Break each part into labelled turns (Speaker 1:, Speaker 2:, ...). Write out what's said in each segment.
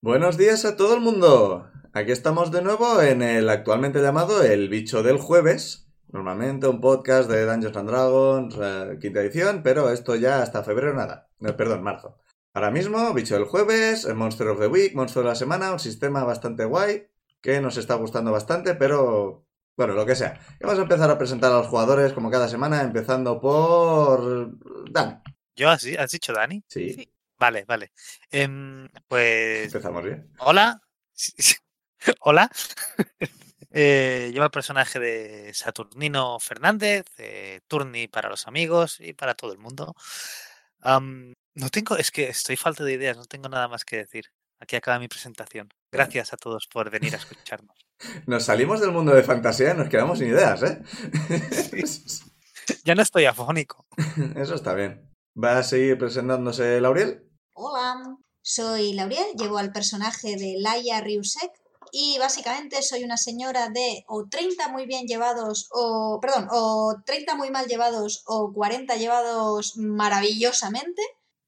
Speaker 1: Buenos días a todo el mundo. Aquí estamos de nuevo en el actualmente llamado El Bicho del Jueves. Normalmente un podcast de Dungeons and Dragons, eh, quinta edición, pero esto ya hasta febrero nada. Eh, perdón, marzo. Ahora mismo, Bicho del Jueves, el Monster of the Week, Monster de la Semana, un sistema bastante guay que nos está gustando bastante, pero bueno, lo que sea. Y vamos a empezar a presentar a los jugadores como cada semana, empezando por... Dan.
Speaker 2: ¿Yo así? ¿Has dicho Dani?
Speaker 1: Sí,
Speaker 3: Sí.
Speaker 2: Vale, vale. Em, pues,
Speaker 1: empezamos bien.
Speaker 2: hola. Sí, sí. Hola. Eh, lleva el personaje de Saturnino Fernández, eh, Turni para los amigos y para todo el mundo. Am, no tengo, es que estoy falta de ideas, no tengo nada más que decir. Aquí acaba mi presentación. Gracias a todos por venir a escucharnos.
Speaker 1: Nos salimos del mundo de fantasía y nos quedamos sin ideas, ¿eh?
Speaker 2: Ya no estoy afónico.
Speaker 1: Eso está bien. ¿Va a seguir presentándose Lauriel?
Speaker 3: Hola, soy Lauriel, llevo al personaje de Laia Ryusek y básicamente soy una señora de o 30 muy bien llevados o, perdón, o 30 muy mal llevados o 40 llevados maravillosamente.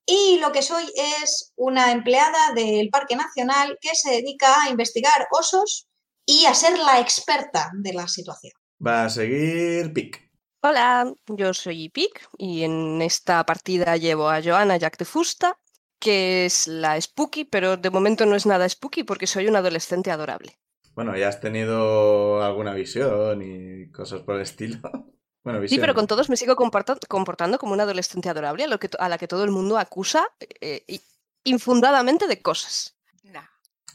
Speaker 3: Y lo que soy es una empleada del Parque Nacional que se dedica a investigar osos y a ser la experta de la situación.
Speaker 1: Va a seguir Pic.
Speaker 4: Hola, yo soy Pic y en esta partida llevo a Joana Jack de Fusta, que es la spooky, pero de momento no es nada spooky porque soy una adolescente adorable.
Speaker 1: Bueno, ya has tenido alguna visión y cosas por el estilo. Bueno, visión.
Speaker 4: Sí, pero con todos me sigo comporta- comportando como una adolescente adorable a, lo que to- a la que todo el mundo acusa eh, i- infundadamente de cosas.
Speaker 5: Nah.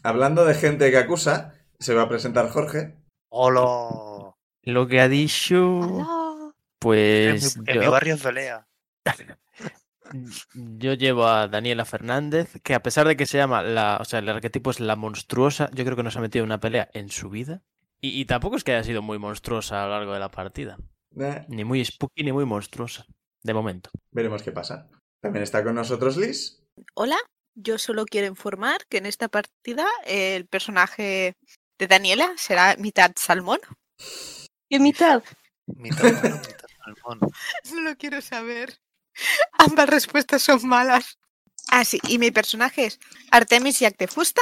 Speaker 1: Hablando de gente que acusa, se va a presentar Jorge.
Speaker 2: Hola.
Speaker 6: Lo que ha dicho,
Speaker 4: Alá.
Speaker 2: En mi,
Speaker 6: pues
Speaker 2: en mi
Speaker 6: yo, mm,
Speaker 2: barrio es pelea.
Speaker 6: yo llevo a Daniela Fernández, que a pesar de que se llama la, o sea, el arquetipo es la monstruosa, yo creo que no se ha metido en una pelea en su vida. Y, y tampoco es que haya sido muy monstruosa a lo largo de la partida.
Speaker 1: Eh,
Speaker 6: Ni muy spooky ni muy monstruosa. De momento.
Speaker 1: veremos qué pasa. También está con nosotros Liz.
Speaker 5: Hola, yo solo quiero informar que en esta partida el personaje de Daniela será mitad salmón.
Speaker 4: ¡Qué mitad!
Speaker 2: Mitad humano, mitad salmón.
Speaker 5: No lo quiero saber. Ambas respuestas son malas. Ah, sí, y mi personaje es Artemis Yactefusta,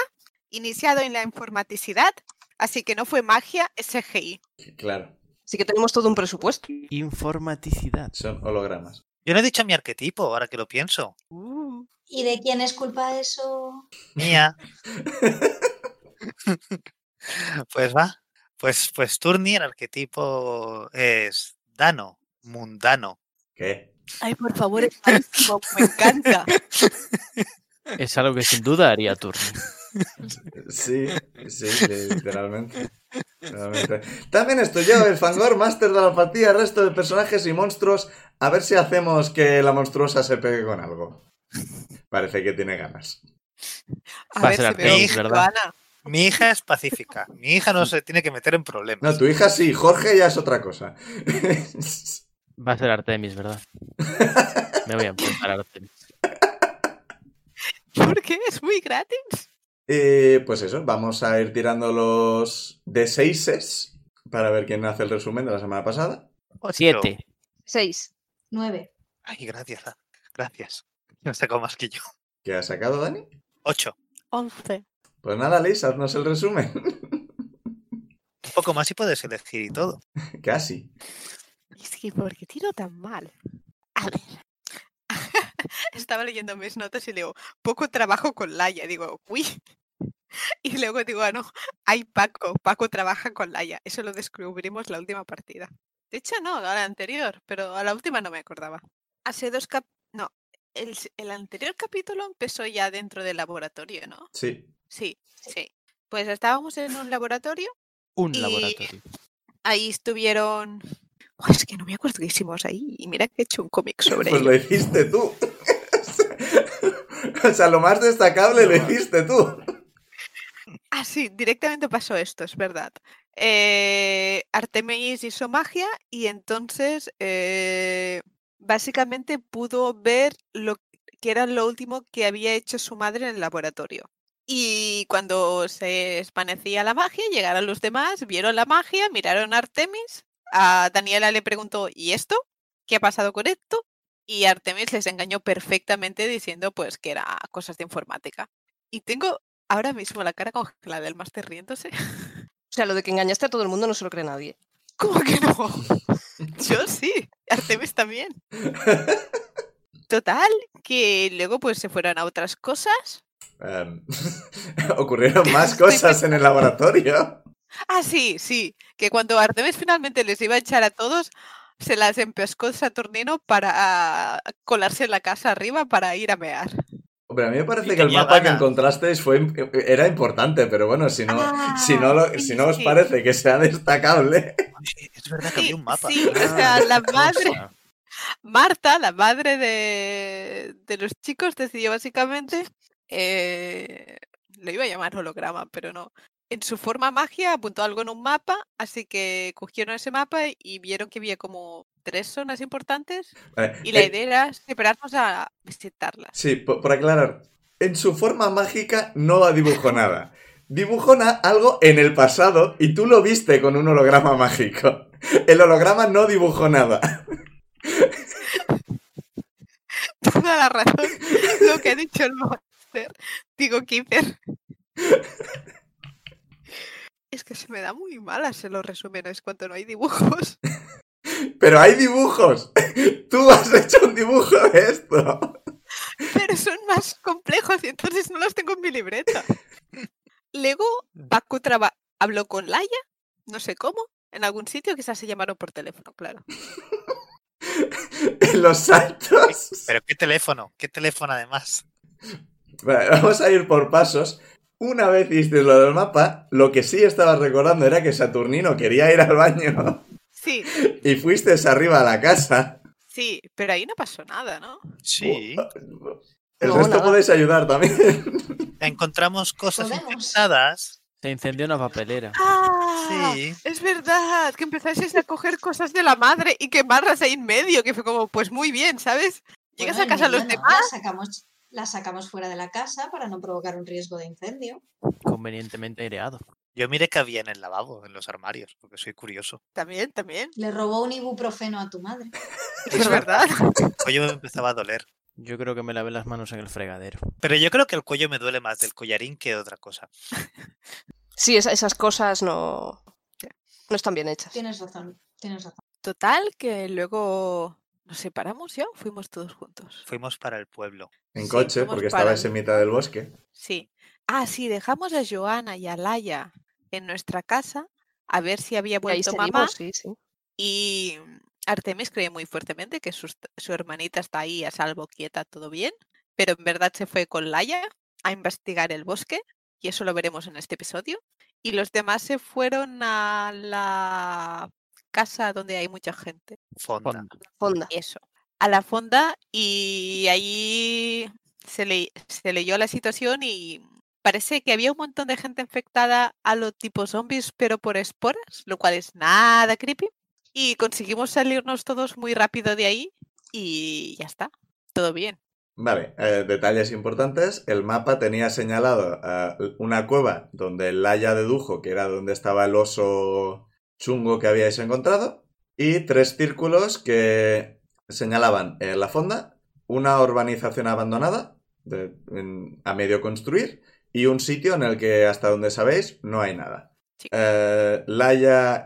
Speaker 5: iniciado en la informaticidad, así que no fue magia, es CGI.
Speaker 1: Claro,
Speaker 4: Así que tenemos todo un presupuesto.
Speaker 6: Informaticidad.
Speaker 1: son hologramas.
Speaker 2: Yo no he dicho mi arquetipo, ahora que lo pienso.
Speaker 5: Uh,
Speaker 3: ¿Y de quién es culpa eso?
Speaker 2: Mía. pues va. Pues, pues Turni, el arquetipo es Dano, mundano.
Speaker 1: ¿Qué?
Speaker 5: Ay, por favor, es malísimo, me encanta.
Speaker 6: Es algo que sin duda haría Turni.
Speaker 1: Sí, sí, literalmente. Literalmente. También estoy yo, el Fangor, máster de la partida, resto de personajes y monstruos. A ver si hacemos que la monstruosa se pegue con algo. Parece que tiene ganas.
Speaker 5: A
Speaker 6: Va a ser
Speaker 5: ver si veo
Speaker 2: Artemis,
Speaker 5: esto,
Speaker 6: ¿verdad?
Speaker 5: Ana.
Speaker 2: Mi hija es pacífica. Mi hija no se tiene que meter en problemas.
Speaker 1: No, tu hija sí, Jorge ya es otra cosa.
Speaker 6: Va a ser Artemis, ¿verdad? Me voy a apuntar a Artemis.
Speaker 5: ¿Por qué? Es muy gratis.
Speaker 1: Eh, pues eso, vamos a ir tirando los de seises para ver quién hace el resumen de la semana pasada.
Speaker 2: Ocho.
Speaker 6: Siete.
Speaker 4: Seis.
Speaker 3: Nueve.
Speaker 2: Ay, gracias. Dan. Gracias. No sacó más que yo.
Speaker 1: ¿Qué ha sacado Dani?
Speaker 2: Ocho.
Speaker 5: Once.
Speaker 1: Pues nada, Liz, haznos el resumen.
Speaker 2: Un poco más y puedes elegir y todo.
Speaker 1: Casi.
Speaker 5: Es que, ¿por qué tiro tan mal? A ver. Estaba leyendo mis notas y leo, poco trabajo con Laia. Digo, uy. Y luego digo, ah, no, hay Paco. Paco trabaja con Laia. Eso lo descubrimos la última partida. De hecho, no, la anterior, pero a la última no me acordaba. Hace dos cap... No, el, s- el anterior capítulo empezó ya dentro del laboratorio, ¿no?
Speaker 1: Sí.
Speaker 5: Sí, sí. Pues estábamos en un laboratorio
Speaker 6: Un
Speaker 5: Y-
Speaker 6: laboratorio.
Speaker 5: ahí estuvieron. Buah, es que no me acuerdo qué hicimos ahí. Y mira que he hecho un cómic sobre
Speaker 1: Pues
Speaker 5: ello.
Speaker 1: lo hiciste tú. o sea, lo más destacable lo hiciste tú.
Speaker 5: Ah, sí, directamente pasó esto, es verdad. Eh, Artemis hizo magia y entonces eh, básicamente pudo ver lo que era lo último que había hecho su madre en el laboratorio. Y cuando se desvanecía la magia, llegaron los demás, vieron la magia, miraron a Artemis. A Daniela le preguntó, ¿y esto? ¿Qué ha pasado con esto? Y Artemis les engañó perfectamente diciendo pues que era cosas de informática. Y tengo ahora mismo la cara congelada del máster riéndose.
Speaker 4: O sea, lo de que engañaste a todo el mundo no se lo cree nadie.
Speaker 5: ¿Cómo que no? Yo sí, Artemis también. Total, que luego pues se fueron a otras cosas.
Speaker 1: Em, ocurrieron más cosas en el laboratorio.
Speaker 5: Ah, sí, sí, que cuando Artemis finalmente les iba a echar a todos, se las empescó Saturnino para ah, colarse en la casa arriba para ir a mear.
Speaker 1: Hombre, a mí me parece
Speaker 2: Y
Speaker 1: que el
Speaker 2: tenía
Speaker 1: mapa que
Speaker 2: ganas.
Speaker 1: encontrasteis fue, im- era importante, pero bueno, si no,
Speaker 3: Ah,
Speaker 1: si no, lo-
Speaker 5: sí,
Speaker 1: si no os
Speaker 5: sí.
Speaker 1: parece que sea destacable.
Speaker 2: Oye, Es verdad que
Speaker 5: Sí,
Speaker 2: había un mapa. Ah,
Speaker 5: sí, o sea, la madre,
Speaker 6: Cosa.
Speaker 5: Marta, la madre de, de los chicos, decidió básicamente, eh, lo iba a llamar holograma, pero no. En su forma magia apuntó algo en un mapa, así que cogieron ese mapa y vieron que había como tres zonas importantes
Speaker 1: Vale,
Speaker 5: y la
Speaker 1: eh,
Speaker 5: idea era separarnos a visitarlas.
Speaker 1: Sí, po- por, aclarar. En su forma mágica no dibujó nada. Dibujó na- algo en el pasado y tú lo viste con un holograma mágico. El holograma no dibujó nada.
Speaker 5: Toda la razón lo que ha dicho el máster. Digo, Keeper. Es que se me da muy mal hacer los resúmenes cuando no hay dibujos.
Speaker 1: Pero hay dibujos. Tú has hecho un dibujo de esto.
Speaker 5: pero son más complejos y entonces no los tengo en mi libreta. Luego, Paco traba- habló con Laia, no sé cómo, en algún sitio, quizás se llamaron por teléfono, claro.
Speaker 1: En los saltos.
Speaker 2: Pero qué teléfono, qué teléfono además.
Speaker 1: Vale, vamos a ir por pasos. Una vez hiciste lo del mapa, lo que sí estabas recordando era que Saturnino quería ir al baño
Speaker 5: Sí,
Speaker 1: y fuiste arriba a la casa.
Speaker 5: sí, pero ahí no pasó nada, ¿no?
Speaker 2: Sí.
Speaker 1: El
Speaker 4: No,
Speaker 1: resto
Speaker 4: nada.
Speaker 1: podéis ayudar también.
Speaker 2: Encontramos cosas
Speaker 3: Podemos.
Speaker 2: interesadas.
Speaker 6: Se incendió una papelera.
Speaker 5: ¡Ah!
Speaker 2: Sí.
Speaker 5: Es verdad, que empezasteis a coger cosas de la madre y quemarlas ahí en medio, que fue como, pues muy bien, ¿sabes? Llegas
Speaker 3: Bueno,
Speaker 5: a casa a
Speaker 3: en
Speaker 5: los
Speaker 3: medio no,
Speaker 5: demás.
Speaker 3: La sacamos, la sacamos fuera de la casa para no provocar un riesgo de incendio.
Speaker 6: Convenientemente aireado.
Speaker 2: Yo miré que había en el lavabo, en los armarios, porque soy curioso.
Speaker 5: También, también.
Speaker 3: Le robó un ibuprofeno a tu madre.
Speaker 5: Es verdad.
Speaker 2: El cuello me empezaba a doler.
Speaker 6: Yo creo que me lavé las manos en el fregadero.
Speaker 2: Pero yo creo que el cuello me duele más del collarín que de otra cosa.
Speaker 4: Sí, esa- esas cosas no, no están bien hechas.
Speaker 3: Tienes razón, tienes razón.
Speaker 5: Total, que luego nos separamos ya o fuimos todos juntos.
Speaker 2: Fuimos para el pueblo.
Speaker 1: En
Speaker 5: Sí,
Speaker 1: coche,
Speaker 5: fuimos
Speaker 1: porque
Speaker 5: para
Speaker 1: estabais
Speaker 5: el-
Speaker 1: en mitad del bosque.
Speaker 5: Sí. Ah, sí, dejamos a Joana y a Laia en nuestra casa a ver si había
Speaker 4: Y ahí
Speaker 5: vuelto mamá.
Speaker 4: seguimos, sí, sí.
Speaker 5: Y Artemis cree muy fuertemente que sus- su hermanita está ahí a salvo, quieta, todo bien. Pero en verdad se fue con Laia a investigar el bosque. Y eso lo veremos en este episodio. Y los demás se fueron a la casa donde hay mucha gente.
Speaker 2: Fonda.
Speaker 6: Fonda.
Speaker 4: Fonda.
Speaker 5: Eso. A la fonda y ahí se, le, se leyó la situación y parece que había un montón de gente infectada a los tipos zombies, pero por esporas, lo cual es nada creepy. Y conseguimos salirnos todos muy rápido de ahí y ya está. Todo bien.
Speaker 1: Vale, eh, detalles importantes. El mapa tenía señalado eh, una cueva donde Laia dedujo que era donde estaba el oso chungo que habíais encontrado. Y tres círculos que señalaban eh, la fonda, una urbanización abandonada de- en- a medio construir y un sitio en el que, hasta donde sabéis, no hay nada.
Speaker 5: Sí.
Speaker 1: Eh, Laia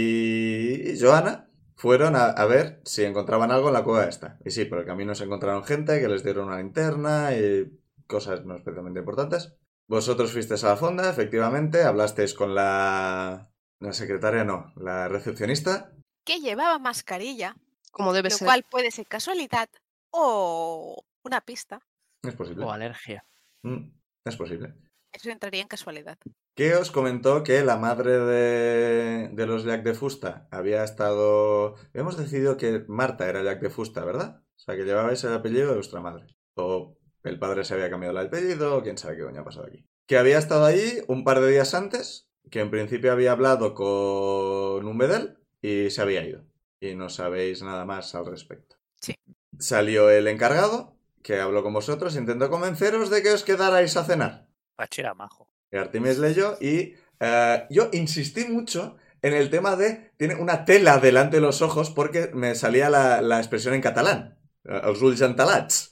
Speaker 1: y Joana fueron a, a ver si encontraban algo en la cueva esta. Y sí, por el camino se encontraron gente que les dieron una linterna y cosas no especialmente importantes. Vosotros fuisteis a la fonda, efectivamente, hablasteis con la... La secretaria no, la recepcionista.
Speaker 5: Que llevaba mascarilla,
Speaker 4: Como debe
Speaker 5: lo
Speaker 4: ser.
Speaker 5: cual puede ser casualidad o una pista.
Speaker 1: Es posible.
Speaker 6: O alergia.
Speaker 1: Mm, es posible.
Speaker 5: Eso entraría en casualidad.
Speaker 1: que os comentó que la madre de, de los Jack de Fusta había estado... Hemos decidido que Marta era Jack de Fusta, ¿verdad? O sea, que llevabais el apellido de vuestra madre. O el padre se había cambiado el apellido, o quién sabe qué coño ha pasado aquí. Que había estado allí un par de días antes, que en principio había hablado con un bedel y se había ido. Y no sabéis nada más al respecto.
Speaker 5: Sí.
Speaker 1: Salió el encargado, que habló con vosotros, intentó convenceros de que os quedarais a cenar.
Speaker 2: Pacho era majo.
Speaker 1: Y Artemis leyó y eh, yo insistí mucho en el tema de tiene una tela delante de los ojos porque me salía la, la expresión en catalán, eh, els ulls entelats.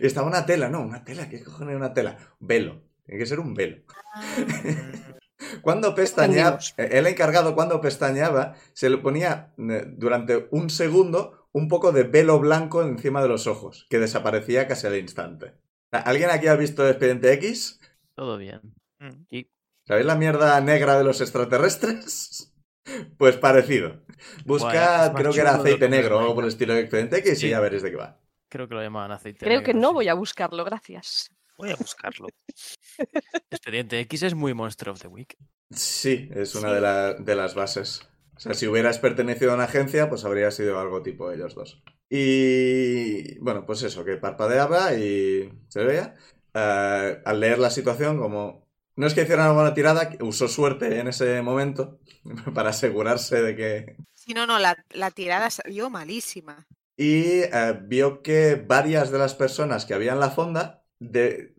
Speaker 1: Y estaba una tela, no, una tela, ¿qué cojones es una tela? Velo. Tiene que ser un velo.
Speaker 5: Ah.
Speaker 1: Cuando pestañaba,
Speaker 4: Entendimos.
Speaker 1: el encargado cuando pestañaba, se le ponía eh, durante un segundo un poco de velo blanco encima de los ojos, que desaparecía casi al instante. ¿Alguien aquí ha visto Expediente X?
Speaker 6: Todo bien.
Speaker 2: Mm.
Speaker 1: ¿Sabéis la mierda negra de los extraterrestres? Pues parecido. Buscad,
Speaker 6: Bueno, es
Speaker 1: creo que era
Speaker 6: más chulo de
Speaker 1: aceite
Speaker 6: lo que
Speaker 1: negro o
Speaker 6: me
Speaker 1: algo por el estilo de Expediente X y
Speaker 6: Sí.
Speaker 1: ya veréis de qué va.
Speaker 6: Creo que lo llamaban aceite.
Speaker 4: Creo que
Speaker 6: negro,
Speaker 4: no
Speaker 6: sí.
Speaker 4: voy a buscarlo, gracias.
Speaker 2: Voy a buscarlo.
Speaker 6: Expediente X es muy Monster of the Week.
Speaker 1: Sí, es una
Speaker 4: Sí.
Speaker 1: De, la- de las bases. O sea, si hubieras pertenecido a una agencia, pues habría sido algo tipo ellos dos. Y bueno, pues eso, que parpadeaba y se veía. Eh, al leer la situación, como no es que hiciera una buena tirada, que usó suerte en ese momento para asegurarse de que...
Speaker 5: Si no, no, la, la tirada salió malísima.
Speaker 1: Y eh, vio que varias de las personas que había en la fonda de-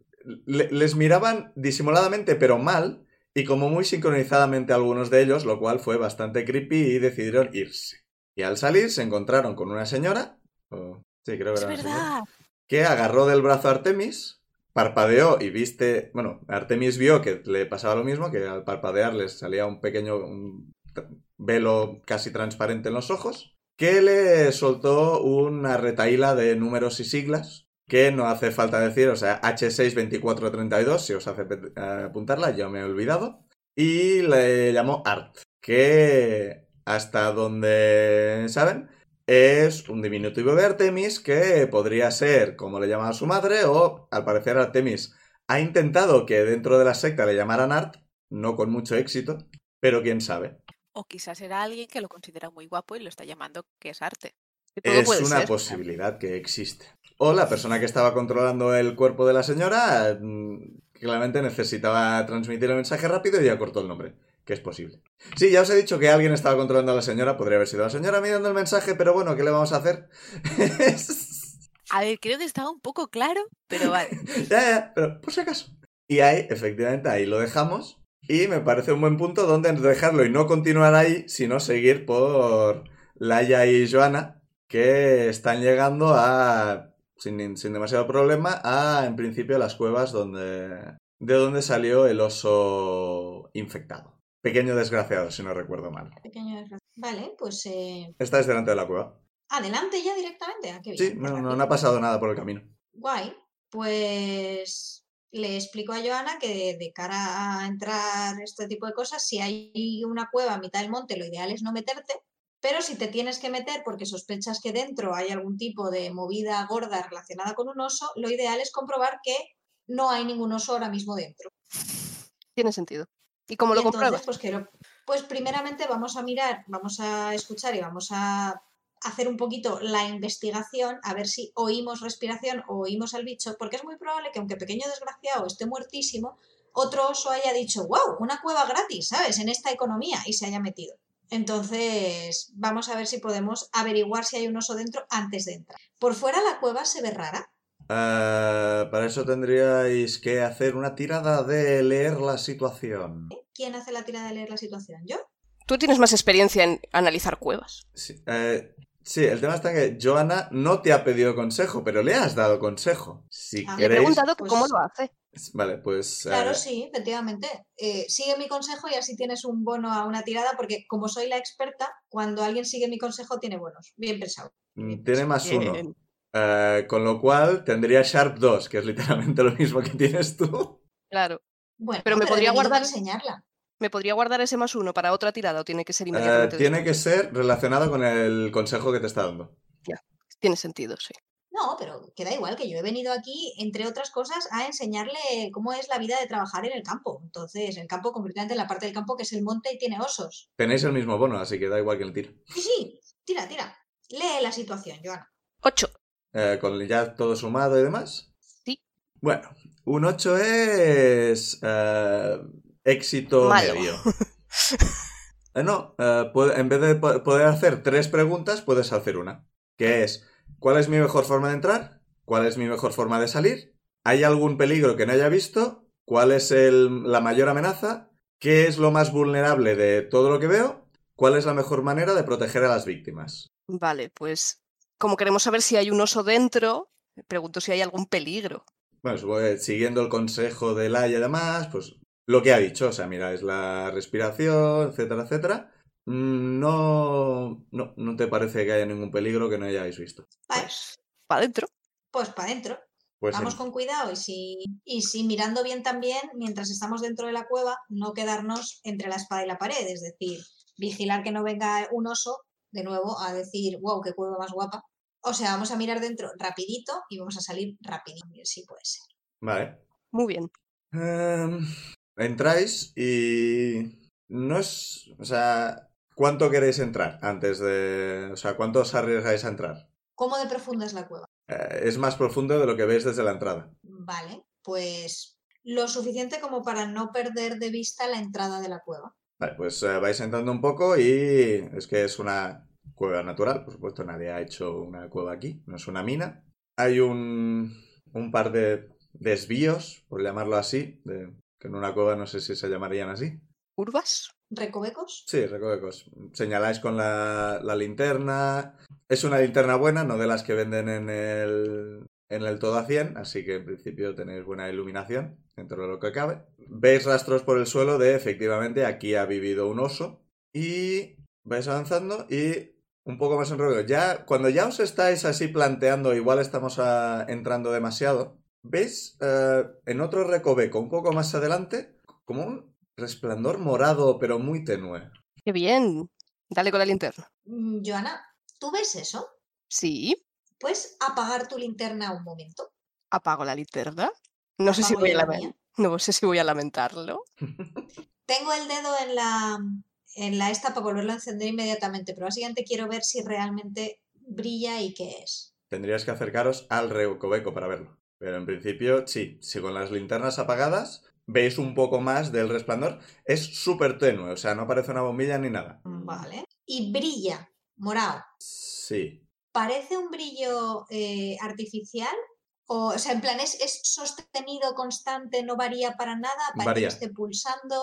Speaker 1: le- les miraban disimuladamente, pero mal, y como muy sincronizadamente algunos de ellos, lo cual fue bastante creepy y decidieron irse. Y al salir se encontraron con una señora, o- sí, creo que
Speaker 4: Es
Speaker 1: era una señora,
Speaker 4: verdad.
Speaker 1: que agarró del brazo a Artemis, parpadeó y viste, bueno, Artemis vio que le pasaba lo mismo, que al parpadear les salía un pequeño un t- velo casi transparente en los ojos, que le soltó una retaíla de números y siglas, que no hace falta decir, o sea, H62432, si os hace pe- eh, apuntarla, yo me he olvidado, y le llamó Art, que hasta donde saben, es un diminutivo de Artemis que podría ser como le llamaba su madre o al parecer Artemis ha intentado que dentro de la secta le llamaran Art, no con mucho éxito, pero quién sabe.
Speaker 5: O quizás era alguien que lo considera muy guapo y lo está llamando que es arte.
Speaker 4: Que todo
Speaker 1: Es
Speaker 4: puede
Speaker 1: una
Speaker 4: ser.
Speaker 1: posibilidad que existe. O la persona que estaba controlando el cuerpo de la señora mm, claramente necesitaba transmitir el mensaje rápido y ya cortó el nombre, que es posible. Sí, ya os he dicho que alguien estaba controlando a la señora, podría haber sido la señora mirando el mensaje, pero bueno, ¿qué le vamos a hacer?
Speaker 5: A ver, creo que estaba un poco claro, pero vale.
Speaker 1: Ya, ya, pero por si acaso. Y ahí, efectivamente, ahí lo dejamos. Y me parece un buen punto donde dejarlo y no continuar ahí, sino seguir por Laia y Joana, que están llegando a, sin, sin demasiado problema, a, en principio, las cuevas donde, de donde salió el oso infectado. Pequeño desgraciado, si no recuerdo mal.
Speaker 3: Pequeño desgraciado. Vale, pues eh,
Speaker 1: Estáis delante de la cueva.
Speaker 3: adelante ya directamente. Ah, qué bien,
Speaker 1: Sí,
Speaker 3: qué
Speaker 1: no, no,
Speaker 3: rápido.
Speaker 1: no ha pasado nada por el camino.
Speaker 3: Guay, pues le explico a Joana que de, de cara a entrar a este tipo de cosas, si hay una cueva a mitad del monte, lo ideal es no meterte, pero si te tienes que meter porque sospechas que dentro hay algún tipo de movida gorda relacionada con un oso, lo ideal es comprobar que no hay ningún oso ahora mismo dentro.
Speaker 4: Tiene sentido. ¿Y cómo lo
Speaker 3: Y entonces,
Speaker 4: compruebas?
Speaker 3: pues, que lo- pues primeramente vamos a mirar, vamos a escuchar y vamos a hacer un poquito la investigación, a ver si oímos respiración o oímos al bicho, porque es muy probable que aunque pequeño desgraciado esté muertísimo, otro oso haya dicho, wow, una cueva gratis, ¿sabes? En esta economía y se haya metido. Entonces, vamos a ver si podemos averiguar si hay un oso dentro antes de entrar. Por fuera la cueva se ve rara.
Speaker 1: Ah, para eso tendríais que hacer una tirada de leer la situación.
Speaker 3: ¿Quién hace la tirada de leer la situación? ¿Yo?
Speaker 4: Tú tienes más experiencia en analizar cuevas.
Speaker 1: Sí, eh, sí, el tema está en que Joana no te ha pedido consejo, pero le has dado consejo. Si
Speaker 3: Ah. Le
Speaker 4: Le he
Speaker 1: queréis.
Speaker 4: preguntado
Speaker 3: Pues-
Speaker 4: cómo lo hace.
Speaker 1: Vale, pues. eh,
Speaker 3: Claro, sí, efectivamente. Eh, sigue mi consejo y así tienes un bono a una tirada, porque como soy la experta, cuando alguien sigue mi consejo tiene bonos. Bien pensado.
Speaker 1: mm, Tiene más uno.
Speaker 4: Bien.
Speaker 1: Eh, con lo cual tendría Sharp 2, que es literalmente lo mismo que tienes tú.
Speaker 4: Claro.
Speaker 3: Bueno,
Speaker 4: Pero me podría
Speaker 3: he tenido que
Speaker 4: guardar-
Speaker 3: enseñarla.
Speaker 4: ¿Me podría guardar ese más uno para otra tirada o tiene que ser
Speaker 1: Eh,
Speaker 4: inmediatamente?
Speaker 1: tiene que
Speaker 4: después?
Speaker 1: ser relacionado con el consejo que te está dando.
Speaker 4: Tiene sentido, sí.
Speaker 3: No, pero queda igual que yo he venido aquí, entre otras cosas, a enseñarle cómo es la vida de trabajar en el campo. Entonces, el campo, concretamente en la parte del campo que es el monte y tiene osos.
Speaker 1: Tenéis el mismo bono, así que da igual que el tiro.
Speaker 3: Sí, sí, tira, tira. Lee la situación, Joana.
Speaker 4: Ocho.
Speaker 1: Eh, con ya todo sumado y demás.
Speaker 4: Sí.
Speaker 1: Bueno, un 8 es eh, éxito
Speaker 4: Malo.
Speaker 1: medio. Eh, no, eh, puede- en vez de po- poder hacer tres preguntas, puedes hacer una. Que es, ¿cuál es mi mejor forma de entrar? ¿Cuál es mi mejor forma de salir? ¿Hay algún peligro que no haya visto? ¿Cuál es el- la mayor amenaza? ¿Qué es lo más vulnerable de todo lo que veo? ¿Cuál es la mejor manera de proteger a las víctimas?
Speaker 4: Vale, pues como queremos saber si hay un oso dentro, pregunto si hay algún peligro.
Speaker 1: Bueno, supongo que siguiendo el consejo de Laia y demás, pues lo que ha dicho, o sea, mira, es la respiración, etcétera, etcétera. Mm, No, no, no te parece que haya ningún peligro que no hayáis visto.
Speaker 3: Vale,
Speaker 4: Para adentro.
Speaker 3: pues para adentro.
Speaker 1: Pues
Speaker 3: Vamos
Speaker 1: en-
Speaker 3: con cuidado y si, y si mirando bien también, mientras estamos dentro de la cueva, no quedarnos entre la espada y la pared, es decir, vigilar que no venga un oso de nuevo a decir, wow, qué cueva más guapa. O sea, vamos a mirar dentro rapidito y vamos a salir rapidito, si puede ser.
Speaker 1: Vale.
Speaker 4: Muy bien.
Speaker 1: Em, entráis y no es, o sea, ¿cuánto queréis entrar antes de, o sea, cuánto os arriesgáis a entrar?
Speaker 3: ¿Cómo de profunda es la cueva?
Speaker 1: Eh, es más profundo de lo que veis desde la entrada.
Speaker 3: Vale, pues lo suficiente como para no perder de vista la entrada de la cueva.
Speaker 1: Vale, pues eh, vais entrando un poco y es que es una cueva natural, por supuesto, nadie ha hecho una cueva aquí, no es una mina. Hay un, un par de desvíos, por llamarlo así, de- que en una cueva no sé si se llamarían así.
Speaker 4: Curvas.
Speaker 3: ¿Recovecos?
Speaker 1: Sí, recovecos. Señaláis con la, la linterna. Es una linterna buena, no de las que venden en el, en el todo a 100, así que en principio tenéis buena iluminación dentro de lo que cabe. Veis rastros por el suelo de efectivamente aquí ha vivido un oso y vais avanzando y un poco más en rollo. Ya, cuando ya os estáis así planteando, igual estamos ah, entrando demasiado, veis eh, en otro recoveco un poco más adelante como un resplandor morado pero muy tenue.
Speaker 4: Qué bien. Dale con la linterna.
Speaker 3: Mm, Joana, ¿tú ves eso?
Speaker 4: Sí.
Speaker 3: Puedes apagar tu linterna un momento.
Speaker 4: Apago la linterna. No sé si
Speaker 3: Apago
Speaker 4: voy
Speaker 3: yo la
Speaker 4: a lamen-
Speaker 3: mía.
Speaker 4: No sé si voy a lamentarlo.
Speaker 3: Tengo el dedo en la, en la esta para volverlo a encender inmediatamente, pero al siguiente quiero ver si realmente brilla y qué es.
Speaker 1: Tendrías que acercaros al recoveco para verlo. Pero en principio, sí, si con las linternas apagadas veis un poco más del resplandor, es súper tenue, o sea, no parece una bombilla ni nada.
Speaker 3: Vale. Y brilla, morado.
Speaker 1: Sí.
Speaker 3: ¿Parece un brillo eh, artificial? O, o sea, en plan, ¿es, es sostenido, constante, no varía para nada? ¿Parece
Speaker 1: Varía.
Speaker 3: que esté pulsando?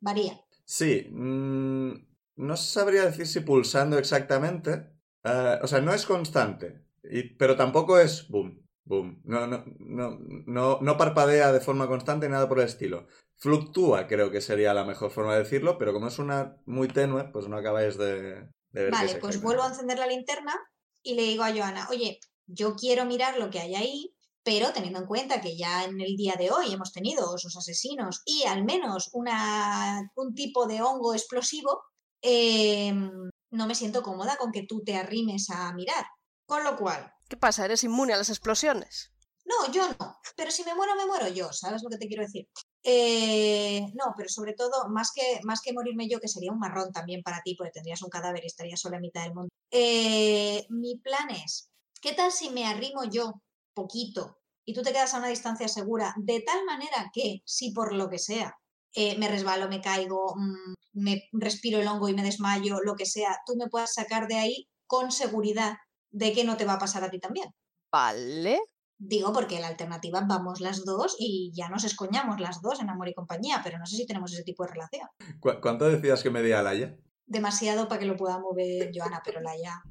Speaker 3: Varía.
Speaker 1: Sí. mm, no sabría decir si pulsando exactamente. eh, o sea, no es constante, y- pero tampoco es boom, boom. No, no, no, no, no parpadea de forma constante ni nada por el estilo. Fluctúa, creo que sería la mejor forma de decirlo, pero como es una muy tenue, pues no acabáis de, de ver. qué
Speaker 3: Vale,
Speaker 1: es
Speaker 3: pues
Speaker 1: exactamente.
Speaker 3: vuelvo a encender la linterna y le digo a Joana, oye, yo quiero mirar lo que hay ahí, pero teniendo en cuenta que ya en el día de hoy hemos tenido osos asesinos y al menos una, un tipo de hongo explosivo, em, no me siento cómoda con que tú te arrimes a mirar. Con lo cual,
Speaker 4: ¿Qué pasa? ¿Eres inmune a las explosiones?
Speaker 3: no, yo no, pero si me muero, me muero yo, ¿sabes lo que te quiero decir? Eh, no, pero sobre todo, más que, más que morirme yo, que sería un marrón también para ti, porque tendrías un cadáver y estarías sola en mitad del mundo. Eh, mi plan es, ¿qué tal si me arrimo yo poquito y tú te quedas a una distancia segura, de tal manera que, si por lo que sea, eh, me resbalo, me caigo, mm, me respiro el hongo y me desmayo, lo que sea, tú me puedas sacar de ahí con seguridad de que no te va a pasar a ti también?
Speaker 4: Vale.
Speaker 3: Digo, porque la alternativa vamos las dos y ya nos escoñamos las dos en amor y compañía, pero no sé si tenemos ese tipo de relación.
Speaker 1: ¿Cu- ¿Cuánto decías que medía Laia?
Speaker 3: Demasiado para que lo pueda mover Joana, pero la ya.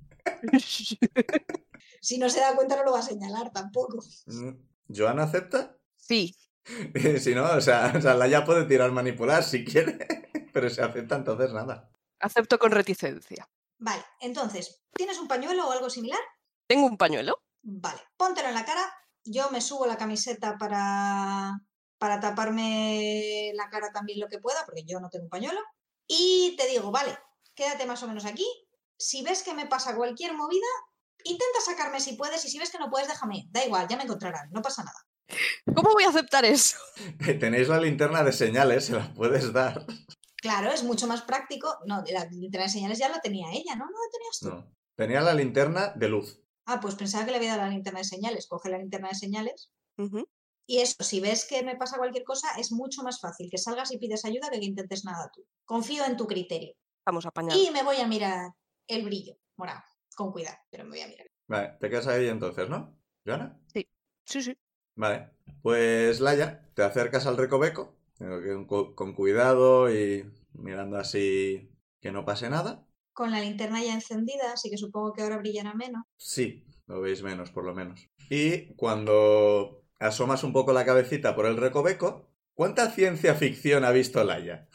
Speaker 3: Si no se da cuenta, no lo va a señalar tampoco.
Speaker 1: Mm, ¿Joana acepta?
Speaker 4: Sí.
Speaker 1: si no, o sea, o sea, Laia puede tirar manipular si quiere, pero si acepta, entonces nada.
Speaker 4: Acepto con reticencia.
Speaker 3: Vale, entonces, ¿tienes un pañuelo o algo similar?
Speaker 4: Tengo un pañuelo.
Speaker 3: Vale, póntelo en la cara. Yo me subo la camiseta para, para taparme la cara también lo que pueda, porque yo no tengo pañuelo. Y te digo, vale, quédate más o menos aquí. Si ves que me pasa cualquier movida, intenta sacarme si puedes y si ves que no puedes, déjame. ir. Da igual, ya me encontrarán, no pasa nada.
Speaker 4: ¿Cómo voy a aceptar eso?
Speaker 1: Tenéis la linterna de señales, se la puedes dar.
Speaker 3: Claro, es mucho más práctico. No, de la linterna de señales ya la tenía ella, ¿no? No la tenías tú.
Speaker 1: No. Tenía la linterna de luz.
Speaker 3: Ah, pues pensaba que le había dado la linterna de señales. Coge la linterna de señales
Speaker 4: Ujú.
Speaker 3: Y eso, si ves que me pasa cualquier cosa, es mucho más fácil que salgas y pides ayuda que que intentes nada tú. Confío en tu criterio.
Speaker 4: Vamos apañados.
Speaker 3: Y me voy a mirar el brillo morado, con cuidado, pero me voy a mirar.
Speaker 1: Vale, te quedas ahí entonces, ¿no? ¿Joana?
Speaker 4: Sí, sí.
Speaker 1: Vale. Pues Laia, te acercas al recoveco, pero que con- con cuidado y mirando así que no pase nada.
Speaker 3: Con la linterna ya encendida, así que supongo que ahora brillará menos.
Speaker 1: Sí, lo veis menos, por lo menos. Y cuando asomas un poco la cabecita por el recoveco. ¿Cuánta ciencia ficción ha visto Laia?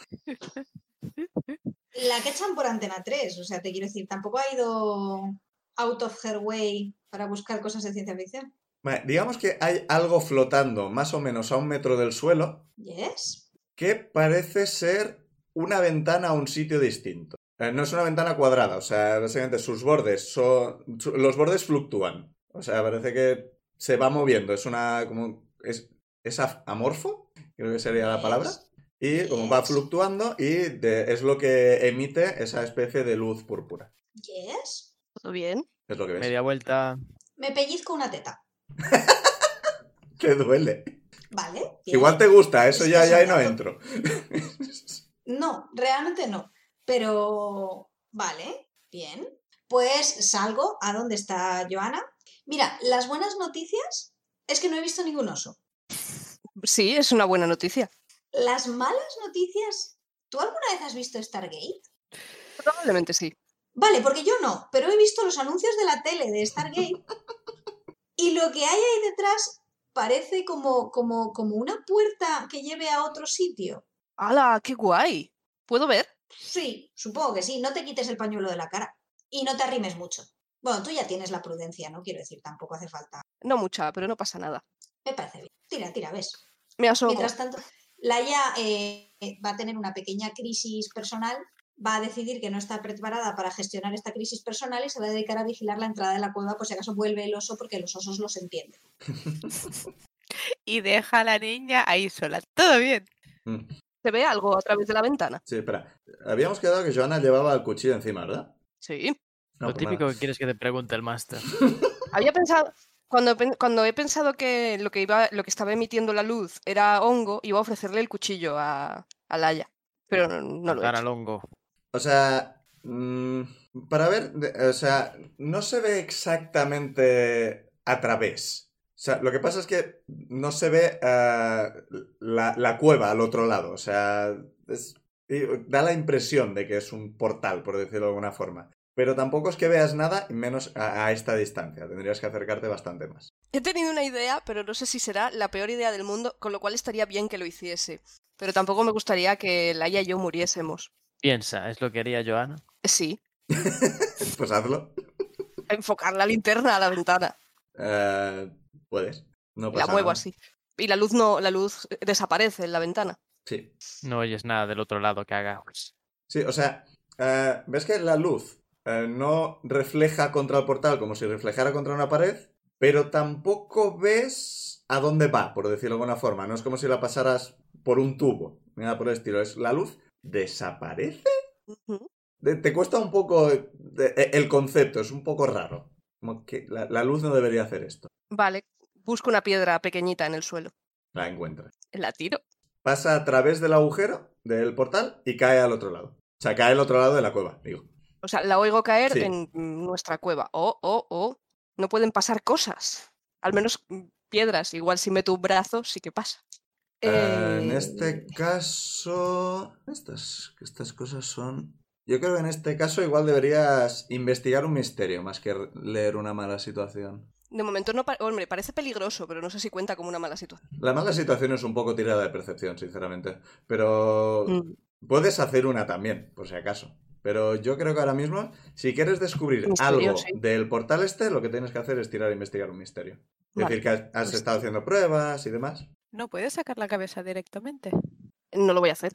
Speaker 3: La que echan por Antena 3, o sea, te quiero decir, tampoco ha ido out of her way para buscar cosas de ciencia ficción.
Speaker 1: Vale, digamos que hay algo flotando más o menos a un metro del suelo
Speaker 3: Yes.
Speaker 1: que parece ser una ventana a un sitio distinto. Eh, No es una ventana cuadrada, o sea, básicamente sus bordes son... su- Los bordes fluctúan. O sea, parece que se va moviendo. Es una... Como, es, es af- amorfo, creo que sería la palabra. Y como va
Speaker 3: Yes.
Speaker 1: fluctuando y de- es lo que emite esa especie de luz púrpura.
Speaker 3: Yes.
Speaker 4: ¿Todo bien?
Speaker 1: Es lo que ves.
Speaker 6: Media vuelta.
Speaker 3: Me pellizco una teta.
Speaker 1: Te duele.
Speaker 3: Vale. bien.
Speaker 1: Igual te gusta, eso
Speaker 3: Es
Speaker 1: ya,
Speaker 3: que
Speaker 1: ya ahí
Speaker 3: son
Speaker 1: no
Speaker 3: tanto-
Speaker 1: entro.
Speaker 3: No, realmente no. Pero vale, bien. Pues salgo a donde está Joana. Mira, las buenas noticias es que no he visto ningún oso.
Speaker 4: Sí, es una buena noticia.
Speaker 3: Las malas noticias, ¿tú alguna vez has visto Stargate?
Speaker 4: Probablemente sí.
Speaker 3: Vale, porque yo no, pero he visto los anuncios de la tele de Stargate y lo que hay ahí detrás parece como, como, como una puerta que lleve a otro sitio.
Speaker 4: ¡Hala, qué guay! ¿Puedo ver?
Speaker 3: Sí, supongo que sí. No te quites el pañuelo de la cara y no te arrimes mucho. Bueno, tú ya tienes la prudencia, no quiero decir, tampoco hace falta.
Speaker 4: No mucha, pero no pasa nada.
Speaker 3: Me parece bien. Tira, tira, ves.
Speaker 4: Me asomo.
Speaker 3: Mientras tanto, Laia eh, eh, va a tener una pequeña crisis personal, va a decidir que no está preparada para gestionar esta crisis personal y se va a dedicar a vigilar la entrada de la cueva por si acaso vuelve el oso porque los osos los entienden.
Speaker 5: Y deja a la niña ahí sola. Todo bien.
Speaker 4: ¿Se ve algo a través de la ventana?
Speaker 1: Mm. Sí, espera. Habíamos quedado que Joana llevaba el cuchillo encima, ¿verdad?
Speaker 4: Sí.
Speaker 1: No,
Speaker 6: lo
Speaker 1: pues
Speaker 6: típico
Speaker 1: nada.
Speaker 6: que quieres que te pregunte el máster.
Speaker 4: Había pensado. Cuando, pen- cuando he pensado que lo que, iba, lo que estaba emitiendo la luz era hongo, iba a ofrecerle el cuchillo a, a Laia. Pero no, no lo he
Speaker 6: Cara
Speaker 4: hecho.
Speaker 6: al hongo.
Speaker 1: O sea, mm, para ver, de- o sea, no se ve exactamente a través. O sea, lo que pasa es que no se ve eh, la, la cueva al otro lado. O sea, es- y da la impresión de que es un portal, por decirlo de alguna forma. Pero tampoco es que veas nada, y menos a- a esta distancia. Tendrías que acercarte bastante más.
Speaker 4: He tenido una idea, pero no sé si será la peor idea del mundo, con lo cual estaría bien que lo hiciese. Pero tampoco me gustaría que Laia y yo muriésemos. Eh,
Speaker 6: Piensa, es lo que haría Joana.
Speaker 4: Sí,
Speaker 1: Pues hazlo.
Speaker 4: enfocar la linterna a la ventana.
Speaker 1: Eh, puedes. No
Speaker 4: y la
Speaker 1: pasa
Speaker 4: muevo
Speaker 1: nada.
Speaker 4: así. Y la luz no, la luz eh, desaparece en la ventana.
Speaker 1: Sí.
Speaker 6: No oyes nada del otro lado que haga.
Speaker 1: Sí, o sea, eh, ¿ves que la luz eh, no refleja contra el portal como si reflejara contra una pared? Pero tampoco ves a dónde va, por decirlo de alguna forma. No es como si la pasaras por un tubo, ni nada por el estilo. Es la luz desaparece.
Speaker 4: Ujú.
Speaker 1: Te, te cuesta un poco eh, eh, el concepto, es un poco raro. Como que la, la luz no debería hacer esto.
Speaker 4: Vale, busco una piedra pequeñita en el suelo.
Speaker 1: La encuentras.
Speaker 4: La tiro.
Speaker 1: Pasa a través del agujero del portal y cae al otro lado. O sea, cae al otro lado de la cueva, digo.
Speaker 4: O sea, la oigo caer
Speaker 1: Sí.
Speaker 4: en mm, nuestra cueva. Oh, oh, oh. No pueden pasar cosas. Al menos mm, piedras. Igual si meto un brazo, sí que pasa.
Speaker 1: Eh, En
Speaker 4: Eh,
Speaker 1: este caso. Estas, estas cosas son. Yo creo que en este caso igual deberías investigar un misterio más que re- leer una mala situación.
Speaker 4: De momento no... pa- Hombre, parece peligroso, pero no sé si cuenta como una mala situación.
Speaker 1: La mala situación es un poco tirada de percepción, sinceramente. Pero.
Speaker 4: Mm.
Speaker 1: Puedes hacer una también, por si acaso. Pero yo creo que ahora mismo, si quieres descubrir
Speaker 4: Misterio,
Speaker 1: algo
Speaker 4: sí.
Speaker 1: del portal este, lo que tienes que hacer es tirar a investigar un misterio. Es
Speaker 4: Vale,
Speaker 1: decir, que has, has
Speaker 4: pues-
Speaker 1: estado haciendo pruebas y demás.
Speaker 5: No puedes sacar la cabeza directamente.
Speaker 4: No lo voy a hacer.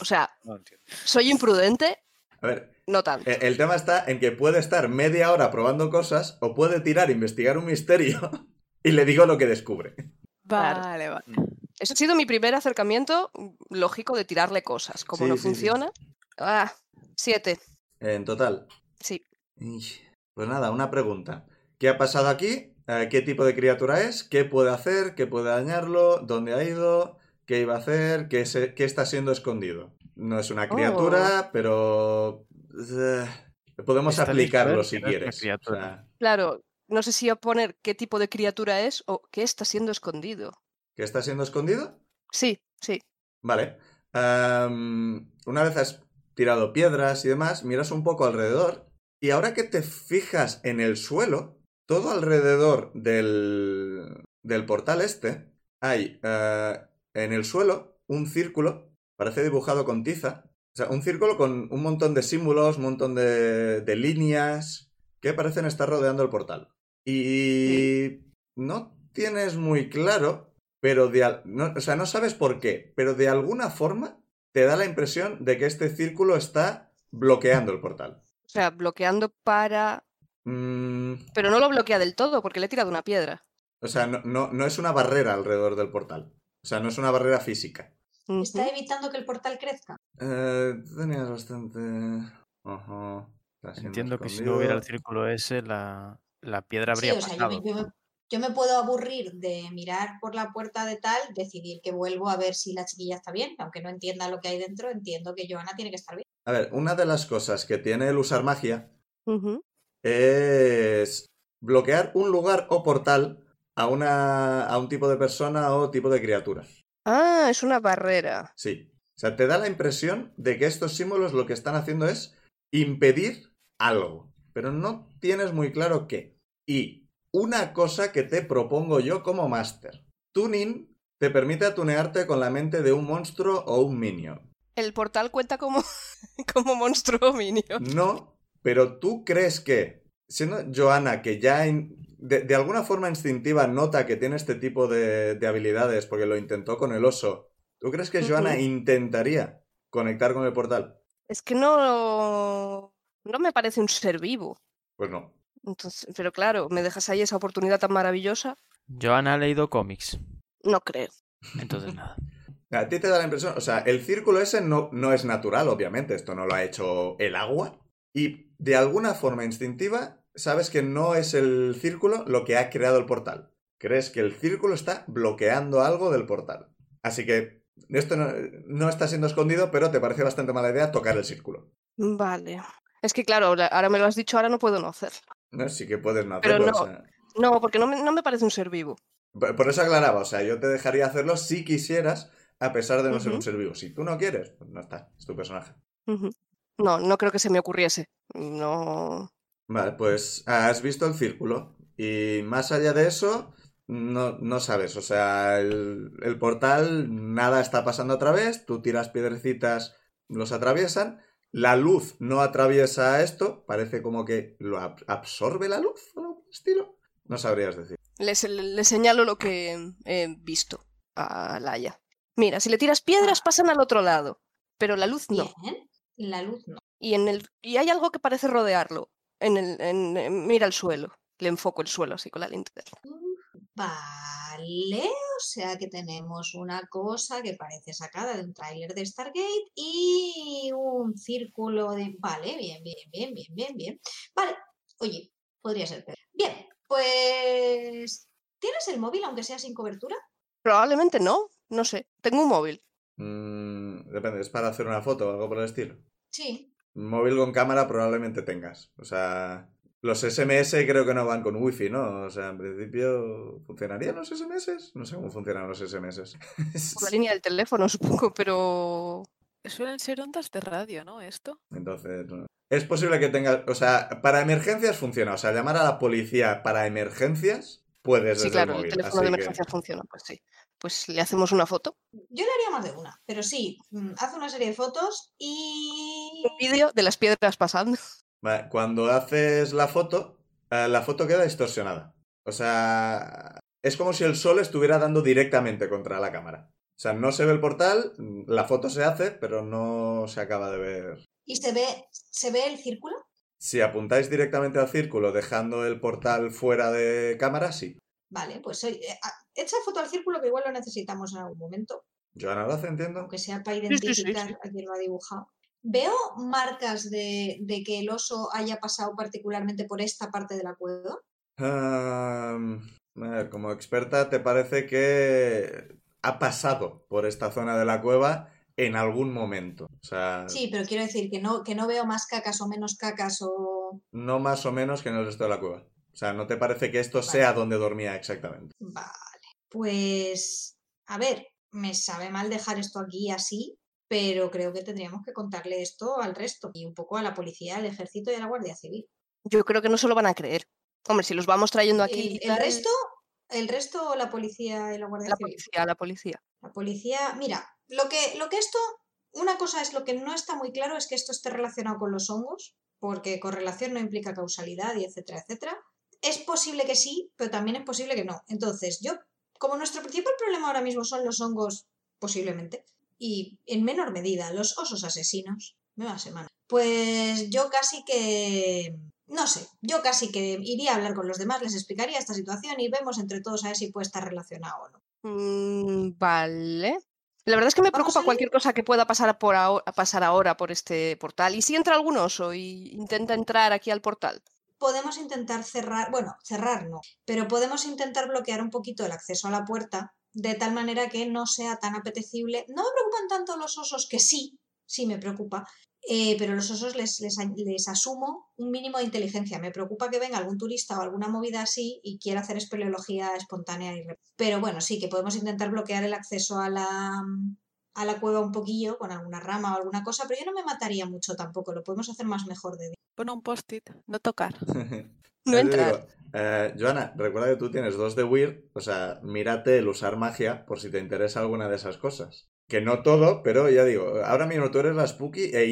Speaker 4: O sea,
Speaker 2: No entiendo.
Speaker 4: soy imprudente,
Speaker 1: A ver,
Speaker 4: no tanto.
Speaker 1: Eh, El tema está en que puede estar media hora probando cosas o puede tirar, investigar un misterio y le digo lo que descubre.
Speaker 4: Claro.
Speaker 5: Vale, vale.
Speaker 4: Eso ha sido mi primer acercamiento mm, lógico de tirarle cosas. Como
Speaker 1: Sí,
Speaker 4: no
Speaker 1: sí, sí.
Speaker 4: funciona. Ah, siete.
Speaker 1: En total.
Speaker 4: Sí.
Speaker 1: Y, Pues nada, una pregunta. ¿Qué ha pasado aquí? Eh, ¿Qué tipo de criatura es? ¿Qué puede hacer? ¿Qué puede dañarlo? ¿Dónde ha ido? ¿Qué iba a hacer? ¿Qué, se- qué está siendo escondido? No es una criatura, pero... eh, podemos
Speaker 6: Está
Speaker 1: aplicarlo
Speaker 6: dicho,
Speaker 1: si
Speaker 6: ¿eh? Que no es una
Speaker 1: quieres. O
Speaker 6: criatura.
Speaker 1: sea,
Speaker 4: Claro, no sé si a poner qué tipo de criatura es o qué está siendo escondido.
Speaker 1: ¿Qué está siendo escondido?
Speaker 4: Sí, sí.
Speaker 1: Vale. Am, una vez has tirado piedras y demás, miras un poco alrededor y ahora que te fijas en el suelo, todo alrededor del, del portal este hay eh, en el suelo un círculo, parece dibujado con tiza, o sea, un círculo con un montón de símbolos, un montón de, de líneas que parecen estar rodeando el portal. Y no tienes muy claro, pero de al- no, o sea, no sabes por qué, pero de alguna forma te da la impresión de que este círculo está bloqueando el portal.
Speaker 4: O sea, bloqueando para...
Speaker 1: Mm,
Speaker 4: Pero no lo bloquea del todo porque le he tirado una piedra.
Speaker 1: o sea, no, no- no es una barrera alrededor del portal. O sea, no es una barrera física.
Speaker 4: Ujú.
Speaker 3: Está evitando que el portal crezca.
Speaker 1: Eh, tenías bastante... Ajá, está siendo
Speaker 6: Entiendo que si no hubiera el
Speaker 1: escondido.
Speaker 6: círculo ese, la, la piedra
Speaker 3: Sí,
Speaker 6: habría
Speaker 3: o sea, yo
Speaker 6: pasado.
Speaker 3: me, yo me- yo me puedo aburrir de mirar por la puerta de tal, decidir que vuelvo a ver si la chiquilla está bien, aunque no entienda lo que hay dentro, entiendo que Joana tiene que estar bien.
Speaker 1: A ver, una de las cosas que tiene el usar magia
Speaker 4: Ujú.
Speaker 1: es bloquear un lugar o portal a, una, a un tipo de persona o tipo de criatura.
Speaker 4: Ah, es una barrera.
Speaker 1: Sí. O sea, te da la impresión de que estos símbolos lo que están haciendo es impedir algo, pero no tienes muy claro qué. Y una cosa que te propongo yo como máster. Tuning te permite atunearte con la mente de un monstruo o un minion.
Speaker 4: El portal cuenta como, como monstruo minion.
Speaker 1: No, pero tú crees que, siendo Joana, que ya in- de, de alguna forma instintiva nota que tiene este tipo de, de habilidades porque lo intentó con el oso, ¿tú crees que Joana
Speaker 4: Ujú.
Speaker 1: intentaría conectar con el portal?
Speaker 4: Es que no... No me parece un ser vivo.
Speaker 1: Pues no.
Speaker 4: Entonces, pero claro, me dejas ahí esa oportunidad tan maravillosa.
Speaker 6: Joana ha leído cómics,
Speaker 4: No creo.
Speaker 6: entonces nada.
Speaker 1: A ti te da la impresión, o sea, el círculo ese no, no es natural, obviamente, esto no lo ha hecho el agua. Y de alguna forma instintiva, sabes que no es el círculo lo que ha creado el portal. Crees que el círculo está bloqueando algo del portal. Así que esto no, no está siendo escondido, pero te parece bastante mala idea tocar el círculo.
Speaker 4: Vale. Es que claro, ahora- ahora me lo has dicho, ahora no puedo no hacerlo.
Speaker 1: ¿no? Sí que puedes no
Speaker 4: Pero
Speaker 1: hacerlo.
Speaker 4: no.
Speaker 1: o sea.
Speaker 4: No, porque no me, no me parece un ser vivo.
Speaker 1: Por por eso aclaraba, o sea, yo te dejaría hacerlo si quisieras, a pesar de no ser un
Speaker 4: Ujú.
Speaker 1: ser vivo. Si tú no quieres, pues no está, es tu personaje.
Speaker 4: Ujú. No, no creo que se me ocurriese. No.
Speaker 1: Vale, pues has visto el círculo y más allá de eso, no, no sabes. O sea, el, el portal, nada está pasando a través, tú tiras piedrecitas, los atraviesan, la luz no atraviesa esto, parece como que lo ab- absorbe la luz o algo por el estilo. No sabrías decir.
Speaker 4: Le, se- le señalo lo que he visto a Laia. Mira, si le tiras piedras pasan al otro lado, pero la luz no.
Speaker 3: Bien, la luz no.
Speaker 4: Y, en el, y hay algo que parece rodearlo. En el, en- en- mira el suelo. Le enfoco el suelo así con la linterna.
Speaker 3: Vale, o sea que tenemos una cosa que parece sacada de un tráiler de Stargate y un círculo de... Vale, bien, bien, bien, bien, bien, bien. Vale, oye, podría ser. peor. Bien, pues... ¿Tienes el móvil aunque sea sin cobertura?
Speaker 4: Probablemente no, no sé. Tengo un móvil.
Speaker 1: Mm, depende, es para hacer una foto o algo por el estilo.
Speaker 3: Sí.
Speaker 1: Un móvil con cámara probablemente tengas. O sea, los SMS creo que no van con wifi, ¿no? O sea, en principio, ¿funcionarían los SMS? No sé cómo funcionan los SMS.
Speaker 4: Por la línea del teléfono, supongo, pero.
Speaker 5: Suelen ser ondas de radio, ¿no? Esto.
Speaker 1: Entonces, no. es posible que tengas... O sea, para emergencias funciona. O sea, llamar a la policía para emergencias puedes desde
Speaker 4: sí, claro,
Speaker 1: el
Speaker 4: el,
Speaker 1: móvil. así
Speaker 4: teléfono de
Speaker 1: que-
Speaker 4: emergencia funciona, pues sí. Pues le hacemos una foto,
Speaker 3: Yo le haría más de una, pero sí, mm, haz una serie de fotos y...
Speaker 4: un vídeo de las piedras pasando.
Speaker 1: Vale, cuando haces la foto, eh, la foto queda distorsionada. O sea, es como si el sol estuviera dando directamente contra la cámara. O sea, no se ve el portal, mm, la foto se hace, pero no se acaba de ver.
Speaker 3: ¿Y se ve, se ve el círculo?
Speaker 1: Si apuntáis directamente al círculo dejando el portal fuera de cámara, sí.
Speaker 3: Vale, pues oye, eh, ah, echa foto al círculo que igual lo necesitamos en algún momento.
Speaker 1: Joana lo hace, entiendo.
Speaker 3: aunque sea para
Speaker 4: sí, sí, sí.
Speaker 3: identificar a quién lo ha dibujado. Veo marcas de, de que el oso haya pasado particularmente por esta parte de la cueva.
Speaker 1: Am, a ver, como experta, ¿te parece que ha pasado por esta zona de la cueva en algún momento? O sea,
Speaker 3: Sí, pero quiero decir que no, que no veo más cacas o menos cacas o...
Speaker 1: No más o menos que en el resto de la cueva. O sea, ¿no te parece que esto sea donde dormía exactamente?
Speaker 3: Vale. Pues, a ver, me sabe mal dejar esto aquí así, pero creo que tendríamos que contarle esto al resto y un poco a la policía, al ejército y a la Guardia Civil.
Speaker 4: Yo creo que no se lo van a creer. Hombre, si los vamos trayendo aquí.
Speaker 3: Eh, El,
Speaker 4: y
Speaker 3: el
Speaker 4: tal,
Speaker 3: resto, ¿El resto o la policía y la Guardia
Speaker 4: La
Speaker 3: Civil?
Speaker 4: policía, la policía.
Speaker 3: La policía. Mira, lo que, lo que esto. Una cosa es lo que no está muy claro es que esto esté relacionado con los hongos, porque correlación no implica causalidad y etcétera, etcétera. Es posible que sí, pero también es posible que no. Entonces, yo, como nuestro principal problema ahora mismo son los hongos, posiblemente, y en menor medida los osos asesinos, nueva semana, pues yo casi que. No sé, yo casi que iría a hablar con los demás, les explicaría esta situación y vemos entre todos a ver si puede estar relacionado o no.
Speaker 4: Mm, vale. La verdad es que me
Speaker 3: Vamos
Speaker 4: preocupa
Speaker 3: a
Speaker 4: cualquier cosa que pueda pasar, por aho- a pasar ahora por este portal. ¿Y si entra algún oso y intenta entrar aquí al portal?
Speaker 3: podemos intentar cerrar, bueno, cerrar no, pero podemos intentar bloquear un poquito el acceso a la puerta de tal manera que no sea tan apetecible. No me preocupan tanto los osos, que sí, sí me preocupa, eh, pero los osos les, les, a- les asumo un mínimo de inteligencia. Me preocupa que venga algún turista o alguna movida así y quiera hacer espeleología espontánea. Y... re- Pero bueno, sí que podemos intentar bloquear el acceso a la a la cueva un poquillo con alguna rama o alguna cosa, pero yo no me mataría mucho tampoco, lo podemos hacer más mejor de día.
Speaker 5: Pon un post-it, no tocar.
Speaker 4: No
Speaker 1: Ya te digo,
Speaker 4: entrar.
Speaker 1: eh, Joana, recuerda que tú tienes dos de Weird, o sea, mírate el usar magia por si te interesa alguna de esas cosas. Que no todo, pero ya digo, ahora mismo tú eres la Spooky e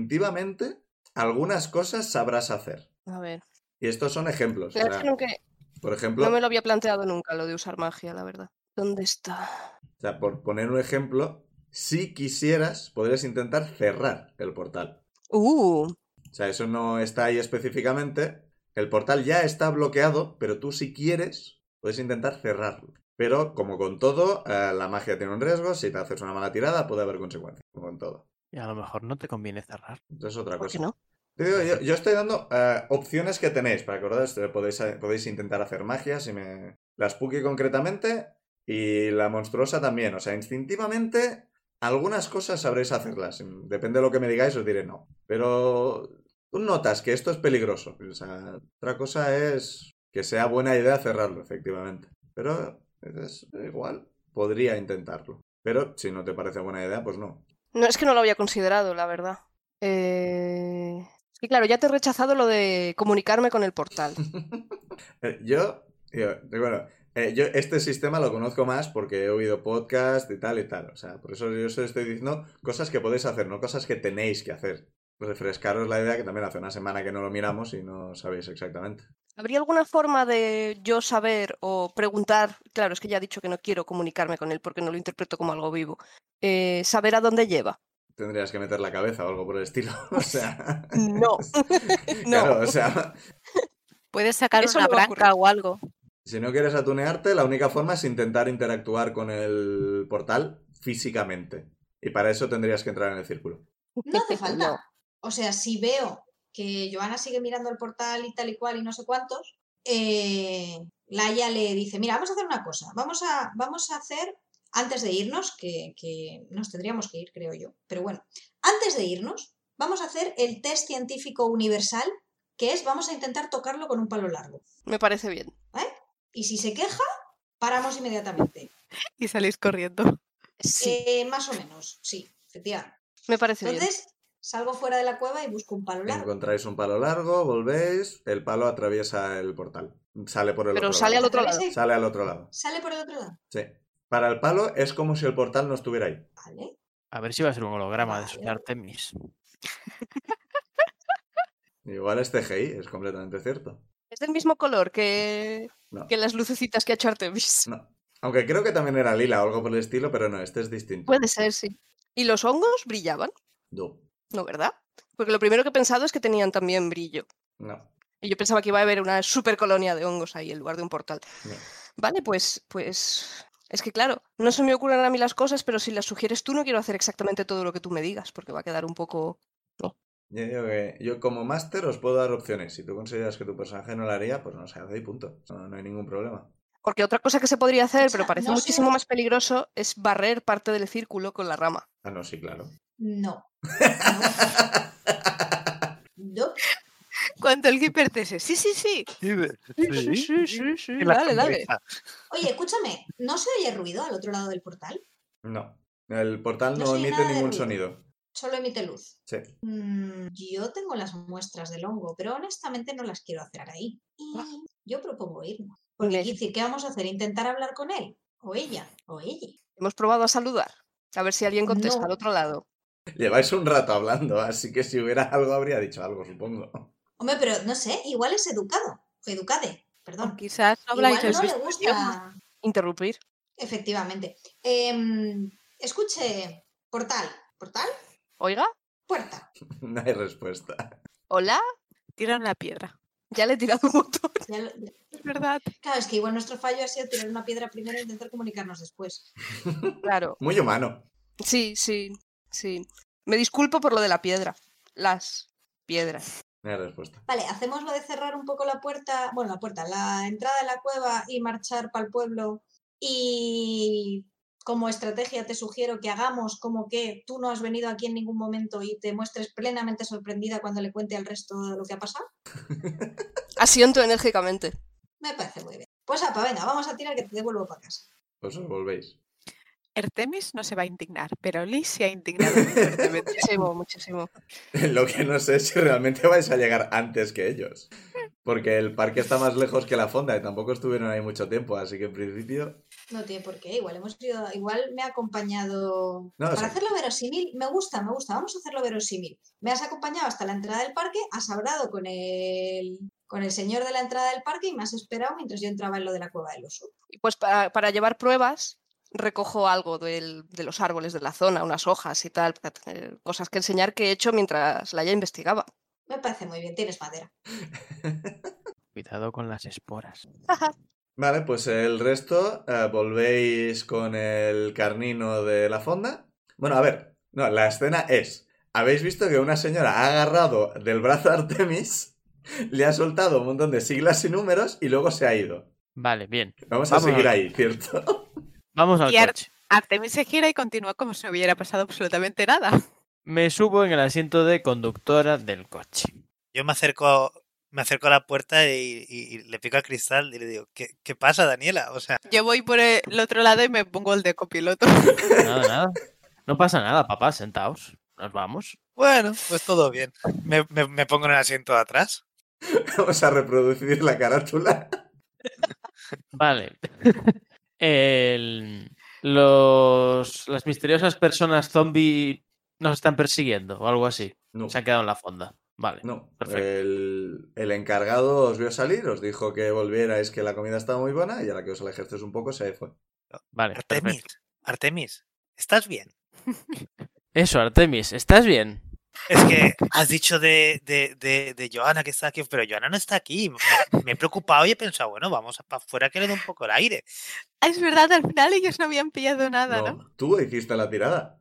Speaker 1: instintivamente algunas cosas sabrás hacer.
Speaker 4: A ver.
Speaker 1: Y estos son ejemplos. o
Speaker 4: La verdad
Speaker 1: sea,
Speaker 4: es que nunca-
Speaker 1: por ejemplo,
Speaker 4: no me lo había planteado nunca lo de usar magia, la verdad. ¿Dónde está?
Speaker 1: o sea, por poner un ejemplo, si quisieras, podrías intentar cerrar el portal.
Speaker 4: Uh,
Speaker 1: O sea, eso no está ahí específicamente. El portal ya está bloqueado, pero tú si quieres puedes intentar cerrarlo. Pero como con todo, eh, la magia tiene un riesgo. Si te haces una mala tirada puede haber consecuencias, como con todo.
Speaker 6: Y a lo mejor no te conviene cerrar.
Speaker 1: Eso es otra
Speaker 4: ¿por qué
Speaker 1: cosa.
Speaker 4: no?
Speaker 1: Te digo, yo, yo estoy dando eh, opciones que tenéis para acordaros. eh, Podéis, eh, podéis intentar hacer magia, si me... La Spooky concretamente y la monstruosa también. O sea, instintivamente algunas cosas sabréis hacerlas. Depende de lo que me digáis, os diré no. Pero tú notas que esto es peligroso. O sea, otra cosa es que sea buena idea cerrarlo, efectivamente. Pero es igual, podría intentarlo. Pero si no te parece buena idea, pues no.
Speaker 4: No, es que no lo había considerado, la verdad. Eh... Es que claro, ya te he rechazado lo de comunicarme con el portal.
Speaker 1: Eh, Yo, yo- bueno, eh, yo este sistema lo conozco más porque he oído podcast y tal y tal. O sea, por eso yo os estoy diciendo cosas que podéis hacer, no cosas que tenéis que hacer. Refrescaros la idea que también hace una semana que no lo miramos y no sabéis exactamente.
Speaker 4: ¿Habría alguna forma de yo saber o preguntar? Claro, es que ya he dicho que no quiero comunicarme con él porque no lo interpreto como algo vivo. Eh, ¿Saber a dónde lleva?
Speaker 1: Tendrías que meter la cabeza o algo por el estilo. O sea.
Speaker 4: No.
Speaker 1: Claro,
Speaker 4: No.
Speaker 1: o sea,
Speaker 5: Puedes sacar
Speaker 4: Eso
Speaker 5: una
Speaker 4: no va a
Speaker 5: branca o algo.
Speaker 1: si no quieres atunearte, la única forma es intentar interactuar con el portal físicamente. Y para eso tendrías que entrar en el círculo.
Speaker 3: No hace falta. O sea, si veo que Joana sigue mirando el portal y tal y cual y no sé cuántos, eh, Laia le dice, mira, vamos a hacer una cosa, vamos a, vamos a hacer, antes de irnos, que, que nos tendríamos que ir, creo yo, pero bueno, antes de irnos, vamos a hacer el test científico universal, que es, vamos a intentar tocarlo con un palo largo.
Speaker 4: Me parece bien.
Speaker 3: Y si se queja, paramos inmediatamente.
Speaker 5: Y salís corriendo.
Speaker 4: Sí,
Speaker 3: Eh, más o menos, sí, efectivamente.
Speaker 4: me parece bien.
Speaker 3: Entonces, salgo fuera de la cueva y busco un palo largo.
Speaker 1: Encontráis un palo largo, volvéis, el palo atraviesa el portal. Sale por el
Speaker 4: Pero
Speaker 1: otro
Speaker 4: sale al
Speaker 1: lado.
Speaker 4: otro lado.
Speaker 3: Atraviesa y
Speaker 1: Sale al otro lado.
Speaker 3: Sale por el otro lado.
Speaker 1: Sí. Para el palo es como si el portal no estuviera ahí.
Speaker 3: Vale.
Speaker 6: A ver si va a ser un holograma de esos de
Speaker 3: Vale.
Speaker 6: Artemis.
Speaker 1: Igual es CGI, es completamente cierto.
Speaker 4: Es del mismo color que,
Speaker 1: No. Mm.
Speaker 4: que las lucecitas que ha hecho Artemis.
Speaker 1: No. Aunque creo que también era lila o algo por el estilo, pero no, este es distinto.
Speaker 4: Puede ser, sí. ¿Y los hongos brillaban?
Speaker 1: No.
Speaker 4: ¿No, verdad? Porque lo primero que he pensado es que tenían también brillo.
Speaker 1: No.
Speaker 4: Y yo pensaba que iba a haber una super colonia de hongos ahí en lugar de un portal.
Speaker 1: No.
Speaker 4: Vale, pues, pues. Es que claro, no se me ocurren a mí las cosas, pero si las sugieres tú, no quiero hacer exactamente todo lo que tú me digas, porque va a quedar un poco.
Speaker 1: Yo, digo que yo como máster os puedo dar opciones. Si tú consideras que tu personaje no lo haría, pues no se hace y punto. No, no hay ningún problema.
Speaker 4: Porque otra cosa que se podría
Speaker 3: sea,
Speaker 4: hacer, pero parece
Speaker 3: no sé-
Speaker 4: muchísimo más peligroso, es barrer parte del círculo con la rama.
Speaker 1: Ah, no, sí, claro.
Speaker 3: No. No. No.
Speaker 5: Cuando el Gipper te dice, sí, sí, sí.
Speaker 4: Sí, sí, sí, sí,
Speaker 2: Y la
Speaker 4: dale, dale.
Speaker 2: cabeza.
Speaker 3: Oye, escúchame, ¿no se oye ruido al otro lado del portal?
Speaker 1: No. El portal
Speaker 3: No
Speaker 1: no
Speaker 3: soy
Speaker 1: emite
Speaker 3: nada de
Speaker 1: ningún
Speaker 3: ruido.
Speaker 1: sonido.
Speaker 3: Solo emite luz.
Speaker 1: Sí.
Speaker 3: Mm, yo tengo las muestras del hongo, pero honestamente no las quiero hacer ahí. Y yo propongo irnos. Pues
Speaker 4: Me-
Speaker 3: decir, ¿qué vamos a hacer? ¿Intentar hablar con él? ¿O ella? ¿O ella?
Speaker 4: Hemos probado a saludar. A ver si alguien contesta
Speaker 3: No.
Speaker 4: al otro lado.
Speaker 1: Lleváis un rato hablando, así que si hubiera algo habría dicho algo, supongo.
Speaker 3: Hombre, pero no sé, igual es educado. O educade,
Speaker 5: O
Speaker 4: Ah.
Speaker 3: perdón.
Speaker 5: quizás no habláis
Speaker 3: Igual
Speaker 5: el
Speaker 3: no le
Speaker 5: mismo idioma.
Speaker 3: gusta.
Speaker 4: Interrumpir.
Speaker 3: Efectivamente. Em, escuche, portal. ¿Portal?
Speaker 4: Oiga,
Speaker 3: Puerta.
Speaker 1: No hay respuesta.
Speaker 4: hola.
Speaker 5: Tira una piedra.
Speaker 4: Ya le he tirado un montón.
Speaker 3: Ya lo- ya-
Speaker 5: Es verdad.
Speaker 3: Claro, es que igual nuestro fallo ha sido tirar una piedra primero e intentar comunicarnos después.
Speaker 4: Claro.
Speaker 1: Muy humano.
Speaker 4: Sí, sí, sí. Me disculpo por lo de la piedra. Las piedras.
Speaker 1: No hay respuesta.
Speaker 3: Vale, hacemos lo de cerrar un poco la puerta, bueno, la puerta, la entrada de la cueva y marchar para el pueblo. Y como estrategia te sugiero que hagamos como que tú no has venido aquí en ningún momento y te muestres plenamente sorprendida cuando le cuente al resto lo que ha pasado.
Speaker 4: Asiento enérgicamente.
Speaker 3: Me parece muy bien. Pues apa, venga, vamos a tirar que te devuelvo para casa.
Speaker 1: Pues os volvéis.
Speaker 5: Artemis no se va a indignar, pero Lee se ha indignado muy fuertemente.
Speaker 4: Muchísimo, muchísimo.
Speaker 1: Lo que no sé es si realmente vais a llegar antes que ellos. Porque el parque está más lejos que la fonda y tampoco estuvieron ahí mucho tiempo, así que en principio.
Speaker 3: No tiene por qué, igual hemos ido, igual me ha acompañado.
Speaker 1: No, o
Speaker 3: Para
Speaker 1: sea-
Speaker 3: hacerlo verosímil, me gusta, me gusta, vamos a hacerlo verosímil. Me has acompañado hasta la entrada del parque, has hablado con el, con el señor de la entrada del parque y me has esperado mientras yo entraba en lo de la cueva del oso.
Speaker 4: Y pues para, para llevar pruebas, recojo algo del- de los árboles de la zona, unas hojas y tal, para tener cosas que enseñar que he hecho mientras la ya investigaba.
Speaker 3: Me parece muy bien, tienes madera.
Speaker 6: Cuidado con las esporas.
Speaker 1: Vale, pues el resto eh, volvéis con el carnino de la fonda. Bueno, a ver, no, la escena es, habéis visto que una señora ha agarrado del brazo a Artemis, le ha soltado un montón de siglas y números y luego se ha ido.
Speaker 6: Vale, bien.
Speaker 1: Vamos a
Speaker 6: Vamos.
Speaker 1: seguir ahí, ¿cierto?
Speaker 6: Vamos al
Speaker 5: Y ar-
Speaker 6: coche.
Speaker 5: Artemis se gira y continúa como si no hubiera pasado absolutamente nada.
Speaker 6: Me subo en el asiento de conductora del coche.
Speaker 2: Yo me acerco, me acerco a la puerta y, y- y le pico al cristal y le digo, ¿qué, qué pasa, Daniela? O sea,
Speaker 5: Yo voy por el otro lado y me pongo el de copiloto.
Speaker 6: Nada, nada. No pasa nada, papá, sentaos. Nos vamos.
Speaker 2: bueno, pues todo bien. Me, me- me pongo en el asiento de atrás.
Speaker 1: Vamos a reproducir la carátula.
Speaker 6: Vale. El- Los... Las misteriosas personas zombie nos están persiguiendo o algo así.
Speaker 1: No,
Speaker 6: Se han quedado en la fonda. Vale.
Speaker 1: no.
Speaker 6: Perfecto.
Speaker 1: El, el encargado os vio salir, os dijo que volvierais, que la comida estaba muy buena y a la que os alejasteis un poco se fue.
Speaker 6: Vale.
Speaker 2: Artemis,
Speaker 6: perfecto.
Speaker 2: Artemis, ¿estás bien?
Speaker 6: Eso, Artemis, ¿estás bien?
Speaker 2: Es que has dicho de, de, de, de Joana que está aquí, pero Joana no está aquí. Me, me he preocupado y he pensado, bueno, vamos para afuera que le dé un poco el aire.
Speaker 5: Ah, Es verdad, al final ellos no habían pillado nada, ¿no?
Speaker 1: No, tú hiciste la tirada.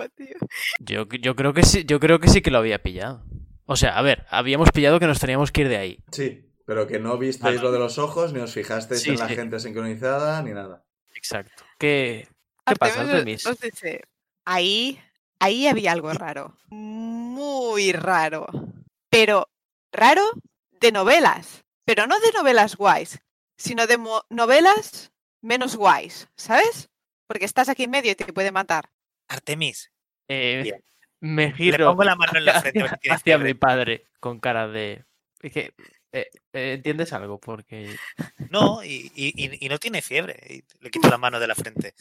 Speaker 5: Va, tío.
Speaker 6: Yo, yo creo que sí, yo creo que sí que lo había pillado. O sea, a ver, habíamos pillado que nos teníamos que ir de ahí.
Speaker 1: Sí, pero que no visteis
Speaker 6: Vale.
Speaker 1: lo de los ojos, ni os fijasteis
Speaker 6: Sí,
Speaker 1: en la
Speaker 6: sí.
Speaker 1: gente sincronizada, ni nada.
Speaker 6: Exacto. ¿Qué, qué pasa,
Speaker 5: Artemis
Speaker 6: Artemis?
Speaker 5: os- os dice, ahí, ahí había algo raro. Muy raro. Pero raro de novelas. Pero no de novelas guays, sino de mo- novelas menos guays, ¿sabes? Porque estás aquí en medio y te puede matar.
Speaker 2: Artemis,
Speaker 6: Eh,
Speaker 2: Bien.
Speaker 6: me
Speaker 2: le
Speaker 6: giro
Speaker 2: pongo la mano en la frente. a ver
Speaker 6: hacia,
Speaker 2: si tienes
Speaker 6: hacia
Speaker 2: fiebre.
Speaker 6: mi padre con cara de... es que, eh, eh, ¿Entiendes algo? Porque...
Speaker 2: No, y, y- y- y no tiene fiebre. y le quito la mano de la frente.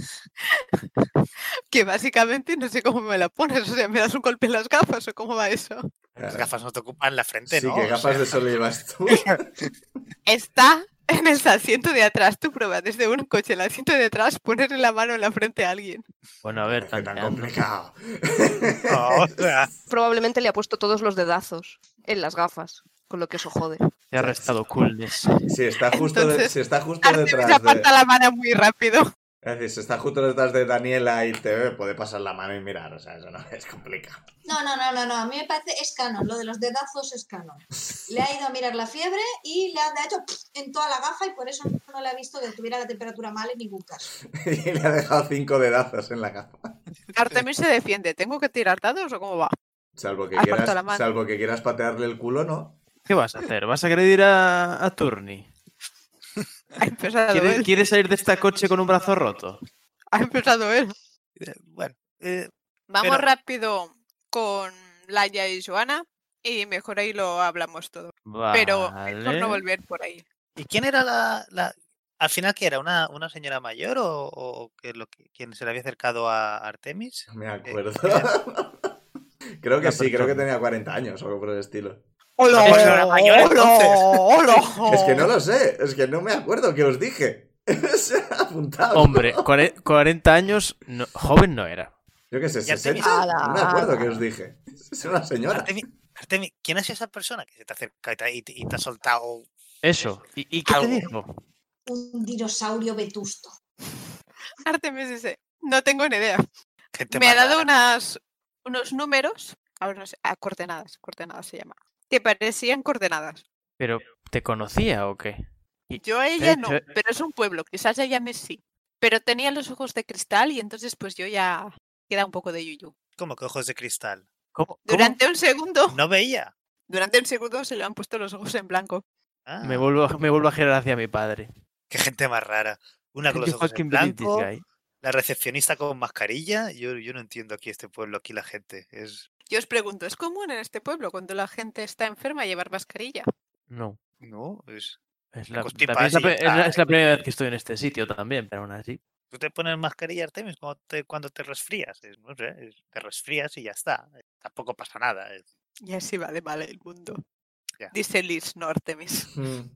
Speaker 5: Que básicamente no sé cómo me la pones. O sea, me das un golpe en las gafas o cómo va eso.
Speaker 2: Las
Speaker 1: Claro.
Speaker 2: gafas no te ocupan la frente,
Speaker 1: Sí,
Speaker 2: ¿no?
Speaker 1: que
Speaker 2: O
Speaker 1: gafas
Speaker 2: sea,
Speaker 1: de sol le llevas tú.
Speaker 5: Está en el asiento de atrás. Tú pruebas desde un coche el asiento de atrás ponerle la mano en la frente a alguien.
Speaker 6: Bueno, a ver,
Speaker 1: Parece tan
Speaker 6: tanteando.
Speaker 1: complicado.
Speaker 2: no, o sea,
Speaker 4: Probablemente le ha puesto todos los dedazos en las gafas, con lo que eso jode.
Speaker 6: Te ha restado coolness.
Speaker 1: Si está justo, de-
Speaker 5: Entonces,
Speaker 1: si está justo
Speaker 5: Artemis
Speaker 1: detrás de...
Speaker 5: aparta la mano muy rápido.
Speaker 1: Es decir, si está justo detrás de Daniela y te ve, puede pasar la mano y mirar. O sea, eso no es complicado.
Speaker 3: No, no, no, no, no, a mí me parece es canon, lo de los dedazos es canon. Le ha ido a mirar la fiebre y le ha, le ha hecho en toda la gafa y por eso no le ha visto que tuviera la temperatura mal en ningún caso.
Speaker 1: y le ha dejado cinco dedazos en la gafa.
Speaker 5: Artemis se defiende. ¿Tengo que tirar dados o cómo va?
Speaker 1: Salvo que,
Speaker 5: Has puesto la
Speaker 1: quieras,
Speaker 5: mano.
Speaker 1: salvo que quieras patearle el culo, ¿no?
Speaker 6: ¿Qué vas a hacer? ¿Vas a agredir a, a Turni?
Speaker 5: Ha empezado
Speaker 6: ¿Quieres,
Speaker 5: él.
Speaker 6: quieres salir de este coche con un brazo roto?
Speaker 5: Ha empezado él.
Speaker 2: eh, bueno, eh,
Speaker 5: Vamos
Speaker 2: Pero-
Speaker 5: rápido con Laia y Joana y mejor ahí lo hablamos todo.
Speaker 6: Vale.
Speaker 5: Pero mejor no volver por ahí.
Speaker 2: ¿y quién era la, la- al final, ¿qué era? ¿Una, una señora mayor o, o qué es lo que- quien se le había acercado a Artemis?
Speaker 1: Me acuerdo. creo
Speaker 6: Una
Speaker 1: que sí, creo que
Speaker 6: persona.
Speaker 1: tenía 40 años o algo por el estilo.
Speaker 5: ¡Hola!
Speaker 2: Pero eso era mayor, entonces.
Speaker 5: ¡Hola!
Speaker 1: Es que
Speaker 5: Oh.
Speaker 1: no lo sé, es que no me acuerdo que os dije. Se ha apuntado.
Speaker 6: Hombre, cuare- 40 años, no- joven no era.
Speaker 1: Yo qué sé,
Speaker 2: Ya te
Speaker 1: 60.
Speaker 4: digo.
Speaker 1: No me acuerdo que os dije. Es una señora.
Speaker 2: Artemis, Artemis, ¿quién es esa persona que se te acerca y te, y te- y te ha soltado?
Speaker 6: Eso. ¿Y, y qué te
Speaker 2: Algo.
Speaker 6: dijo?
Speaker 3: Un dinosaurio vetusto.
Speaker 5: Artemis dice, no tengo ni idea.
Speaker 2: que te
Speaker 5: Me ha dado
Speaker 2: mandara?
Speaker 5: unas, unos números, ahora no sé, ah, coordenadas, coordenadas se llama, que parecían coordenadas.
Speaker 6: ¿Pero te conocía o qué? Y-
Speaker 5: Yo a ella
Speaker 6: de
Speaker 5: no,
Speaker 6: hecho-
Speaker 5: pero es un pueblo, quizás ella me sí. Pero tenía los ojos de cristal y entonces pues yo ya queda un poco de yuyu.
Speaker 2: ¿Cómo que ojos de cristal?
Speaker 6: ¿Cómo- cómo?
Speaker 5: Durante un segundo,
Speaker 2: No veía.
Speaker 5: durante un segundo se le han puesto los ojos en blanco.
Speaker 2: Ah,
Speaker 6: Me vuelvo, a- me vuelvo a girar hacia mi padre.
Speaker 2: Qué gente más rara. Una con
Speaker 6: You
Speaker 2: los ojos en
Speaker 6: fucking believe this
Speaker 2: blanco,
Speaker 6: guy.
Speaker 2: la recepcionista con mascarilla. Yo, yo no entiendo aquí este pueblo, aquí la gente. Es...
Speaker 5: Yo os pregunto, ¿es común en este pueblo cuando la gente está enferma llevar mascarilla?
Speaker 6: No.
Speaker 2: No, es...
Speaker 6: Es
Speaker 2: Me
Speaker 6: la,
Speaker 2: constipa
Speaker 6: también es la
Speaker 2: así, ya
Speaker 6: pri- es la-
Speaker 2: está,
Speaker 6: es la
Speaker 2: eh.
Speaker 6: primera vez que estoy en este sitio también, pero aún así.
Speaker 2: ¿Tú te pones mascarilla, Artemis, cuando te, cuando te resfrías? Es- no sé, es- te resfrías y ya está. eh, Tampoco pasa nada. es-
Speaker 5: Y así va de mal el mundo.
Speaker 2: Ya.
Speaker 5: Dice Liz, no Artemis.
Speaker 1: Mm.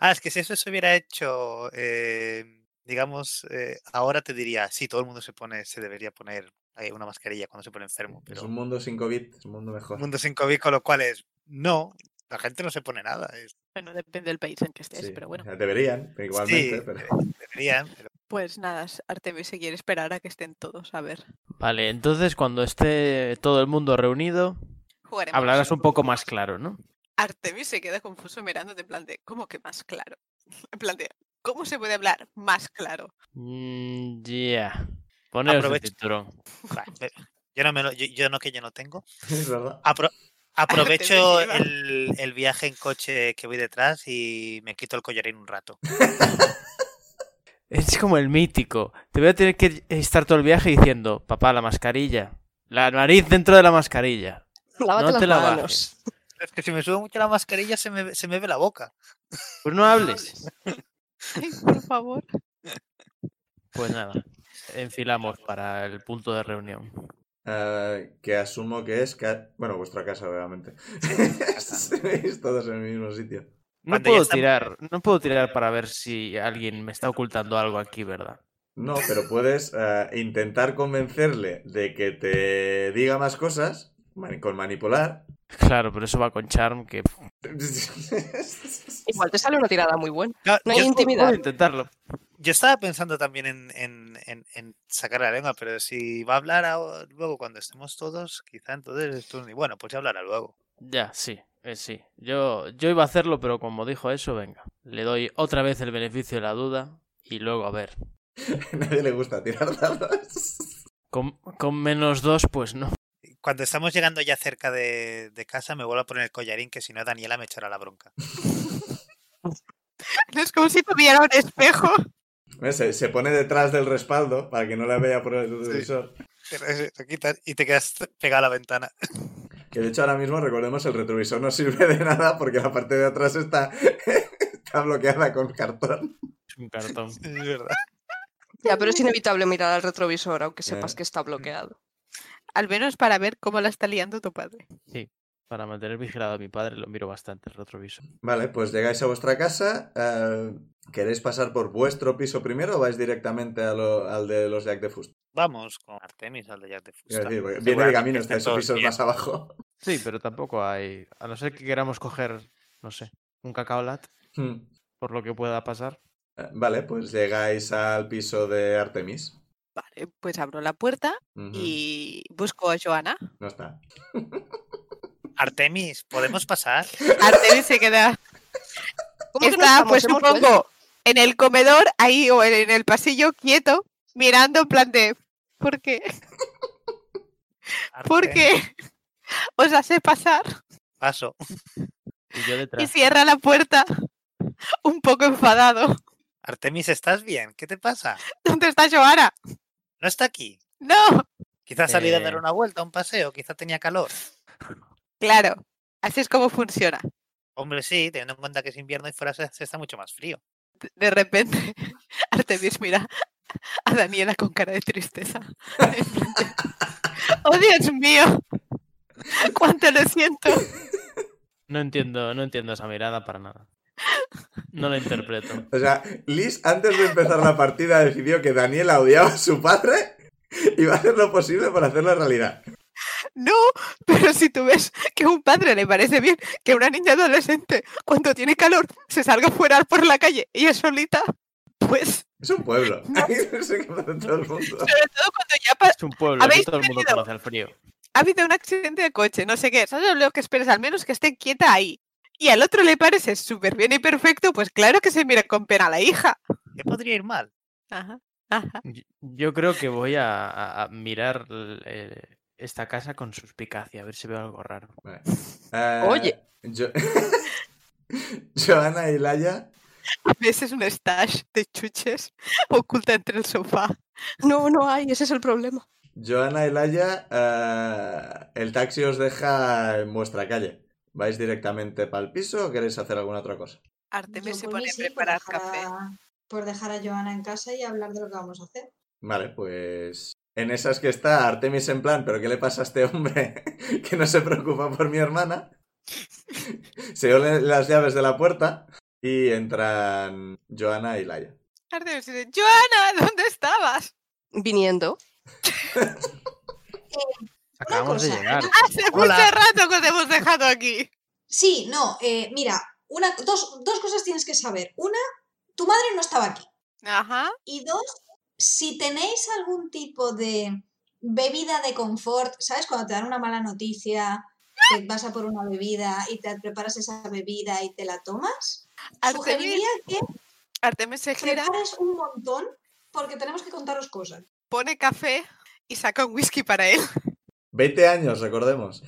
Speaker 2: Ah, es que si eso se hubiera hecho, eh, digamos, eh, ahora te diría, sí, todo el mundo se pone, se debería poner eh, una mascarilla cuando se pone enfermo,
Speaker 1: Es
Speaker 2: pero
Speaker 1: Pues un mundo sin COVID, es un mundo mejor.
Speaker 2: mundo sin COVID, con lo cual es, no, la gente no se pone nada. es-
Speaker 5: Bueno, depende del país en que estés,
Speaker 1: Sí,
Speaker 5: pero bueno.
Speaker 1: Deberían, igualmente,
Speaker 2: sí,
Speaker 1: pero.
Speaker 2: eh, deberían, pero
Speaker 5: Pues nada, s- Artemis se quiere esperar a que estén todos. A ver,
Speaker 6: Vale, entonces cuando esté todo el mundo reunido,
Speaker 5: jugaremos.
Speaker 6: hablarás un poco más claro, ¿no?
Speaker 5: Artemis se queda confuso mirándote en plan de, ¿cómo que más claro? En plan de, ¿cómo se puede hablar más claro?
Speaker 6: Mm, ya. Poneros el
Speaker 2: Aprovecha.
Speaker 6: cinturón.
Speaker 2: va, eh, yo no me lo- yo- yo no que yo no tengo.
Speaker 1: Es verdad.
Speaker 2: Apro- aprovecho
Speaker 5: lleva.
Speaker 2: el, el viaje en coche que voy detrás y me quito el collarín un rato.
Speaker 6: Es como el mítico. Te voy a tener que estar todo el viaje diciendo, papá, la mascarilla. La nariz dentro de la mascarilla.
Speaker 4: Lávate
Speaker 6: no
Speaker 4: las
Speaker 6: te la
Speaker 4: manos.
Speaker 6: bajes.
Speaker 2: Es que si me sube mucho la mascarilla se me, se me ve la boca.
Speaker 6: Pues no hables.
Speaker 5: Ay, por favor.
Speaker 6: Pues nada. Enfilamos para el punto de reunión.
Speaker 1: Eh, que asumo que es. ca- Bueno, vuestra casa, obviamente. Estáis todos en el mismo sitio.
Speaker 6: No
Speaker 2: Cuando ya
Speaker 6: puedo
Speaker 2: estamos-
Speaker 6: tirar, no puedo tirar para ver si alguien me está ocultando algo aquí, ¿verdad?
Speaker 1: No, pero puedes eh, intentar convencerle de que te diga más cosas mani- con manipular.
Speaker 6: Claro, pero eso va con charm que
Speaker 4: Igual te sale una tirada muy buena.
Speaker 2: Claro,
Speaker 4: No
Speaker 2: yo,
Speaker 4: hay intimidad.
Speaker 6: Puedo intentarlo.
Speaker 2: yo estaba pensando también en, en- en- en sacar la lengua, pero si va a hablar ahora- luego cuando estemos todos, quizá entonces es turno. Y bueno, pues ya hablará luego.
Speaker 6: Ya, sí, eh, sí. Yo, yo iba a hacerlo, pero como dijo eso, venga. Le doy otra vez el beneficio de la duda y luego a ver.
Speaker 1: A nadie le gusta tirar dados.
Speaker 6: Con, con menos dos, pues no.
Speaker 2: Cuando estamos llegando ya cerca de, de casa, me vuelvo a poner el collarín, que si no, Daniela me echará la bronca.
Speaker 5: No es como si tuviera un espejo.
Speaker 1: Bueno, Se, se pone detrás del respaldo para que no la vea por el
Speaker 2: Sí.
Speaker 1: televisor.
Speaker 2: Te lo- te quitas y te quedas pegado a la ventana.
Speaker 1: Que de hecho ahora mismo, recordemos, el retrovisor no sirve de nada porque la parte de atrás está, está bloqueada con cartón.
Speaker 6: Es un cartón.
Speaker 2: Es verdad.
Speaker 4: Ya, pero es inevitable mirar al retrovisor, aunque sepas
Speaker 1: Ya.
Speaker 4: que está bloqueado.
Speaker 5: Al menos para ver cómo la está liando tu padre.
Speaker 6: Para mantener vigilado a mi padre, lo miro bastante el retrovisor.
Speaker 1: Vale, pues llegáis a vuestra casa. eh, ¿Queréis pasar por vuestro piso primero o vais directamente a lo- al de los Jack de Fust?
Speaker 2: Vamos con Artemis al de Jack de
Speaker 1: Quiero
Speaker 2: Fusta.
Speaker 1: decir, porque viene de
Speaker 2: Seguramente
Speaker 1: camino,
Speaker 2: estén
Speaker 1: está esos
Speaker 2: todos
Speaker 1: pisos
Speaker 2: bien.
Speaker 1: más abajo.
Speaker 6: Sí, pero tampoco hay. A no ser que queramos coger, no sé, un cacao lat,
Speaker 1: Hmm.
Speaker 6: por lo que pueda pasar.
Speaker 1: Eh, Vale, pues llegáis al piso de Artemis.
Speaker 5: Vale, pues abro la puerta
Speaker 1: Ujú,
Speaker 5: y busco a Joana.
Speaker 1: No está.
Speaker 2: Artemis, ¿podemos pasar?
Speaker 5: Artemis se queda
Speaker 4: ¿Cómo que no
Speaker 5: Está,
Speaker 4: estamos?
Speaker 5: pues
Speaker 4: Hemos
Speaker 5: supongo,
Speaker 4: vuelto.
Speaker 5: en el comedor, ahí o en, en el pasillo, quieto, mirando en plan de, ¿por qué? ¿Por
Speaker 2: Artemis,
Speaker 5: qué? Os hace pasar
Speaker 2: Paso.
Speaker 6: Y yo
Speaker 5: y
Speaker 6: detrás.
Speaker 5: cierra la puerta, un poco enfadado.
Speaker 2: Artemis, ¿estás bien? ¿Qué te pasa?
Speaker 5: ¿Dónde está Joana?
Speaker 2: No está aquí.
Speaker 5: No,
Speaker 2: Quizá ha salido a dar
Speaker 6: Eh.
Speaker 2: una vuelta, un paseo, quizá tenía calor.
Speaker 5: claro, así es como funciona.
Speaker 2: Hombre, sí, teniendo en cuenta que es invierno y fuera se, se está mucho más frío.
Speaker 5: De repente, Artemis mira a Daniela con cara de tristeza. En plan de, ¡Oh, Dios mío! ¡Cuánto lo siento!
Speaker 6: No entiendo, no entiendo esa mirada para nada. No la interpreto.
Speaker 1: O sea, Liz antes de empezar la partida decidió que Daniela odiaba a su padre y va a hacer lo posible para hacerlo realidad.
Speaker 5: No, pero si tú ves que a un padre le parece bien que una niña adolescente, cuando tiene calor, se salga fuera por la calle ella solita, pues
Speaker 1: Es un pueblo.
Speaker 5: No.
Speaker 1: Ahí no sé qué hace todo el mundo.
Speaker 5: sobre todo cuando ya pa-
Speaker 6: Es un pueblo, aquí
Speaker 5: ¿Habéis
Speaker 6: todo el mundo
Speaker 5: tenido-
Speaker 6: conoce el frío.
Speaker 5: ha habido un accidente de coche, no sé qué, ¿sabes lo que esperas? Al menos que esté quieta ahí. Y al otro le parece súper bien y perfecto, pues claro que se mira con pena a la hija.
Speaker 2: ¿Qué podría ir mal?
Speaker 5: Ajá, ajá.
Speaker 6: Yo- Yo creo que voy a, a- a mirar l- eh, esta casa con suspicacia, a ver si veo algo raro.
Speaker 1: Vale. Eh,
Speaker 4: Oye.
Speaker 1: Jo- Joana y Laia.
Speaker 5: Ves, es un stash de chuches oculta entre el sofá.
Speaker 4: No, no hay, ese es el problema.
Speaker 1: Joana y Laia, eh, el taxi os deja en vuestra calle. ¿Vais directamente para el piso o queréis hacer alguna otra cosa?
Speaker 5: Artemis
Speaker 3: Yo
Speaker 5: se
Speaker 3: por mí
Speaker 5: pone a
Speaker 3: sí, por
Speaker 5: preparar
Speaker 3: dejar
Speaker 5: café.
Speaker 3: a- por dejar a Joana en casa y hablar de lo que vamos a hacer.
Speaker 1: Vale, pues. En esas que está Artemis en plan, ¿pero qué le pasa a este hombre que no se preocupa por mi hermana? Se olen las llaves de la puerta y entran Joana y Laia.
Speaker 5: Artemis dice, Joana, ¿dónde estabas?
Speaker 4: Viniendo.
Speaker 6: Acabamos de
Speaker 3: cosa,
Speaker 6: llegar.
Speaker 5: ¿eh? Hace mucho rato que te hemos dejado aquí.
Speaker 3: Sí, no, eh, mira, una, dos, dos cosas tienes que saber. Una, tu madre no estaba aquí.
Speaker 5: Ajá.
Speaker 3: Y dos, si tenéis algún tipo de bebida de confort, ¿sabes? Cuando te dan una mala noticia, que vas a por una bebida y te preparas esa bebida y te la tomas,
Speaker 5: Artemis,
Speaker 3: sugeriría que
Speaker 5: Artemis se gira,
Speaker 3: prepares un montón porque tenemos que contaros cosas.
Speaker 5: pone café y saca un whisky para él.
Speaker 1: 20 años, recordemos.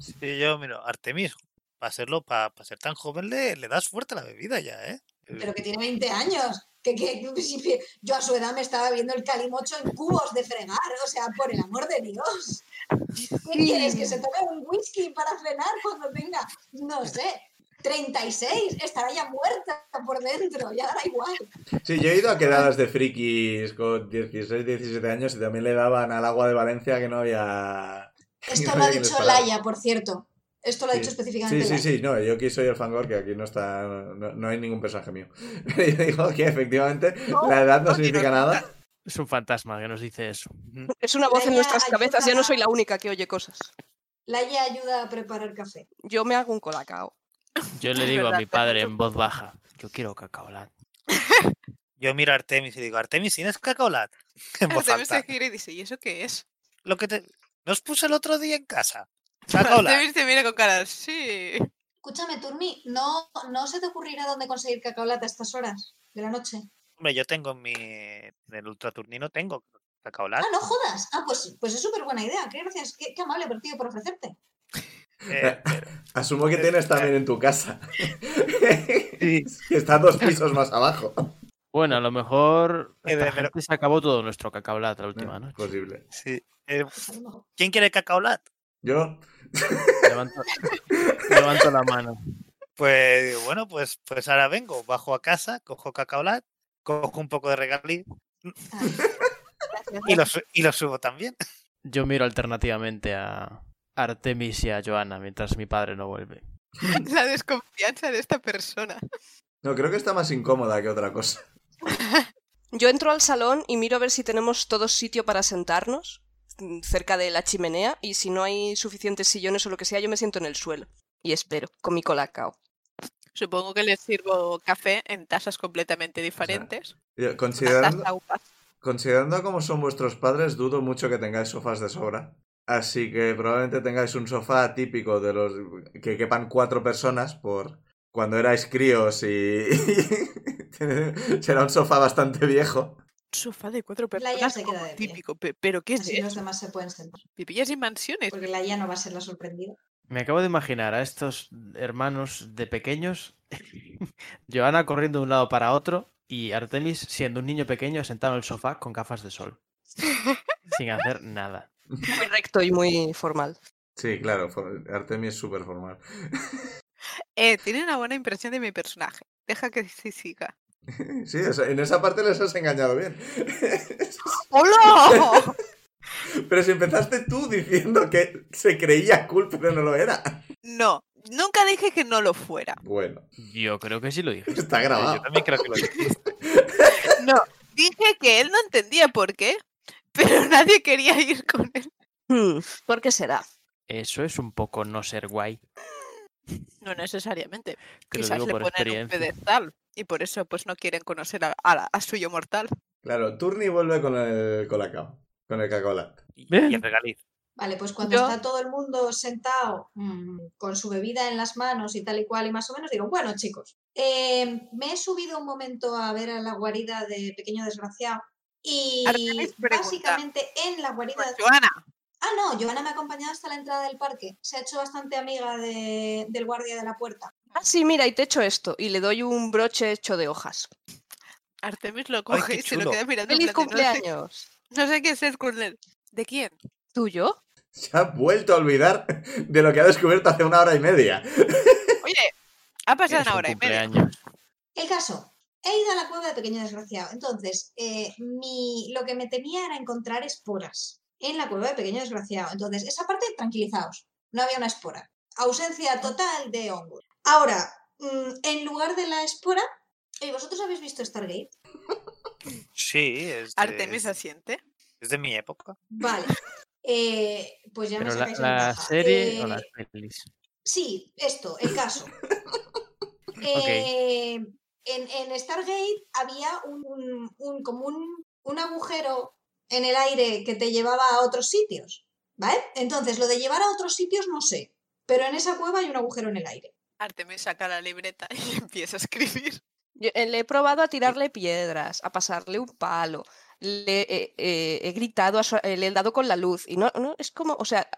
Speaker 2: Sí, yo, miro, Artemis, para serlo, para, ser tan joven, le, le das fuerte la bebida ya, ¿eh?
Speaker 3: Pero que tiene 20 años. Que, que- que si- que yo a su edad me estaba viendo el calimocho en cubos de fregar, o sea, por el amor de Dios. ¿Qué quieres? ¿Que se tome un whisky para frenar cuando tenga, no sé, 36? Estará ya muerta por dentro, ya dará igual.
Speaker 1: Sí, yo he ido a quedadas de frikis con 16, 17 años y también le daban al agua de Valencia que no había.
Speaker 3: Esto
Speaker 1: no
Speaker 3: lo ha
Speaker 1: había que les
Speaker 3: dicho
Speaker 1: parara.
Speaker 3: Laia, por cierto. Esto lo ha
Speaker 1: Sí.
Speaker 3: dicho
Speaker 1: Sí,
Speaker 3: específicamente
Speaker 1: sí,
Speaker 3: Laia.
Speaker 1: sí, no, yo aquí soy el fangor, que aquí no está, no, no hay ningún personaje mío. Pero yo digo que efectivamente la edad no
Speaker 5: no,
Speaker 1: significa
Speaker 5: no,
Speaker 1: nada.
Speaker 6: Es un fantasma que nos dice eso. Mm,
Speaker 4: Es una voz en
Speaker 3: Laia,
Speaker 4: nuestras cabezas, ya no
Speaker 3: ayúdala.
Speaker 4: soy la única que oye cosas.
Speaker 3: Laia ayuda a preparar café.
Speaker 4: Yo me hago un colacao.
Speaker 6: Yo le
Speaker 5: Es
Speaker 6: digo a
Speaker 5: verdad,
Speaker 6: mi
Speaker 5: pero
Speaker 6: padre
Speaker 5: tú-
Speaker 6: en voz baja, yo quiero cacaolat.
Speaker 2: Yo miro a Artemis y digo, Artemis, ¿tienes cacaolat? En voz
Speaker 5: Artemis se
Speaker 2: alta.
Speaker 5: gira y dice, ¿y eso qué es?
Speaker 2: Lo que te... Nos puse el otro día en casa. Cacaolat.
Speaker 5: Artemis te mira con cara, sí.
Speaker 3: Escúchame, Turmi, ¿no, ¿no se te ocurrirá dónde conseguir cacaolata a estas horas de la noche?
Speaker 2: Hombre, yo tengo en mi... En el ultraturnino tengo cacaolat.
Speaker 3: Ah, no jodas. Ah, pues, pues es súper buena idea. Qué gracias. Qué, qué amable por ti por ofrecerte.
Speaker 2: Eh, pero-
Speaker 1: Asumo que tienes también en tu casa. que
Speaker 2: sí,
Speaker 1: está dos pisos más abajo.
Speaker 6: Bueno, a lo mejor
Speaker 2: Eh,
Speaker 6: esta
Speaker 2: pero-
Speaker 6: gente se acabó todo nuestro
Speaker 5: Eh.
Speaker 6: cacaolat la última noche.
Speaker 1: Posible.
Speaker 2: sí. Eh,
Speaker 3: Pues A lo mejor.
Speaker 2: ¿Quién quiere cacaolat?
Speaker 1: Yo,
Speaker 6: Levanto, levanto la mano.
Speaker 2: Pues bueno, pues, pues ahora vengo, bajo a casa, cojo cacaolat, cojo un poco de regalí
Speaker 3: Ah,
Speaker 2: y lo, su- y lo subo también.
Speaker 6: Yo miro alternativamente a Artemis y a Joana mientras mi padre no vuelve.
Speaker 5: La desconfianza de esta persona.
Speaker 1: no, creo que está más incómoda que otra cosa.
Speaker 4: Yo entro al salón y miro a ver si tenemos todos sitio para sentarnos mm, cerca de la chimenea y si no hay suficientes sillones o lo que sea, yo me siento en el suelo y espero con mi colacao.
Speaker 5: Supongo que les sirvo café en tazas completamente diferentes.
Speaker 1: Yo,
Speaker 5: Una
Speaker 1: considerando,
Speaker 5: taza uva.
Speaker 1: considerando cómo son vuestros padres, dudo mucho que tengáis sofás de sobra. Así que probablemente tengáis un sofá típico de los que quepan cuatro personas por cuando erais críos y será un sofá bastante viejo.
Speaker 5: sofá de cuatro
Speaker 3: Laia
Speaker 5: personas
Speaker 3: se
Speaker 5: como
Speaker 3: queda de pie.
Speaker 5: típico. pe- ¿Pero qué es
Speaker 3: Así los
Speaker 5: eso?
Speaker 3: demás se pueden sentar.
Speaker 5: Vivillas y mansiones.
Speaker 3: Porque Laia no va a ser la sorprendida.
Speaker 6: Me acabo de imaginar a estos hermanos de pequeños, Joana corriendo de un lado para otro y Artemis siendo un niño pequeño sentado en el sofá con gafas de sol, sin hacer nada.
Speaker 4: Muy recto y muy formal.
Speaker 1: Sí, claro, for- Artemis es súper formal.
Speaker 5: Eh, tiene una buena impresión de mi personaje. Deja que se siga.
Speaker 1: Sí, o sea, en esa parte les has engañado bien.
Speaker 5: ¡Hola!
Speaker 1: Pero si empezaste tú diciendo que se creía cool, pero no lo era.
Speaker 5: No, nunca dije que no lo fuera.
Speaker 1: Bueno,
Speaker 6: Yo creo que sí lo dije.
Speaker 1: está
Speaker 2: Yo
Speaker 1: grabado.
Speaker 2: también creo que lo dijiste.
Speaker 5: No, dije que él no entendía por qué, pero nadie quería ir con él.
Speaker 4: Hmm, ¿Por qué será?
Speaker 6: Eso es un poco no ser guay.
Speaker 5: No necesariamente.
Speaker 6: Que lo
Speaker 5: Quizás
Speaker 6: digo
Speaker 5: le
Speaker 6: por
Speaker 5: ponen un
Speaker 6: experiencia.
Speaker 5: pedestal y por eso pues no quieren conocer a, a la- a su yo mortal.
Speaker 1: Claro, Turni vuelve con el colacao, con el cacolate.
Speaker 2: Y,
Speaker 6: Bien.
Speaker 2: y el regaliz.
Speaker 3: Vale, pues cuando
Speaker 5: Yo-
Speaker 3: está todo el mundo sentado mm, con su bebida en las manos y tal y cual y más o menos, digo, bueno chicos, eh, me he subido un momento a ver a la guarida de Pequeño Desgraciado y
Speaker 5: Artemis pregunta.
Speaker 3: básicamente en la guarida...
Speaker 5: Pues, Joana,
Speaker 3: Ah, no, Giovanna me ha acompañado hasta la entrada del parque. Se ha hecho bastante amiga de- del guardia de la puerta.
Speaker 4: Ah, sí, mira, y te echo esto. Y le doy un broche hecho de hojas.
Speaker 5: Artemis lo coge y se lo
Speaker 2: chulo.
Speaker 5: queda mirando. en
Speaker 4: ¡Feliz
Speaker 5: plan de,
Speaker 4: cumpleaños!
Speaker 5: No sé, no sé qué hacer con él. ¿De quién?
Speaker 4: ¿Tuyo?
Speaker 1: Se ha vuelto a olvidar de lo que ha descubierto hace una hora y media.
Speaker 5: Oye, ha pasado
Speaker 6: Es
Speaker 5: una
Speaker 6: un
Speaker 5: hora y media.
Speaker 6: cumpleaños.
Speaker 3: El caso, he ido a la cueva de Pequeño Desgraciado. Entonces, eh, mi- lo que me temía era encontrar esporas en la cueva de Pequeño Desgraciado. Entonces, esa parte, tranquilizaos, no había una espora. Ausencia total de hongos. Ahora, mm, en lugar de la espora, ¿y vosotros habéis visto Stargate?
Speaker 2: Sí, es de,
Speaker 5: Artemis asiente.
Speaker 2: es de mi época.
Speaker 3: Vale. Eh, pues ya me
Speaker 6: Pero la,
Speaker 3: sacáis
Speaker 6: la
Speaker 3: ventaja.
Speaker 6: serie o
Speaker 3: Eh,
Speaker 6: las pelis.
Speaker 3: Sí, esto, el caso. Eh, en, en Stargate había un, un- un- como un, un agujero en el aire que te llevaba a otros sitios, ¿vale? Entonces, lo de llevar a otros sitios no sé, pero en esa cueva hay un agujero en el aire.
Speaker 5: Artemis saca la libreta y empieza a escribir.
Speaker 4: Yo, eh, le he probado a tirarle piedras, a pasarle un palo, le eh, eh, he gritado, a su- eh, le he dado con la luz. Y no, no, es como, o sea,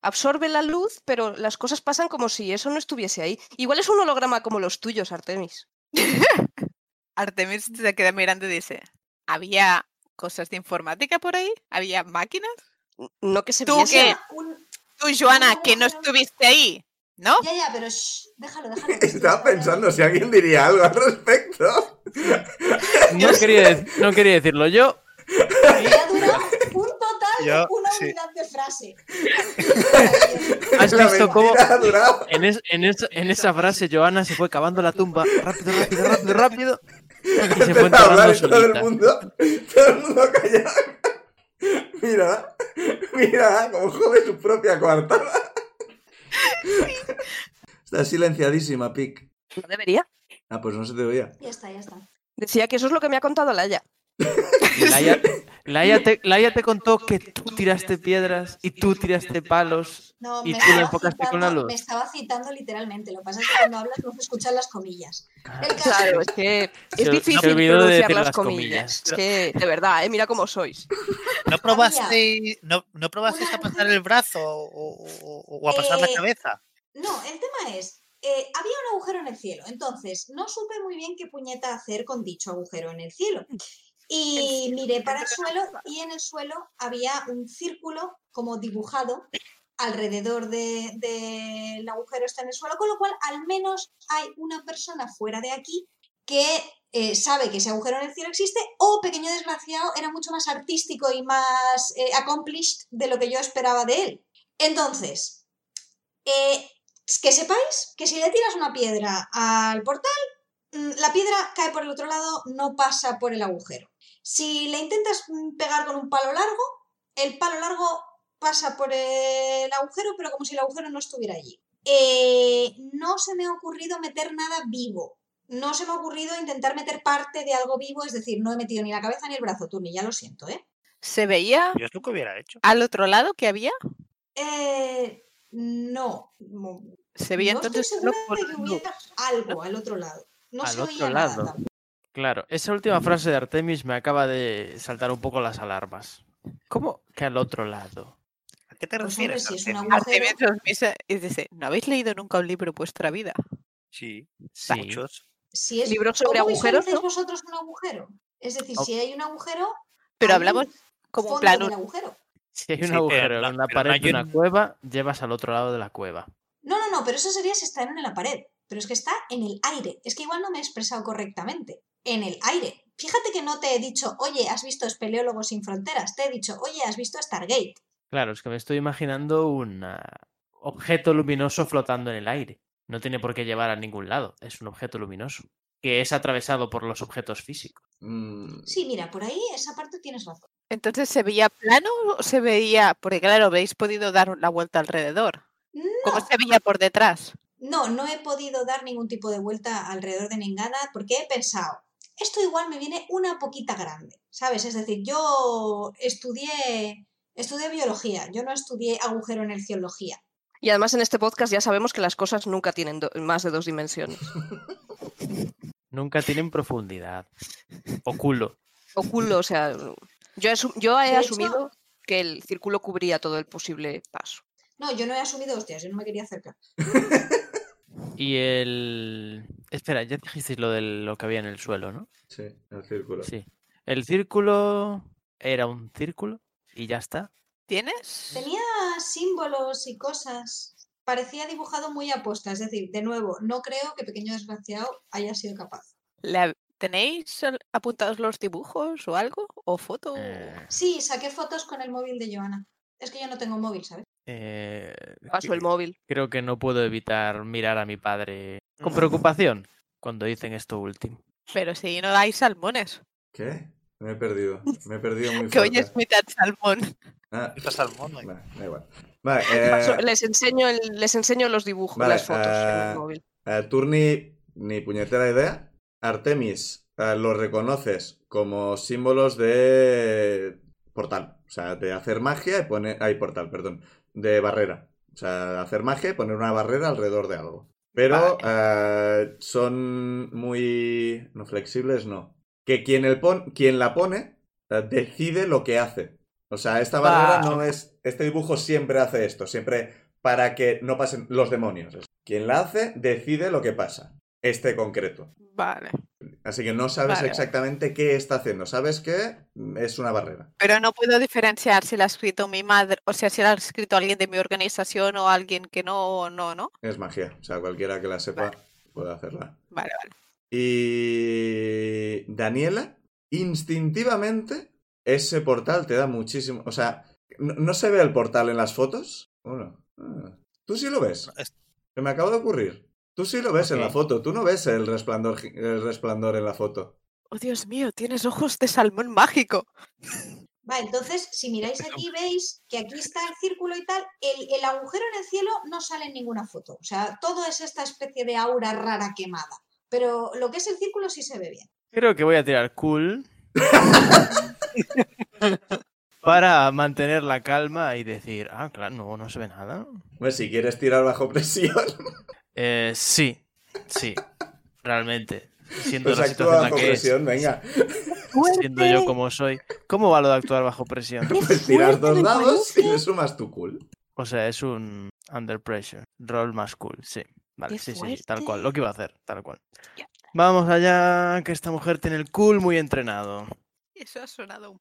Speaker 4: absorbe la luz, pero las cosas pasan como si eso no estuviese ahí. Igual es un holograma como los tuyos, Artemis.
Speaker 5: Artemis se queda mirando y dice, ¿había cosas de informática por ahí? ¿Había máquinas?
Speaker 4: N- No que se
Speaker 5: ¿Tú
Speaker 4: viese.
Speaker 5: qué?
Speaker 3: Era un-
Speaker 5: Tú, Joana, que no
Speaker 3: agujero.
Speaker 5: estuviste ahí, ¿no?
Speaker 3: Ya, ya, pero shh, déjalo, déjalo. que estoy
Speaker 1: Estaba pensando si alguien diría algo al respecto.
Speaker 6: No quería, dec- no quería decirlo yo.
Speaker 3: Ya duró un total de
Speaker 2: Yo-
Speaker 3: una
Speaker 2: sí.
Speaker 3: unidad de frase.
Speaker 6: ¿Has
Speaker 1: La mentira
Speaker 6: visto cómo-
Speaker 1: ha durado.
Speaker 6: En, es- en esa- en esa frase, Joana se fue cavando la tumba. Rápido, rápido, rápido, rápido. Y se fue
Speaker 1: Empezó a hablar
Speaker 6: enterrando
Speaker 1: y todo el
Speaker 6: solita.
Speaker 1: mundo. Todo el mundo callado. Mira, mira, como jode su propia coartada. Está silenciadísima, Pic.
Speaker 4: No debería.
Speaker 1: Ah, pues no se te oía.
Speaker 3: Ya está, ya está.
Speaker 4: Decía que eso es lo que me ha contado Laia.
Speaker 6: Laia, Laia te, Laia te contó que tú tiraste piedras y tú tiraste palos.
Speaker 3: No, me
Speaker 6: Y tú lo
Speaker 3: estaba
Speaker 6: enfocaste con la
Speaker 3: citando-
Speaker 6: luz.
Speaker 3: Me estaba citando literalmente. Lo que pasa es que cuando hablas no se escuchan las comillas. El caso-
Speaker 4: Claro, es que es
Speaker 6: Se-
Speaker 4: difícil
Speaker 6: se olvidó
Speaker 4: pronunciar
Speaker 6: de decir
Speaker 4: las
Speaker 6: las
Speaker 4: comillas.
Speaker 6: comillas.
Speaker 4: Es que, de verdad, eh, mira cómo sois.
Speaker 2: ¿No probasteis, no, no probasteis a
Speaker 3: Una
Speaker 2: pasar el brazo o, o- o a pasar
Speaker 3: Eh,
Speaker 2: la cabeza?
Speaker 3: No, el tema es, eh, había un agujero en el cielo, entonces no supe muy bien qué puñeta hacer con dicho agujero en el cielo. Y miré para el suelo y en el suelo había un círculo como dibujado alrededor de- del agujero está en el suelo, con lo cual al menos hay una persona fuera de aquí que eh, sabe que ese agujero en el cielo existe o pequeño desgraciado era mucho más artístico y más eh, accomplished de lo que yo esperaba de él. Entonces, eh, que sepáis que si le tiras una piedra al portal, mm, la piedra cae por el otro lado, no pasa por el agujero. Si le intentas mm, pegar con un palo largo, el palo largo pasa por el agujero, pero como si el agujero no estuviera allí. Eh, no se me ha ocurrido meter nada vivo. No se me ha ocurrido intentar meter parte de algo vivo, es decir, no he metido ni la cabeza ni el brazo, tú ni ya lo siento, ¿eh?
Speaker 5: ¿Se veía
Speaker 2: Yo es lo que hubiera hecho.
Speaker 5: al otro lado que había?
Speaker 3: Eh, no, mo-
Speaker 5: Se veía
Speaker 3: no
Speaker 5: entonces
Speaker 3: estoy
Speaker 5: solo
Speaker 3: segura
Speaker 5: por
Speaker 3: de que
Speaker 5: la luz.
Speaker 3: hubiera algo al otro lado. No
Speaker 6: Al
Speaker 3: se
Speaker 6: otro
Speaker 3: oía
Speaker 6: lado.
Speaker 3: nada. tampoco.
Speaker 6: Claro, esa última frase de Artemis me acaba de saltar un poco las alarmas. ¿Cómo que al otro lado?
Speaker 2: ¿A qué te
Speaker 3: Pues hombre,
Speaker 2: refieres?
Speaker 3: si es un
Speaker 2: Artemio?
Speaker 3: agujero.
Speaker 5: Artemis los mira y dice, ¿no habéis leído nunca un libro en vuestra vida?
Speaker 2: Sí,
Speaker 6: Sí.
Speaker 2: muchos.
Speaker 3: Si es,
Speaker 4: Libros sobre
Speaker 3: ¿cómo
Speaker 4: agujeros,
Speaker 3: visualizáis
Speaker 4: ¿no?
Speaker 3: vosotros un agujero? Es decir,
Speaker 6: Au-
Speaker 3: si hay un agujero,
Speaker 5: Pero
Speaker 3: hay
Speaker 5: hablamos
Speaker 3: un
Speaker 5: como en
Speaker 3: fondo
Speaker 5: plan...
Speaker 3: del
Speaker 5: un-
Speaker 3: agujero.
Speaker 6: Si hay
Speaker 2: Sí,
Speaker 6: un
Speaker 2: pero
Speaker 6: agujero
Speaker 2: la-
Speaker 6: en una
Speaker 2: pero no
Speaker 6: pared
Speaker 2: hay
Speaker 6: de una
Speaker 2: un-
Speaker 6: cueva, llevas al otro lado de la cueva.
Speaker 3: No, no, no, pero eso sería si está en la pared. Pero es que está en el aire. Es que igual no me he expresado correctamente. en el aire. Fíjate que no te he dicho, oye, has visto Espeleólogos sin Fronteras, te he dicho, oye, has visto Stargate.
Speaker 6: Claro, es que me estoy imaginando un ah, objeto luminoso flotando en el aire. No tiene por qué llevar a ningún lado. Es un objeto luminoso que es atravesado por los objetos físicos.
Speaker 1: Mm,
Speaker 3: Sí, mira, por ahí esa parte tienes razón.
Speaker 5: Entonces, ¿se veía plano o se veía...? Porque claro, habéis podido dar la vuelta alrededor. ¿Cómo
Speaker 3: No,
Speaker 5: se veía por detrás?
Speaker 3: no, no he podido dar ningún tipo de vuelta alrededor de ninguna porque he pensado, esto igual me viene una poquita grande, ¿sabes? Es decir, yo estudié, estudié biología, yo no estudié agujero en el geología.
Speaker 4: Y además en este podcast ya sabemos que las cosas nunca tienen do- más de dos dimensiones.
Speaker 6: Nunca tienen profundidad. O culo.
Speaker 4: O culo, o sea, yo, asu- yo he
Speaker 3: De hecho-
Speaker 4: asumido que el círculo cubría todo el posible paso.
Speaker 3: No, yo no he asumido hostias, yo no me quería acercar.
Speaker 6: Y el... Espera, ya dijisteis lo de lo que había en el suelo, ¿no?
Speaker 1: sí, el círculo.
Speaker 6: Sí. El círculo era un círculo y ya está.
Speaker 5: ¿Tienes?
Speaker 3: Tenía símbolos y cosas. Parecía dibujado muy aposta, es decir, de nuevo, no creo que Pequeño Desgraciado haya sido capaz.
Speaker 5: La- ¿Tenéis al- apuntados los dibujos o algo? ¿O foto?
Speaker 6: Eh,
Speaker 3: Sí, saqué fotos con el móvil de Joana. Es que yo no tengo móvil, ¿sabes?
Speaker 6: eh,
Speaker 4: Paso el móvil.
Speaker 1: Eh,
Speaker 6: creo que no puedo evitar mirar a mi padre con preocupación cuando dicen esto último.
Speaker 5: Pero si no hay salmones.
Speaker 1: ¿Qué? Me he perdido. Me he perdido muy
Speaker 5: Que
Speaker 1: fuerte.
Speaker 5: hoy es mitad salmón.
Speaker 1: Ah,
Speaker 2: Esto es al mundo.
Speaker 1: vale, da igual. Vale,
Speaker 4: Paso-
Speaker 1: eh,
Speaker 4: les, enseño el- les enseño los dibujos,
Speaker 1: Vale,
Speaker 4: las fotos en
Speaker 1: eh,
Speaker 4: el móvil.
Speaker 1: Eh, Turni, ni puñetera idea. Artemis, eh, los reconoces como símbolos de portal. O sea, de hacer magia y poner... Ay, portal, perdón. De barrera. O sea, hacer magia y poner una barrera alrededor de algo. Pero eh, son muy... No flexibles, no. Que quien, el pon... quien la pone eh, decide lo que hace. O sea, esta barrera
Speaker 5: Vale.
Speaker 1: no es... Este dibujo siempre hace esto. Siempre para que no pasen los demonios. Quien la hace decide lo que pasa. Este concreto.
Speaker 5: Vale.
Speaker 1: Así que no sabes
Speaker 5: Vale.
Speaker 1: exactamente qué está haciendo. Sabes que es una barrera.
Speaker 5: Pero no puedo diferenciar si la ha escrito mi madre, o sea, si la ha escrito alguien de mi organización o alguien que no, o no, ¿no?
Speaker 1: Es magia. O sea, cualquiera que la sepa
Speaker 5: Vale.
Speaker 1: puede hacerla.
Speaker 5: Vale, vale.
Speaker 1: Y Daniela, instintivamente, ese portal te da muchísimo... O sea, no, no se ve el portal en las fotos. Bueno, ah, tú sí lo ves.
Speaker 2: Es-
Speaker 1: Se me acaba de ocurrir. Tú sí lo ves en la
Speaker 6: Ok.
Speaker 1: foto. Tú no ves el resplandor, gi- el resplandor en la foto.
Speaker 5: Oh, Dios mío, tienes ojos de salmón mágico.
Speaker 3: Va, entonces, si miráis aquí, veis que aquí está el círculo y tal. El, el agujero en el cielo no sale en ninguna foto. O sea, todo es esta especie de aura rara quemada. Pero lo que es el círculo sí se ve bien.
Speaker 6: Creo que voy a tirar cool. Para mantener la calma y decir, ah, claro, no, no se ve nada.
Speaker 1: Pues si quieres tirar bajo presión,
Speaker 6: Eh, sí, sí, realmente. Siendo
Speaker 1: pues
Speaker 6: la
Speaker 1: actúa
Speaker 6: situación la
Speaker 1: bajo
Speaker 6: que es,
Speaker 1: presión, venga.
Speaker 6: siendo yo como soy, ¿cómo va lo de actuar bajo presión?
Speaker 1: Pues tiras dos dados y le sumas tu cool.
Speaker 6: O sea, es un under pressure, roll más cool, sí. Vale,
Speaker 4: ¡Qué
Speaker 6: sí, sí, sí, tal
Speaker 4: fuerte!
Speaker 6: cual, lo que iba a hacer, tal cual.
Speaker 4: Hostia.
Speaker 6: Vamos allá, que esta mujer tiene el cool muy entrenado.
Speaker 5: Eso ha sonado un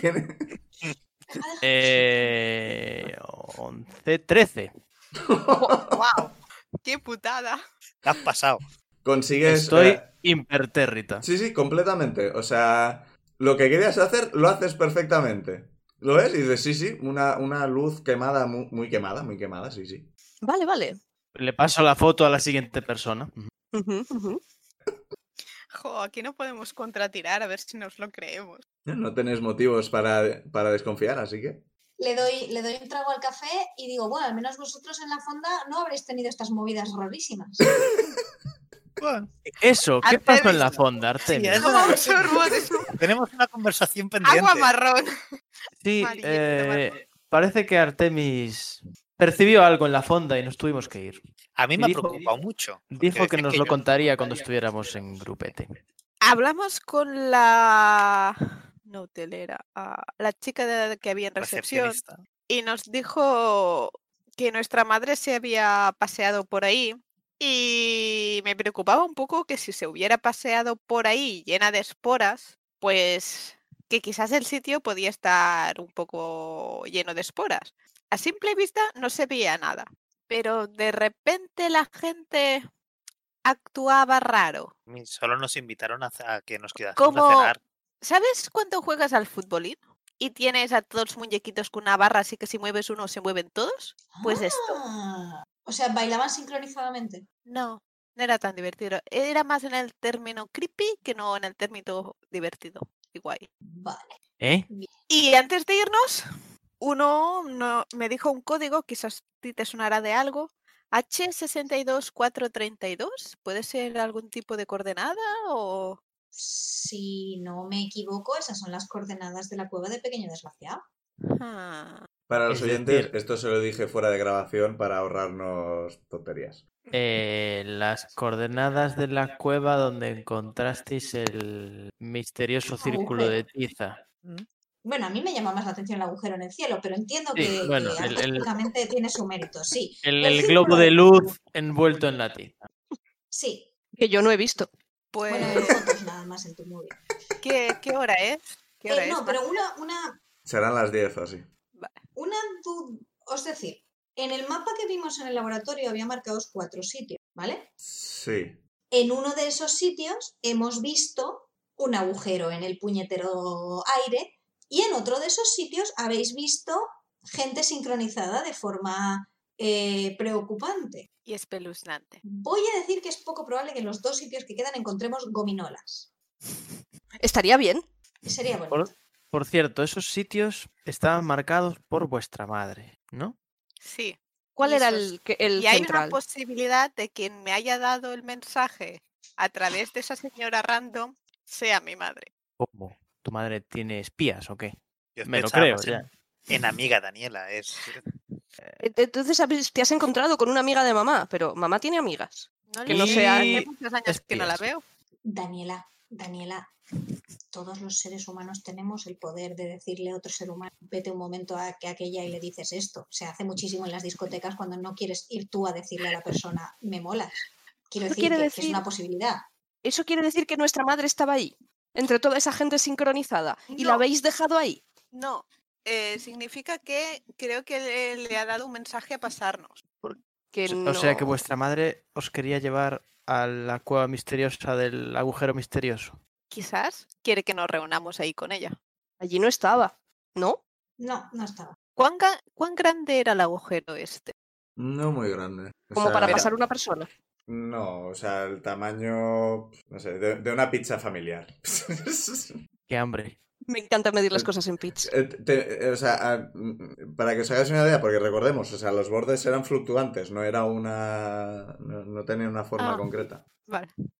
Speaker 1: Tiene-
Speaker 3: Deja, deja.
Speaker 6: Eh, 11, 13.
Speaker 5: ¡Wow! ¡Qué putada!
Speaker 2: Te has pasado.
Speaker 1: Consigues.
Speaker 6: Estoy
Speaker 1: eh,
Speaker 6: impertérrita.
Speaker 1: sí, sí, completamente. O sea, lo que querías hacer lo haces perfectamente. ¿Lo ves? Y dices, sí, sí, una, una luz quemada, mu- muy, quemada, muy quemada, sí, sí.
Speaker 4: Vale, vale.
Speaker 6: Le paso la foto a la siguiente persona. Ujú.
Speaker 4: Ujú, ujú.
Speaker 5: Jo, aquí no podemos contratirar, a ver si nos lo creemos.
Speaker 1: No tenéis motivos para, para desconfiar, así que.
Speaker 3: Le doy, le doy un trago al café y digo, bueno, al menos vosotros en la fonda no habréis tenido estas movidas rarísimas.
Speaker 6: Eso, ¿qué pasó en la
Speaker 5: Artemis.
Speaker 6: fonda, Artemis?
Speaker 2: es-
Speaker 5: Toma un sorbo de su
Speaker 2: Tenemos una conversación pendiente.
Speaker 5: agua marrón.
Speaker 6: Sí,
Speaker 5: amarillento,
Speaker 6: eh,
Speaker 5: marrón.
Speaker 6: parece que Artemis percibió algo en la fonda y nos tuvimos que ir.
Speaker 2: A mí
Speaker 6: Y
Speaker 2: me ha
Speaker 6: dijo-
Speaker 2: preocupado mucho. porque
Speaker 6: Dijo que
Speaker 2: decían
Speaker 6: nos
Speaker 2: yo
Speaker 6: lo
Speaker 2: no
Speaker 6: contaría cuando estuviéramos en grupete.
Speaker 5: Hablamos con la no hotelera, ah, la chica de- que había en
Speaker 2: soy
Speaker 5: recepción
Speaker 2: recepcionista.
Speaker 5: y nos dijo que nuestra madre se había paseado por ahí y me preocupaba un poco que si se hubiera paseado por ahí llena de esporas, pues que quizás el sitio podía estar un poco lleno de esporas. A simple vista no se veía nada, pero de repente la gente actuaba raro.
Speaker 2: Y Solo nos invitaron a, hacer- a que nos quedásemos
Speaker 5: Como-
Speaker 2: a cenar.
Speaker 5: ¿Sabes cuando juegas al futbolín? Y tienes a todos los muñequitos con una barra, así que si mueves uno se mueven todos. Pues esto.
Speaker 3: Ah, O sea, bailaban sincronizadamente.
Speaker 5: No, no era tan divertido. Era más en el término creepy que no en el término divertido. Y guay.
Speaker 3: Vale.
Speaker 6: ¿Eh?
Speaker 5: Y antes de irnos, uno no- me dijo un código, quizás a ti te sonará de algo. H62432, ¿puede ser algún tipo de coordenada o...?
Speaker 3: Si no me equivoco, esas son las coordenadas de la cueva de Pequeño Desgraciado.
Speaker 5: Ah,
Speaker 1: Para los
Speaker 6: Es
Speaker 1: oyentes,
Speaker 6: decir-
Speaker 1: esto se lo dije fuera de grabación para ahorrarnos tonterías.
Speaker 6: Eh, las coordenadas de la cueva donde encontrasteis el misterioso círculo de tiza.
Speaker 3: Bueno, a mí me llama más la atención el agujero en el cielo, pero entiendo
Speaker 6: Sí,
Speaker 3: que,
Speaker 6: bueno,
Speaker 3: que
Speaker 6: el- el-
Speaker 3: artísticamente tiene su mérito, sí.
Speaker 6: El,
Speaker 3: El
Speaker 6: el
Speaker 3: círculo
Speaker 6: globo
Speaker 3: de
Speaker 6: de
Speaker 3: tiza.
Speaker 6: luz envuelto en la tiza.
Speaker 3: Sí.
Speaker 4: Que yo no he visto.
Speaker 5: pues...
Speaker 3: Bueno, hay fotos nada más en tu móvil.
Speaker 5: ¿qué, qué hora es? ¿Qué
Speaker 3: Eh,
Speaker 5: hora
Speaker 3: no,
Speaker 5: es?
Speaker 3: pero una, una,
Speaker 1: Serán las 10 o así.
Speaker 3: una du- Os decir, en el mapa que vimos en el laboratorio había marcados cuatro sitios, ¿vale?
Speaker 1: Sí.
Speaker 3: En uno de esos sitios hemos visto un agujero en el puñetero aire y en otro de esos sitios habéis visto gente sincronizada de forma eh, preocupante.
Speaker 5: Y espeluznante.
Speaker 3: Voy a decir que es poco probable que en los dos sitios que quedan encontremos gominolas.
Speaker 4: Estaría bien.
Speaker 3: Sería bonito.
Speaker 6: Por, por cierto, esos sitios estaban marcados por vuestra madre, ¿no?
Speaker 5: Sí.
Speaker 4: ¿Cuál
Speaker 5: Y
Speaker 4: era
Speaker 5: eso es-
Speaker 4: el, que- el
Speaker 5: y hay una
Speaker 4: central?
Speaker 5: posibilidad de quien me haya dado el mensaje a través de esa señora random sea mi madre.
Speaker 6: ¿Cómo? ¿Tu madre tiene espías o qué?
Speaker 2: Yo
Speaker 6: Me lo
Speaker 2: pensaba
Speaker 6: creo,
Speaker 2: más
Speaker 6: ya.
Speaker 2: En, en amiga Daniela. Es,
Speaker 4: E- Entonces habéis- te has encontrado con una amiga de mamá, pero mamá tiene amigas.
Speaker 5: No
Speaker 4: Que
Speaker 5: le
Speaker 4: no sea-
Speaker 5: hace muchos años que no la
Speaker 6: espías.
Speaker 5: veo.
Speaker 3: Daniela, Daniela, todos los seres humanos tenemos el poder de decirle a otro ser humano, vete un momento a que aquella y le dices esto. Se hace muchísimo en las discotecas cuando no quieres ir tú a decirle a la persona, me molas. Quiero
Speaker 4: Eso
Speaker 3: decir,
Speaker 4: quiere
Speaker 3: que, que es
Speaker 4: decir-
Speaker 3: una posibilidad.
Speaker 4: Eso quiere decir que nuestra madre estaba ahí, entre toda esa gente sincronizada, y la
Speaker 5: No.
Speaker 4: habéis dejado ahí.
Speaker 5: No, eh, significa que creo que le, le ha dado un mensaje a pasarnos.
Speaker 4: Que
Speaker 2: Eh,
Speaker 6: O se- O sea que
Speaker 4: no-
Speaker 6: vuestra madre os quería llevar a la cueva misteriosa del agujero misterioso.
Speaker 5: Quizás quiere que nos reunamos ahí con ella.
Speaker 4: allí no estaba, ¿no?
Speaker 3: No, no estaba.
Speaker 5: ¿Cuán, ga- cuán grande era el agujero este?
Speaker 1: No muy grande. O
Speaker 4: Como
Speaker 1: sea,
Speaker 4: para
Speaker 1: era-
Speaker 4: pasar una persona.
Speaker 1: No, o sea, el tamaño, no sé, de, de una pizza familiar.
Speaker 6: ¡Qué hambre!
Speaker 4: Me encanta medir las cosas en pits.
Speaker 1: Eh, te- eh, o sea, a- mm, para que os hagáis una idea, porque recordemos, o sea, los bordes eran fluctuantes, no era una... no, no tenía una forma
Speaker 5: Ah.
Speaker 1: concreta.
Speaker 5: Vale.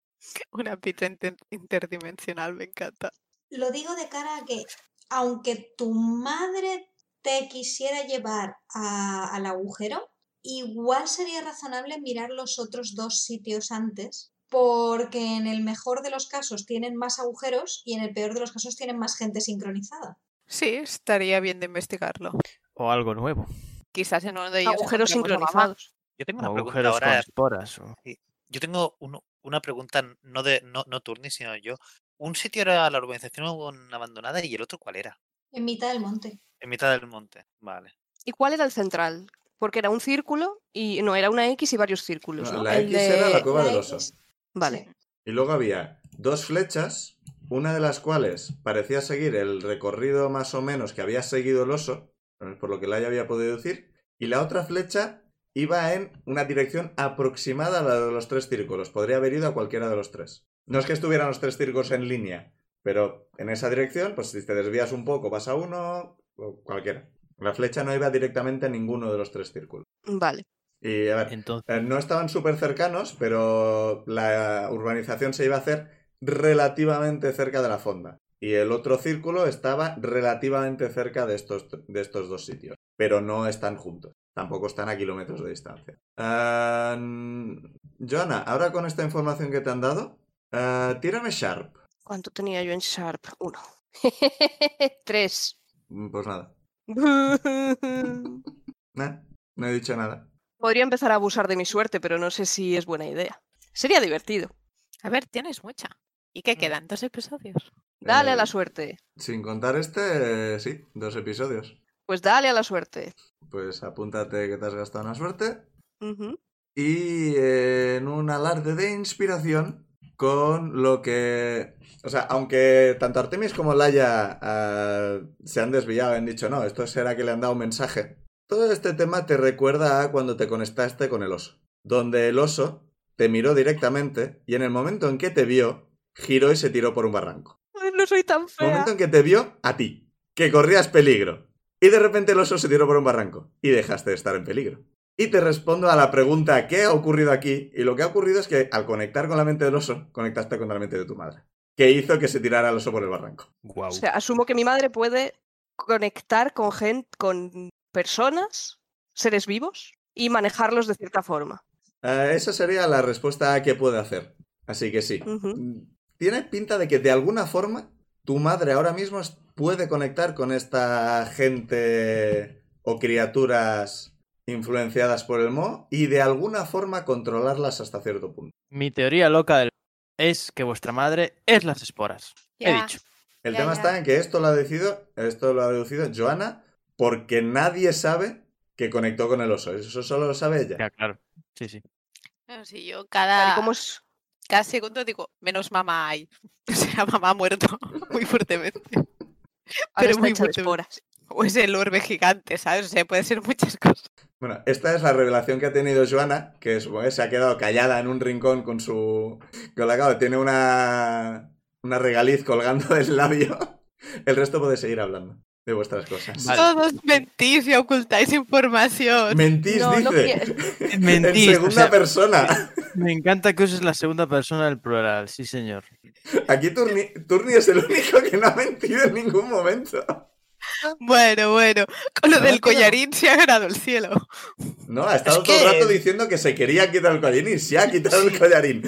Speaker 5: Una pizza inter- interdimensional, me encanta.
Speaker 3: Lo digo de cara a que, aunque tu madre te quisiera llevar a- al agujero, igual sería razonable mirar los otros dos sitios antes, porque en el mejor de los casos tienen más agujeros y en el peor de los casos tienen más gente sincronizada.
Speaker 5: Sí, estaría bien de investigarlo.
Speaker 6: O algo nuevo.
Speaker 5: Quizás en uno de ellos
Speaker 4: Agujeros
Speaker 5: encontremos a mamá.
Speaker 4: sincronizados.
Speaker 2: yo tengo
Speaker 6: O
Speaker 2: una pregunta
Speaker 6: agujeros con
Speaker 2: ahora.
Speaker 6: esporas. o-
Speaker 2: Yo tengo uno- una pregunta, no de no, no Turni, sino yo. Un sitio era la urbanización abandonada y el otro, ¿cuál era?
Speaker 3: En mitad del monte.
Speaker 2: En mitad del monte. Vale.
Speaker 4: ¿Y cuál era el central? Porque era un círculo y no, era una X y varios círculos.
Speaker 1: No,
Speaker 4: ¿no?
Speaker 1: la
Speaker 4: El
Speaker 1: X era
Speaker 4: Ah, de-
Speaker 1: la cueva del
Speaker 3: La
Speaker 1: oso.
Speaker 3: X,
Speaker 4: Vale.
Speaker 3: sí.
Speaker 1: Y luego había dos flechas, una de las cuales parecía seguir el recorrido más o menos que había seguido el oso, eh, por lo que Laia había podido decir, y la otra flecha iba en una dirección aproximada a la de los tres círculos. Podría haber ido a cualquiera de los tres. No es que estuvieran los tres círculos en línea, pero en esa dirección, pues si te desvías un poco, vas a uno o cualquiera. La flecha no iba directamente a ninguno de los tres círculos.
Speaker 4: Vale.
Speaker 1: Y a ver,
Speaker 6: Entonces,
Speaker 1: eh, No estaban súper cercanos, pero la urbanización se iba a hacer relativamente cerca de la fonda. Y el otro círculo estaba relativamente cerca de estos, de estos dos sitios. Pero no están juntos. Tampoco están a kilómetros de distancia. Ah, mm, Joana, ahora con esta información que te han dado, ah, tírame Sharp.
Speaker 4: ¿Cuánto tenía yo en Sharp? Uno. Tres.
Speaker 1: Mm, Pues nada. Nah, no he dicho nada.
Speaker 4: Podría empezar a abusar de mi suerte, pero no sé si es buena idea. Sería divertido.
Speaker 5: A ver, tienes mucha. ¿Y qué quedan? ¿Dos episodios?
Speaker 4: Dale a
Speaker 1: Eh,
Speaker 4: la suerte.
Speaker 1: Sin contar este, eh, sí, dos episodios.
Speaker 4: Pues dale a la suerte.
Speaker 1: Pues apúntate que te has gastado una suerte.
Speaker 4: Ujú.
Speaker 1: y eh, en un alarde de inspiración con lo que... O sea, aunque tanto Artemis como Laia ah, se han desviado y han dicho, no, esto será que le han dado un mensaje. Todo este tema te recuerda a cuando te conectaste con el oso, donde el oso te miró directamente y en el momento en que te vio, giró y se tiró por un barranco.
Speaker 5: Ay, No soy tan fea.
Speaker 1: Momento en que te vio a ti, que corrías peligro. Y de repente el oso se tiró por un barranco y dejaste de estar en peligro. Y te respondo a la pregunta ¿qué ha ocurrido aquí? Y lo que ha ocurrido es que al conectar con la mente del oso, conectaste con la mente de tu madre, que hizo que se tirara el oso por el barranco.
Speaker 6: Guau.
Speaker 4: O sea, asumo que mi madre puede conectar con gente, con personas, seres vivos, y manejarlos de cierta forma.
Speaker 1: Eh, esa sería la respuesta a qué puede hacer. Así que sí.
Speaker 4: Ujú.
Speaker 1: Mm, Tiene pinta de que de alguna forma tu madre ahora mismo es- puede conectar con esta gente o criaturas influenciadas por el Mo y de alguna forma controlarlas hasta cierto punto.
Speaker 6: Mi teoría loca del- es que vuestra madre es las esporas. He
Speaker 5: Ya.
Speaker 6: dicho.
Speaker 1: El
Speaker 5: Ya,
Speaker 1: tema
Speaker 5: ya.
Speaker 1: está en que esto lo ha decidido, esto lo ha deducido Joana, porque nadie sabe que conectó con el oso. Eso solo lo sabe ella.
Speaker 6: Ya, claro. Sí, sí.
Speaker 5: Bueno, sí, yo
Speaker 4: Tal y
Speaker 5: cada,
Speaker 4: como es-
Speaker 5: cada segundo digo, menos mamá hay. O sea, mamá ha muerto muy fuertemente.
Speaker 4: ahora
Speaker 5: Pero
Speaker 4: está
Speaker 5: muy
Speaker 4: hecha de
Speaker 5: fuerte.
Speaker 4: esporas.
Speaker 5: O es el orbe gigante, ¿sabes? O sea, puede ser muchas cosas.
Speaker 1: Bueno, esta es la revelación que ha tenido Joana, que supongo que se ha quedado callada en un rincón con su. con la cara. Tiene una. una regaliz colgando del labio. El resto puede seguir hablando de vuestras cosas.
Speaker 6: Vale.
Speaker 5: Todos mentís y ocultáis información.
Speaker 1: Mentís,
Speaker 4: No, no
Speaker 1: dice.
Speaker 6: Mentís,
Speaker 1: en
Speaker 6: o
Speaker 1: segunda
Speaker 6: sea,
Speaker 1: persona.
Speaker 6: Me encanta que uses la segunda persona del plural, sí señor.
Speaker 1: Aquí Turni, Turni es el único que no ha mentido en ningún momento.
Speaker 5: Bueno, bueno. Con lo
Speaker 1: No,
Speaker 5: del
Speaker 1: tío.
Speaker 5: collarín se ha ganado el cielo.
Speaker 1: No, ha estado
Speaker 2: Es
Speaker 1: todo el
Speaker 2: que-
Speaker 1: rato diciendo que se quería quitar el collarín y se ha quitado el collarín.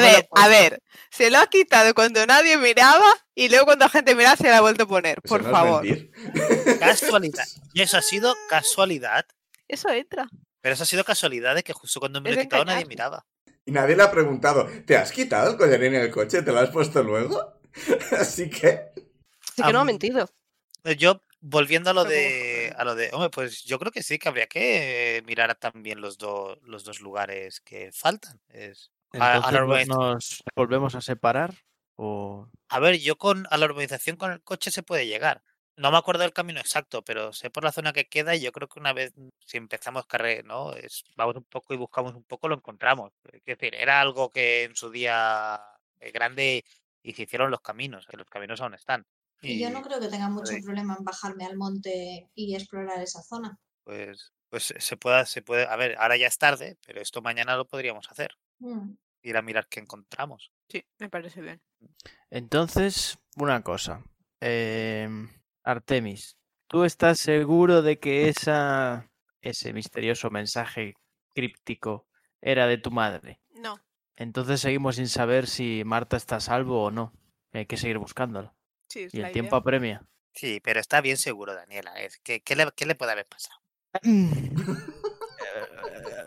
Speaker 1: Luego me lo
Speaker 5: ver, a ver. Se lo ha quitado cuando nadie miraba y luego cuando la gente miraba se la ha vuelto a poner.
Speaker 1: Eso
Speaker 5: Por
Speaker 1: no es
Speaker 5: favor.
Speaker 1: mentir.
Speaker 2: Casualidad. Y eso ha sido casualidad.
Speaker 5: Eso entra.
Speaker 2: Pero eso ha sido casualidad de que justo cuando me lo
Speaker 5: Es
Speaker 2: he quitado nadie
Speaker 5: engañarse.
Speaker 2: miraba.
Speaker 1: Y nadie le ha preguntado, ¿te has quitado el collarín en el coche? ¿Te lo has puesto luego? Así que...
Speaker 4: Así que no ha
Speaker 2: Am-
Speaker 4: mentido.
Speaker 2: Pues, Yo, volviendo a lo
Speaker 5: Algo
Speaker 2: de,
Speaker 5: mejor.
Speaker 2: a lo de, hombre, pues yo creo que sí, que habría que eh, mirar también los, dos los dos lugares que faltan. Es, a- a, la
Speaker 6: Entonces
Speaker 2: urbaniz-
Speaker 6: ¿no- nos volvemos a separar o
Speaker 2: a ver, yo con a la urbanización con el coche se puede llegar. No me acuerdo del camino exacto, pero sé por la zona que queda y yo creo que una vez, mm, si empezamos carrera, ¿no? Es, vamos un poco y buscamos un poco, lo encontramos. Es decir, era algo que en su día eh, grande y se hicieron los caminos, que los caminos aún están.
Speaker 3: Y yo no
Speaker 2: Y-
Speaker 3: creo que tenga mucho
Speaker 2: Vale.
Speaker 3: problema en bajarme al monte y explorar esa zona.
Speaker 2: Pues, pues se- se pueda, se puede. A ver, ahora ya es tarde, pero esto mañana lo podríamos hacer.
Speaker 3: Mm.
Speaker 2: Ir a mirar qué encontramos.
Speaker 5: Sí, me parece bien.
Speaker 6: Entonces, una cosa. em, Artemis, ¿tú estás seguro de que esa, ese misterioso mensaje críptico era de tu madre?
Speaker 5: No.
Speaker 6: Entonces seguimos sin saber si Marta está a salvo o no. Hay que seguir buscándola.
Speaker 5: Sí, es
Speaker 6: Y
Speaker 5: la
Speaker 6: el
Speaker 5: idea.
Speaker 6: tiempo apremia.
Speaker 2: Sí, pero está bien seguro, Daniela. Es que, ¿qué, le, qué le puede haber pasado?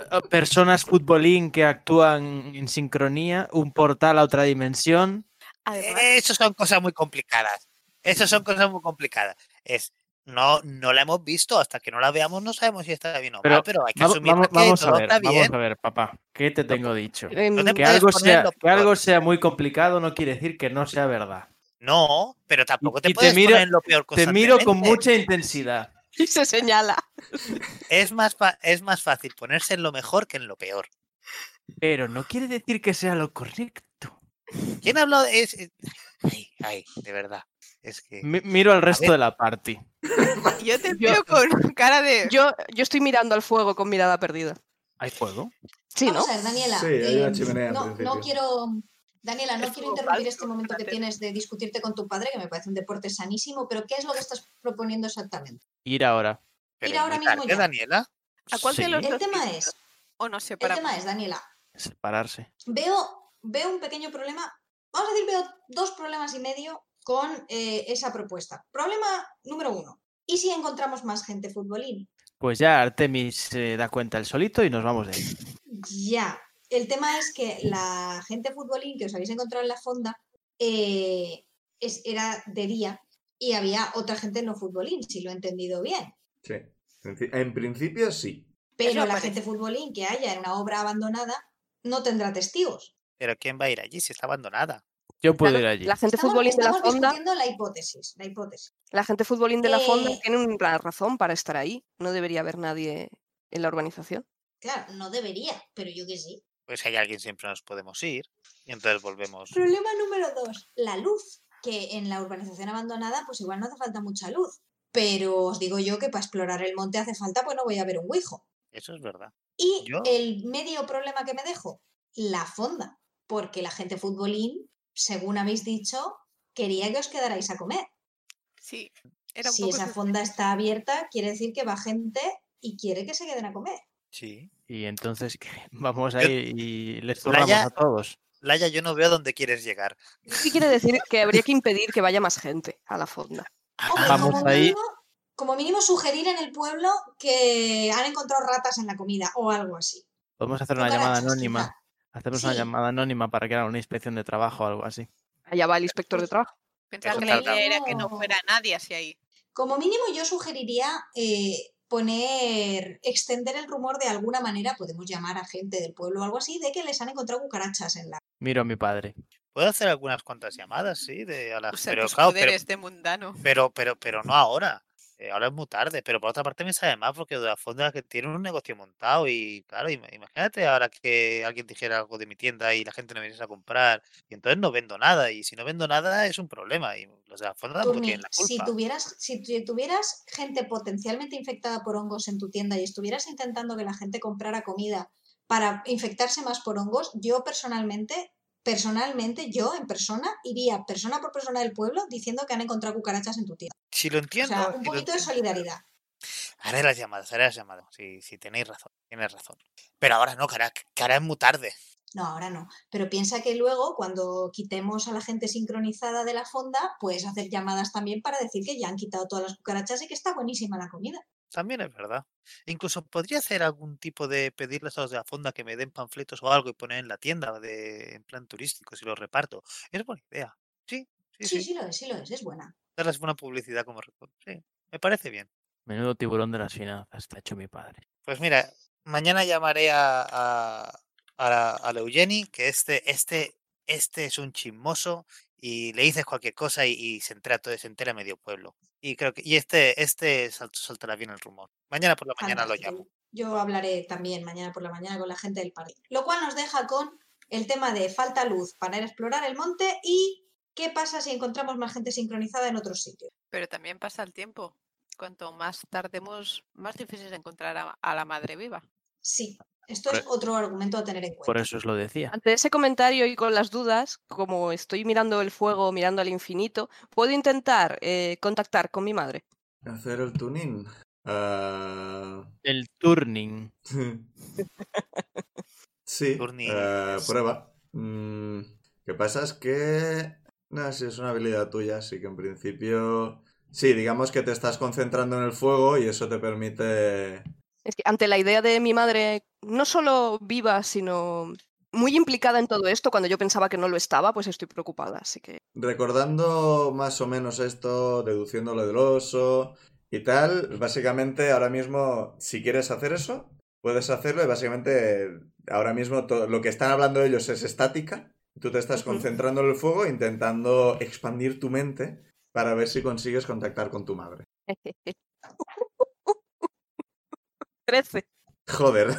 Speaker 6: Eh, Personas futbolín que actúan en sincronía, un portal a otra dimensión.
Speaker 5: Además,
Speaker 2: Eh, Eso son cosas muy complicadas. Eso son cosas muy complicadas. Es. No, no la hemos visto, hasta que no la veamos no sabemos si está bien o mal,
Speaker 6: Pero
Speaker 2: pero hay que
Speaker 6: Vamos,
Speaker 2: asumir
Speaker 6: vamos-
Speaker 2: que
Speaker 6: vamos a
Speaker 2: todo
Speaker 6: ver,
Speaker 2: está bien.
Speaker 6: vamos a ver, papá. ¿Qué te tengo dicho?
Speaker 4: Em,
Speaker 2: te
Speaker 6: que
Speaker 2: puedes
Speaker 6: algo,
Speaker 2: poner
Speaker 6: sea,
Speaker 2: lo
Speaker 6: que algo
Speaker 2: peor.
Speaker 6: sea muy complicado no quiere decir que no sea verdad.
Speaker 2: No, pero tampoco te
Speaker 6: y te
Speaker 2: puedes
Speaker 6: miro-
Speaker 2: poner en lo peor
Speaker 6: Te miro con
Speaker 2: constantemente.
Speaker 6: mucha intensidad.
Speaker 4: y se señala.
Speaker 2: es más fa- es más fácil ponerse en lo mejor que en lo peor.
Speaker 6: Pero no quiere decir que sea lo correcto.
Speaker 2: ¿Quién ha hablado de es- es- Ay, ay, de verdad. Es que.
Speaker 6: Mi- miro al resto
Speaker 2: Eh, ver.
Speaker 6: de la party.
Speaker 5: yo te veo con cara de.
Speaker 4: Yo, yo estoy mirando al fuego con mirada perdida.
Speaker 6: ¿Hay fuego?
Speaker 4: Sí, ¿no?
Speaker 3: Vamos a ver, Daniela.
Speaker 1: Sí, hay una
Speaker 3: eh,
Speaker 1: chimenea al
Speaker 3: no, no
Speaker 1: principio.
Speaker 3: quiero. Daniela, no
Speaker 5: Es
Speaker 3: quiero
Speaker 5: como
Speaker 3: interrumpir
Speaker 5: falso,
Speaker 3: este momento que
Speaker 5: fíjate.
Speaker 3: tienes de discutirte con tu padre, que me parece un deporte sanísimo, pero ¿qué es lo que estás proponiendo exactamente?
Speaker 6: Ir ahora.
Speaker 2: Pero
Speaker 3: Mira,
Speaker 2: es
Speaker 3: ahora
Speaker 2: muy
Speaker 3: mismo
Speaker 2: tarde,
Speaker 3: ya.
Speaker 2: Daniela?
Speaker 5: ¿A cuál de
Speaker 6: Sí,
Speaker 5: los
Speaker 3: El
Speaker 5: dos
Speaker 3: tema
Speaker 5: pisos?
Speaker 3: es,
Speaker 5: O nos
Speaker 3: el
Speaker 5: separamos.
Speaker 3: tema es, Daniela,
Speaker 6: Separarse.
Speaker 3: veo, veo un pequeño problema, vamos a decir, veo dos problemas y medio con eh, esa propuesta. Problema número uno, ¿y si encontramos más gente futbolín?
Speaker 6: Pues ya Artemis se da cuenta el solito y nos vamos de ahí.
Speaker 3: Ya, el tema es que la gente futbolín que os habéis encontrado en la fonda eh, es- era de día y había otra gente no futbolín, si lo he entendido bien.
Speaker 1: Sí. En fi- En principio sí.
Speaker 3: Pero
Speaker 5: Eso
Speaker 3: la
Speaker 5: parece.
Speaker 3: gente futbolín que haya en una obra abandonada no tendrá testigos.
Speaker 2: Pero ¿quién va a ir allí si está abandonada?
Speaker 6: Yo puedo
Speaker 4: Claro,
Speaker 6: ir allí.
Speaker 4: La gente
Speaker 3: Estamos,
Speaker 4: futbolín Este de la
Speaker 3: estamos
Speaker 4: fonda,
Speaker 3: discutiendo la hipótesis, la hipótesis.
Speaker 4: la gente futbolín de la fonda
Speaker 3: Eh.
Speaker 4: tiene una razón para estar ahí. No debería haber nadie en la urbanización.
Speaker 3: Claro, no debería, pero yo que sí.
Speaker 2: Pues si hay alguien siempre nos podemos ir. Y entonces volvemos.
Speaker 3: Problema número dos, la luz. Que en la urbanización abandonada, pues igual no hace falta mucha luz. Pero os digo yo que para explorar el monte hace falta, pues no voy a ver un guijo.
Speaker 2: Eso es verdad.
Speaker 3: Y
Speaker 2: Yo-
Speaker 3: el medio problema que me dejo, la fonda. Porque la gente futbolín, según habéis dicho, quería que os quedarais a comer.
Speaker 5: Sí, era un
Speaker 3: si
Speaker 5: poco
Speaker 3: esa
Speaker 5: sus-
Speaker 3: fonda está abierta, quiere decir que va gente y quiere que se queden a comer.
Speaker 2: Sí.
Speaker 6: Y entonces ¿qué? vamos
Speaker 2: Yo-
Speaker 6: ahí y les
Speaker 2: Playa-
Speaker 6: turnamos a todos.
Speaker 2: Laia, yo no veo dónde quieres llegar.
Speaker 4: Sí quiere decir que habría que impedir que vaya más gente a la fonda.
Speaker 3: Hombre,
Speaker 6: Ah, Vamos
Speaker 3: como,
Speaker 6: ahí.
Speaker 3: mínimo, como mínimo sugerir en el pueblo que han encontrado ratas en la comida o algo así.
Speaker 6: Podemos hacer una llamada
Speaker 3: Cucarachas,
Speaker 6: anónima.
Speaker 3: quizá.
Speaker 6: Hacemos una
Speaker 3: Sí.
Speaker 6: llamada anónima para que haga una inspección de trabajo o algo así.
Speaker 4: Allá va el inspector de trabajo.
Speaker 5: Pensaba
Speaker 2: Eso
Speaker 5: que la
Speaker 2: trata.
Speaker 5: idea era que no
Speaker 3: No.
Speaker 5: fuera nadie hacia ahí.
Speaker 3: Como mínimo yo sugeriría eh, poner, extender el rumor de alguna manera, podemos llamar a gente del pueblo o algo así, de que les han encontrado cucarachas en la...
Speaker 6: Miro a mi padre.
Speaker 2: Puedo hacer algunas cuantas llamadas, sí, de a la-
Speaker 5: Usar
Speaker 2: Ah, pero,
Speaker 5: tus
Speaker 2: claro, pero,
Speaker 5: poderes de mundano.
Speaker 2: pero, pero, pero no ahora. Eh, ahora es muy tarde. Pero por otra parte me sabe más porque de la fonda que tienen un negocio montado y claro, im- imagínate ahora que alguien dijera algo de mi tienda y la gente no viene a comprar y entonces no vendo nada y si no vendo nada es un problema y los de la fonda tampoco
Speaker 3: Turni,
Speaker 2: tienen la
Speaker 3: si
Speaker 2: culpa.
Speaker 3: tuvieras, si tu- tuvieras gente potencialmente infectada por hongos en tu tienda y estuvieras intentando que la gente comprara comida para infectarse más por hongos, yo personalmente, personalmente, yo en persona, iría persona por persona del pueblo diciendo que han encontrado cucarachas en tu tienda.
Speaker 2: Si lo
Speaker 3: O
Speaker 2: entiendo,
Speaker 3: sea,
Speaker 2: si
Speaker 3: un
Speaker 2: lo
Speaker 3: poquito de
Speaker 2: entiendo.
Speaker 3: solidaridad.
Speaker 2: Haré las llamadas, haré las llamadas. Si tenéis razón, tienes razón. Pero ahora no, cara, que ahora es muy tarde.
Speaker 3: No, ahora no. Pero piensa que luego, cuando quitemos a la gente sincronizada de la fonda, puedes hacer llamadas también para decir que ya han quitado todas las cucarachas y que está buenísima la comida.
Speaker 2: También es verdad. Incluso podría hacer algún tipo de pedirles a los de la fonda que me den panfletos o algo y poner en la tienda de, en plan turístico si los reparto. Es buena idea. Sí, sí,
Speaker 3: Sí,
Speaker 2: sí.
Speaker 3: sí lo es, sí lo es, es buena.
Speaker 2: Darles buena publicidad como recuerdo. Sí, me parece bien.
Speaker 6: Menudo tiburón de las finanzas está hecho mi padre.
Speaker 2: Pues mira, mañana llamaré a, a, a, la- a la Eugeni, que este, este, este es un chismoso y le dices cualquier cosa y, y se entera todo, se entera medio pueblo. Y creo que, y este, este sal- soltará bien el rumor. Mañana por la mañana lo
Speaker 3: Fantástico.
Speaker 2: llamo.
Speaker 3: Yo hablaré también mañana por la mañana con la gente del parque. Lo cual nos deja con el tema de falta luz para ir a explorar el monte y qué pasa si encontramos más gente sincronizada en otros sitios.
Speaker 5: Pero también pasa el tiempo. Cuanto más tardemos, más difícil es encontrar a, a la madre viva.
Speaker 3: Sí, esto es
Speaker 6: Por e-
Speaker 3: otro argumento a tener en
Speaker 6: Por
Speaker 3: cuenta.
Speaker 6: eso os lo decía.
Speaker 4: Ante ese comentario y con las dudas, como estoy mirando el fuego, mirando al infinito, puedo intentar eh, contactar con mi madre.
Speaker 1: Hacer el tuning. Ah,
Speaker 6: El turning.
Speaker 1: sí,
Speaker 2: Turning.
Speaker 1: ah, prueba. Mm, ¿Qué pasa? Es que... No, si es una habilidad tuya, así que en principio... Sí, digamos que te estás concentrando en el fuego y eso te permite...
Speaker 4: Es que ante la idea de mi madre, no solo viva, sino muy implicada en todo esto, cuando yo pensaba que no lo estaba, pues estoy preocupada. Así que
Speaker 1: Recordando más o menos esto, deduciendo lo del oso y tal, básicamente ahora mismo, si quieres hacer eso, puedes hacerlo y básicamente ahora mismo to- lo que están hablando ellos es estática. Tú te estás
Speaker 4: Ujú.
Speaker 1: concentrando en el fuego, intentando expandir tu mente para ver si consigues contactar con tu madre.
Speaker 4: 13.
Speaker 1: Joder.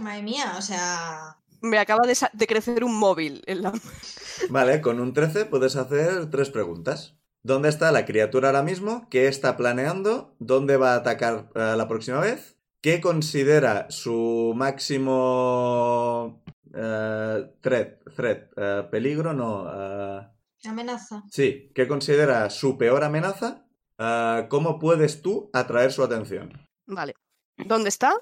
Speaker 3: Madre mía, o sea,
Speaker 4: Me acaba de, sa- de crecer un móvil. en la-
Speaker 1: Vale, con un 13 puedes hacer tres preguntas. ¿Dónde está la criatura ahora mismo? ¿Qué está planeando? ¿Dónde va a atacar eh, la próxima vez? ¿Qué considera su máximo eh, threat? threat, eh, ¿Peligro? No. eh,
Speaker 3: amenaza.
Speaker 1: sí, ¿qué considera su peor amenaza? Eh, ¿Cómo puedes tú atraer su atención?
Speaker 4: Vale. ¿Dónde está?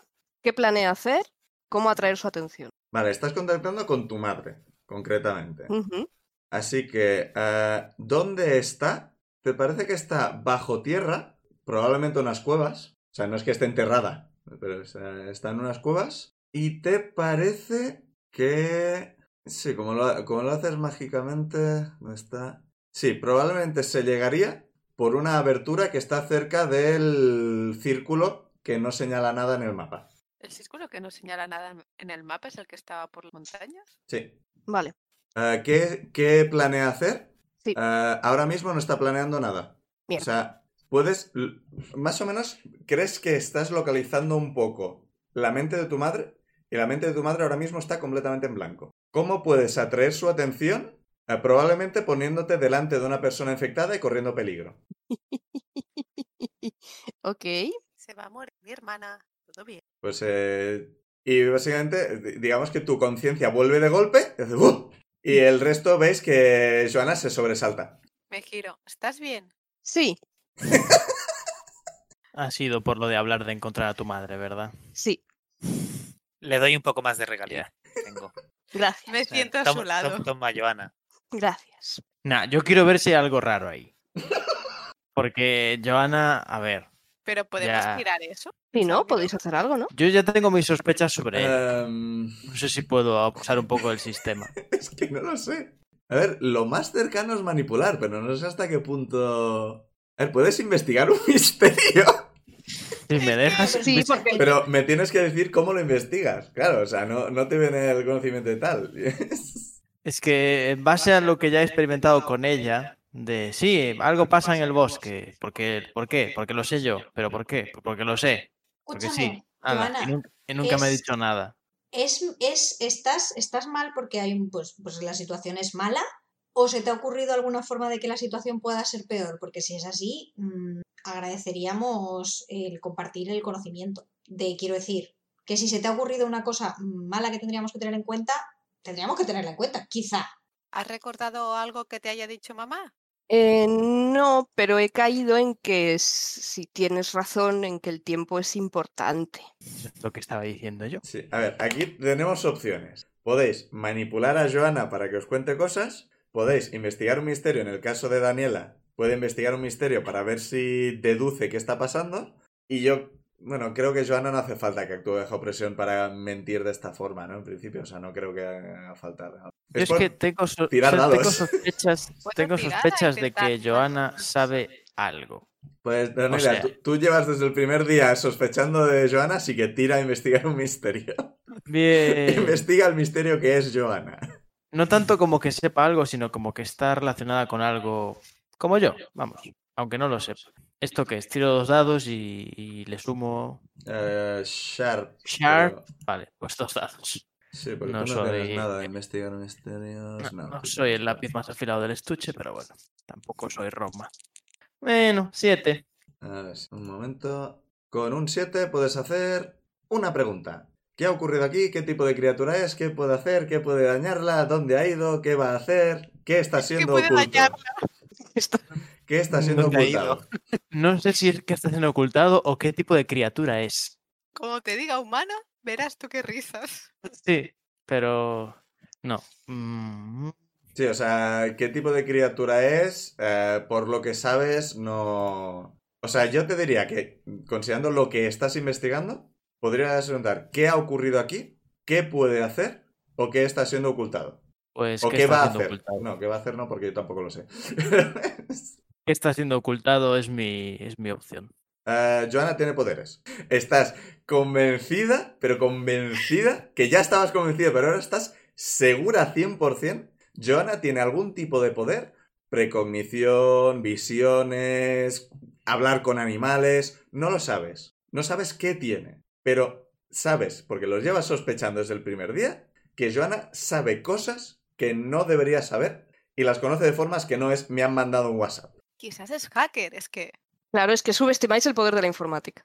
Speaker 4: ¿Qué planea hacer? ¿Cómo atraer su atención?
Speaker 1: Vale, estás contactando con tu madre, concretamente.
Speaker 4: Ujú.
Speaker 1: Así que, eh, ¿dónde está? Te parece que está bajo tierra, probablemente unas cuevas. O sea, no es que esté enterrada, pero es, eh, está en unas cuevas. Y te parece que... Sí, como lo, como lo haces mágicamente... ¿Dónde está? Sí, probablemente se llegaría por una abertura que está cerca del círculo que no señala nada en el mapa.
Speaker 7: El círculo que no señala nada en el mapa es el que estaba por las montañas.
Speaker 1: Sí.
Speaker 4: Vale.
Speaker 1: Eh, ¿qué, qué planea hacer?
Speaker 4: Sí.
Speaker 1: Eh, ahora mismo no está planeando nada.
Speaker 4: Bien.
Speaker 1: O sea, puedes. l- Más o menos, crees que estás localizando un poco la mente de tu madre y la mente de tu madre ahora mismo está completamente en blanco. ¿Cómo puedes atraer su atención? Eh, probablemente poniéndote delante de una persona infectada y corriendo peligro.
Speaker 4: ok.
Speaker 7: Se va a morir mi hermana. Todo bien.
Speaker 1: Pues, eh, y básicamente, di- digamos que tu conciencia vuelve de golpe y, hace ¡buh! y el resto veis que Joana se sobresalta.
Speaker 7: Me giro. ¿Estás bien?
Speaker 4: Sí,
Speaker 6: Ha sido por lo de hablar de encontrar a tu madre, ¿verdad?
Speaker 4: sí.
Speaker 2: Le doy un poco más de regalía. Tengo. Eh,
Speaker 4: Gracias.
Speaker 5: Me
Speaker 2: O sea,
Speaker 5: siento a
Speaker 2: toma-
Speaker 5: su lado.
Speaker 2: tom- Toma, Joana.
Speaker 4: Gracias.
Speaker 6: Nah, yo quiero ver si hay algo raro ahí. Porque, Joana, a ver,
Speaker 5: Pero podemos
Speaker 6: Ya.
Speaker 5: girar eso.
Speaker 4: Si no, podéis hacer algo, ¿no?
Speaker 6: yo ya tengo mis sospechas sobre él.
Speaker 1: Em,
Speaker 6: No sé si puedo abusar un poco del sistema.
Speaker 1: es que no lo sé. A ver, lo más cercano es manipular, pero no sé hasta qué punto... A ver, puedes investigar un misterio,
Speaker 6: Si me dejas...
Speaker 4: Sí,
Speaker 6: ¿ves?
Speaker 4: porque-
Speaker 1: pero me tienes que decir cómo lo investigas. Claro, o sea, no, no te viene el conocimiento de tal.
Speaker 6: Es que en base a lo que ya he experimentado con ella, de sí, algo pasa en el bosque. Porque, ¿Por qué? Porque lo sé yo. ¿Pero por qué? Porque lo sé. Porque sí.
Speaker 3: Escúchame,
Speaker 6: Ala, y
Speaker 3: Joana,
Speaker 6: nunca, y nunca me ha
Speaker 3: es-
Speaker 6: dicho nada.
Speaker 3: es, es, estás, estás mal porque hay un- pues, pues la situación es mala o se te ha ocurrido alguna forma de que la situación pueda ser peor, porque si es así, mm, agradeceríamos el compartir el conocimiento. De quiero decir, que si se te ha ocurrido una cosa mala que tendríamos que tener en cuenta, tendríamos que tenerla en cuenta, quizá.
Speaker 7: ¿Has recordado algo que te haya dicho mamá?
Speaker 4: Eh, no, pero he caído en que s- si tienes razón, en que el tiempo es importante.
Speaker 6: Eso es Lo que estaba diciendo yo.
Speaker 1: Sí, a ver, aquí tenemos opciones. Podéis manipular a Joana para que os cuente cosas. Podéis investigar un misterio en el caso de Daniela. Puede investigar un misterio para ver si deduce qué está pasando. Y yo, bueno, creo que Joana no hace falta que actúe bajo presión para mentir de esta forma, ¿no? En principio, o sea, no creo que haga falta.
Speaker 6: Yo
Speaker 1: Es
Speaker 6: es
Speaker 1: por-
Speaker 6: que tengo, so-
Speaker 1: tirar
Speaker 6: so- tengo
Speaker 1: dados.
Speaker 6: sospechas,
Speaker 7: Puedes
Speaker 6: tengo
Speaker 7: tirar a
Speaker 6: sospechas de
Speaker 7: intentar
Speaker 6: que
Speaker 7: tirar
Speaker 6: Joana
Speaker 7: dados.
Speaker 6: sabe algo.
Speaker 1: Pues, Daniela,
Speaker 6: o sea-
Speaker 1: tú, tú llevas desde el primer día sospechando de Joana, así que tira a investigar un misterio.
Speaker 6: Bien.
Speaker 1: Investiga el misterio que es Joana.
Speaker 6: No tanto como que sepa algo, sino como que está relacionada con algo como yo, vamos, aunque no lo sepa. ¿Esto que es? Tiro dos dados y, y le sumo
Speaker 1: Eh, sharp.
Speaker 6: Sharp.
Speaker 1: pero-
Speaker 6: Vale, pues dos dados.
Speaker 1: Sí, porque
Speaker 6: No
Speaker 1: tú no tienes
Speaker 6: soy-
Speaker 1: nada de investigar misterios. No.
Speaker 6: No soy el lápiz más afilado del estuche, pero bueno, tampoco soy Roma. Bueno, siete.
Speaker 1: A ver, un momento. Con un 7 puedes hacer una pregunta. ¿Qué ha ocurrido aquí? ¿Qué tipo de criatura es? ¿Qué puede hacer? ¿Qué puede dañarla? ¿Dónde ha ido? ¿Qué va a hacer? ¿Qué está siendo
Speaker 5: puede
Speaker 1: oculto?
Speaker 5: dañarla?
Speaker 4: Esto-
Speaker 1: ¿Qué está siendo
Speaker 2: ¿Dónde ha
Speaker 1: ocultado?
Speaker 6: No sé si es que está siendo ocultado o qué tipo de criatura es.
Speaker 5: Como te diga humana, verás tú qué risas.
Speaker 6: Sí, pero no. Mm,
Speaker 1: Sí, o sea, ¿qué tipo de criatura es? Eh, por lo que sabes, no... O sea, yo te diría que, considerando lo que estás investigando, podrías preguntar qué ha ocurrido aquí, qué puede hacer o qué está siendo ocultado.
Speaker 6: Pues
Speaker 1: ¿O
Speaker 6: que
Speaker 1: qué
Speaker 6: está
Speaker 1: va a
Speaker 6: siendo
Speaker 1: hacer?
Speaker 6: ocultado.
Speaker 1: No, qué va a hacer no, porque yo tampoco lo sé.
Speaker 6: ¿Qué está siendo ocultado? Es mi, es mi opción.
Speaker 1: Eh, Joana tiene poderes. Estás convencida, pero convencida, que ya estabas convencida, pero ahora estás segura 100%. Joana tiene algún tipo de poder, precognición, visiones, hablar con animales, no lo sabes. No sabes qué tiene, pero sabes, porque los llevas sospechando desde el primer día, que Joana sabe cosas que no debería saber y las conoce de formas que no es me han mandado un WhatsApp.
Speaker 5: Quizás es hacker, es que.
Speaker 4: Claro, es que subestimáis el poder de la informática.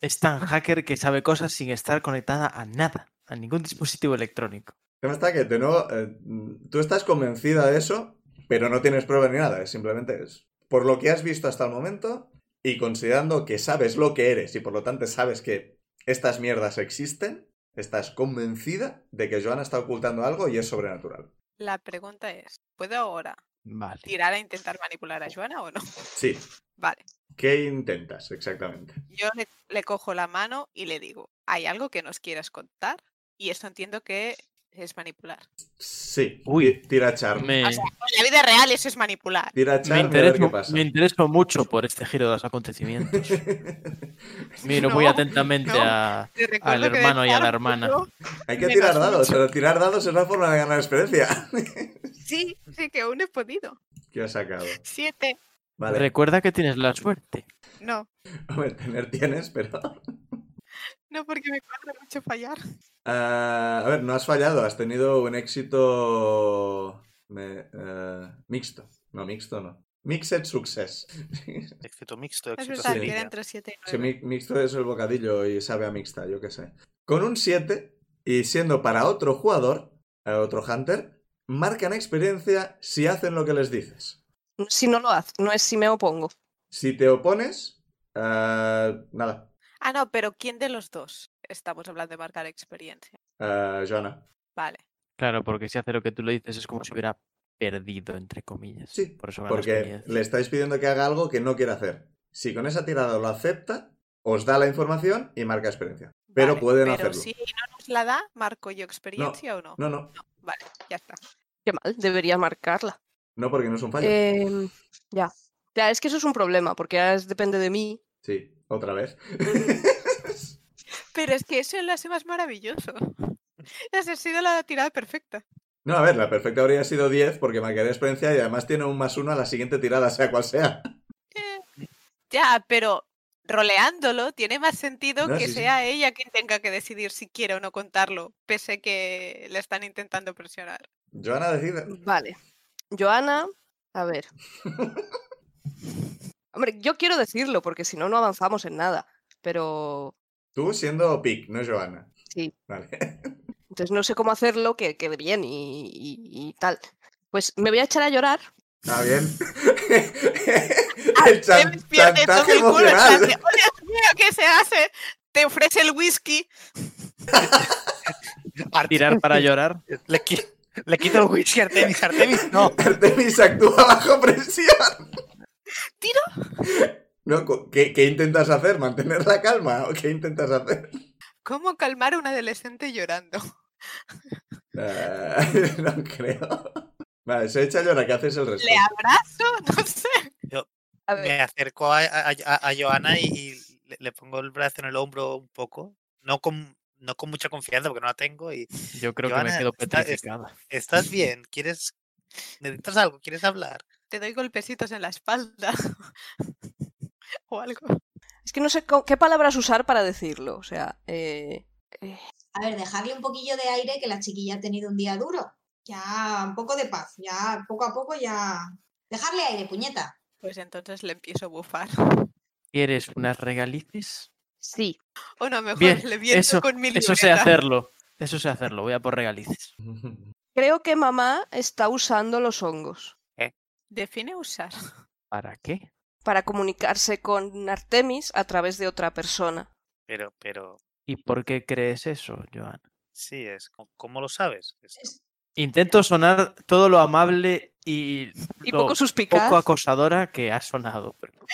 Speaker 6: Es tan hacker que sabe cosas sin estar conectada a nada, a ningún dispositivo electrónico.
Speaker 1: tema está que, de nuevo, eh, mm, tú estás convencida de eso, pero no tienes prueba ni nada. es Simplemente es por lo que has visto hasta el momento y considerando que sabes lo que eres y por lo tanto sabes que estas mierdas existen, estás convencida de que Joana está ocultando algo y es sobrenatural.
Speaker 5: La pregunta es: ¿puedo ahora
Speaker 6: Vale. Oh.
Speaker 5: tirar a intentar manipular a Joana o no?
Speaker 1: Sí.
Speaker 5: Vale.
Speaker 1: ¿Qué intentas exactamente?
Speaker 5: Yo le, le cojo la mano y le digo: ¿hay algo que nos quieras contar? Y esto entiendo que es manipular.
Speaker 1: Sí.
Speaker 2: Uy.
Speaker 1: Ti- Tira charm.
Speaker 6: Me,
Speaker 5: O sea, en la vida real eso es manipular.
Speaker 1: Tira
Speaker 6: me
Speaker 1: charm y Ah, a ver qué
Speaker 6: intereso,
Speaker 1: pasa.
Speaker 6: me intereso mucho por este giro de los acontecimientos. Miro muy
Speaker 5: No,
Speaker 6: atentamente
Speaker 5: no.
Speaker 6: a.
Speaker 5: Te recuerdo que
Speaker 6: hermano y a la
Speaker 5: dejar
Speaker 6: hermana.
Speaker 5: mucho-
Speaker 1: Hay que
Speaker 5: me
Speaker 1: tirar
Speaker 5: das
Speaker 1: dados,
Speaker 5: mucho.
Speaker 1: pero tirar dados es la forma de ganar experiencia.
Speaker 5: Sí, sí, que aún he podido.
Speaker 1: ¿Qué has sacado?
Speaker 5: Siete.
Speaker 1: Vale.
Speaker 6: Recuerda que tienes la suerte.
Speaker 5: No,
Speaker 1: Hombre, tener tienes, pero.
Speaker 5: no porque me cuesta mucho fallar.
Speaker 1: Ah, a ver, no has fallado, has tenido un éxito me- eh, mixto. No, mixto no. Mixed success.
Speaker 2: Éxito mixto,
Speaker 5: Es
Speaker 2: éxito
Speaker 5: verdad,
Speaker 1: sí.
Speaker 5: que era
Speaker 2: sencillo.
Speaker 5: entre siete y
Speaker 1: Sí,
Speaker 5: nueve.
Speaker 1: mi- mixto es el bocadillo y sabe a mixta, yo qué sé. Con un 7 y siendo para otro jugador, eh, otro hunter, marcan experiencia si hacen lo que les dices.
Speaker 4: Si no lo haces, no es si me opongo.
Speaker 1: Si te opones, ah, nada,
Speaker 5: Ah, no, pero ¿quién de los dos? Estamos hablando de marcar experiencia.
Speaker 1: Ah, Joana.
Speaker 5: Vale.
Speaker 6: Claro, porque si hace lo que tú le dices es como si hubiera perdido, entre comillas.
Speaker 1: Sí,
Speaker 6: por eso gana
Speaker 1: Porque
Speaker 6: experiencia.
Speaker 1: le estáis pidiendo que haga algo que no quiere hacer. Si con esa tirada lo acepta, os da la información y marca experiencia. Pero
Speaker 5: vale,
Speaker 1: pueden
Speaker 5: pero
Speaker 1: hacerlo.
Speaker 5: Si no nos la da, ¿marco yo experiencia o no?
Speaker 1: No, no,
Speaker 5: Vale, ya está.
Speaker 4: Qué mal, debería marcarla.
Speaker 1: no porque no es un fallo.
Speaker 5: Eh.
Speaker 4: Em, ya. Ya, es que eso es un problema, porque ahora es- depende de mí.
Speaker 1: Sí, otra vez.
Speaker 5: Pero es que eso lo hace más maravilloso. Esa ha sido la tirada perfecta.
Speaker 1: No, a ver, la perfecta habría sido 10 porque marcaría experiencia y además tiene un más uno a la siguiente tirada, sea cual sea.
Speaker 5: Ya, pero roleándolo tiene más sentido
Speaker 1: No,
Speaker 5: que
Speaker 1: sí, sí.
Speaker 5: sea ella quien tenga que decidir si quiere o no contarlo, pese que le están intentando presionar.
Speaker 1: Joana decide.
Speaker 4: Vale. Joana, a ver. Hombre, yo quiero decirlo, porque si no, no avanzamos en nada. Pero
Speaker 1: Tú siendo pick, no Joana.
Speaker 4: Sí.
Speaker 1: Vale.
Speaker 4: entonces no sé cómo hacerlo que quede bien y, y- y tal. Pues me voy a echar a llorar.
Speaker 1: Está bien. El
Speaker 5: Ah, Se
Speaker 1: chan-
Speaker 5: me pierde todo
Speaker 1: chantaje
Speaker 5: el culo, en plan de,
Speaker 1: emocional.
Speaker 5: "Oh, Dios mío, ¿qué se hace? Te ofrece el whisky.
Speaker 2: Arte-
Speaker 6: Tirar para llorar.
Speaker 2: Le, qui- le quito el whisky a Artemis. Artemis, no.
Speaker 1: Artemis actúa bajo presión.
Speaker 5: ¿Tiro?
Speaker 1: No, cu- ¿qué, qué intentas hacer? ¿Mantener la calma? ¿O qué intentas hacer?
Speaker 5: ¿Cómo calmar a un adolescente llorando?
Speaker 1: Ah, no creo. Vale, se echa a llorar. ¿Qué haces el resto?
Speaker 5: ¿Le abrazo? No sé.
Speaker 4: A ver,
Speaker 2: Me acerco a, a- a- a Joana y, y le, le pongo el brazo en el hombro un poco. No con, no con mucha confianza porque no la tengo. Y,
Speaker 6: Yo creo que
Speaker 2: Joana,
Speaker 6: me quedo
Speaker 2: está- es-
Speaker 6: petrificada.
Speaker 2: ¿estás bien? ¿Quieres? ¿Necesitas algo? ¿Quieres hablar?
Speaker 5: Te doy golpecitos en la espalda. o algo.
Speaker 4: es que no sé co- qué palabras usar para decirlo. O sea, eh,
Speaker 3: A ver, dejarle un poquillo de aire que la chiquilla ha tenido un día duro. Ya, un poco de paz. Ya, poco a poco, ya. Dejarle aire, puñeta.
Speaker 5: Pues entonces le empiezo a bufar.
Speaker 6: ¿Quieres unas regalices?
Speaker 4: sí.
Speaker 5: O no, mejor
Speaker 6: Bien,
Speaker 5: le viento
Speaker 6: eso-
Speaker 5: con mi
Speaker 6: Eso sé
Speaker 5: libreta.
Speaker 6: hacerlo. Eso sé hacerlo. Voy a por regalices.
Speaker 4: Creo que mamá está usando los hongos
Speaker 5: Define usar.
Speaker 6: ¿Para qué?
Speaker 4: para comunicarse con Artemis a través de otra persona.
Speaker 2: Pero, pero,
Speaker 6: ¿Y por qué crees eso, Joan?
Speaker 2: sí, es. co- ¿Cómo lo sabes? Es-
Speaker 6: Intento sonar todo lo amable y,
Speaker 4: Y
Speaker 6: lo
Speaker 4: poco suspicaz.
Speaker 6: poco acosadora que ha sonado. pero- o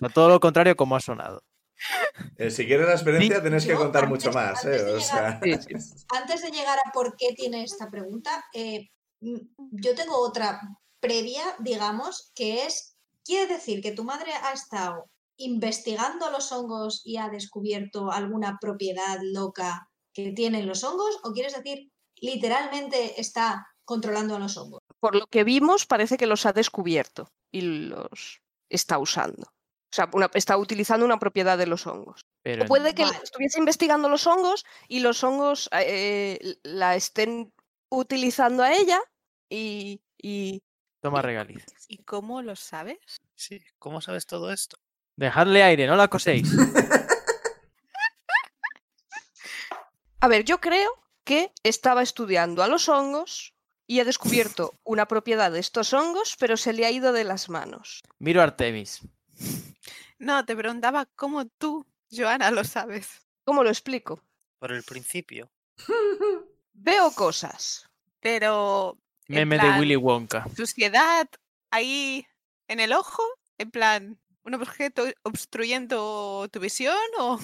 Speaker 6: sea, todo lo contrario como ha sonado.
Speaker 1: Eh, si quieres la experiencia, tenés que
Speaker 3: No,
Speaker 1: contar
Speaker 3: antes-
Speaker 1: mucho más.
Speaker 3: antes
Speaker 1: ¿eh?
Speaker 3: de
Speaker 1: O sea,
Speaker 4: Sí, sí.
Speaker 3: Antes de llegar a por qué tiene esta pregunta, eh, mm, yo tengo otra previa, digamos, que es, ¿quiere decir que tu madre ha estado investigando los hongos y ha descubierto alguna propiedad loca que tienen los hongos? ¿O quieres decir, literalmente está controlando a los hongos?
Speaker 4: Por lo que vimos, parece que los ha descubierto y los está usando. O sea, una- está utilizando una propiedad de los hongos.
Speaker 6: Pero
Speaker 4: O puede que
Speaker 3: Vale.
Speaker 4: estuviese investigando los hongos y los hongos eh, l- la estén utilizando a ella y, y-
Speaker 6: toma regalices.
Speaker 5: ¿Y cómo lo sabes?
Speaker 2: Sí, ¿cómo sabes todo esto?
Speaker 6: Dejadle aire, no la coséis.
Speaker 4: A ver, yo creo que estaba estudiando a los hongos y ha descubierto una propiedad de estos hongos, pero se le ha ido de las manos.
Speaker 6: Miro a Artemis.
Speaker 5: No, te preguntaba cómo tú, Joana, lo sabes.
Speaker 4: ¿Cómo lo explico?
Speaker 2: Por el principio.
Speaker 4: Veo cosas.
Speaker 5: Pero En
Speaker 6: Meme de
Speaker 5: plan-
Speaker 6: Willy Wonka.
Speaker 5: suciedad ahí en el ojo, en plan, un objeto obstruyendo tu visión o...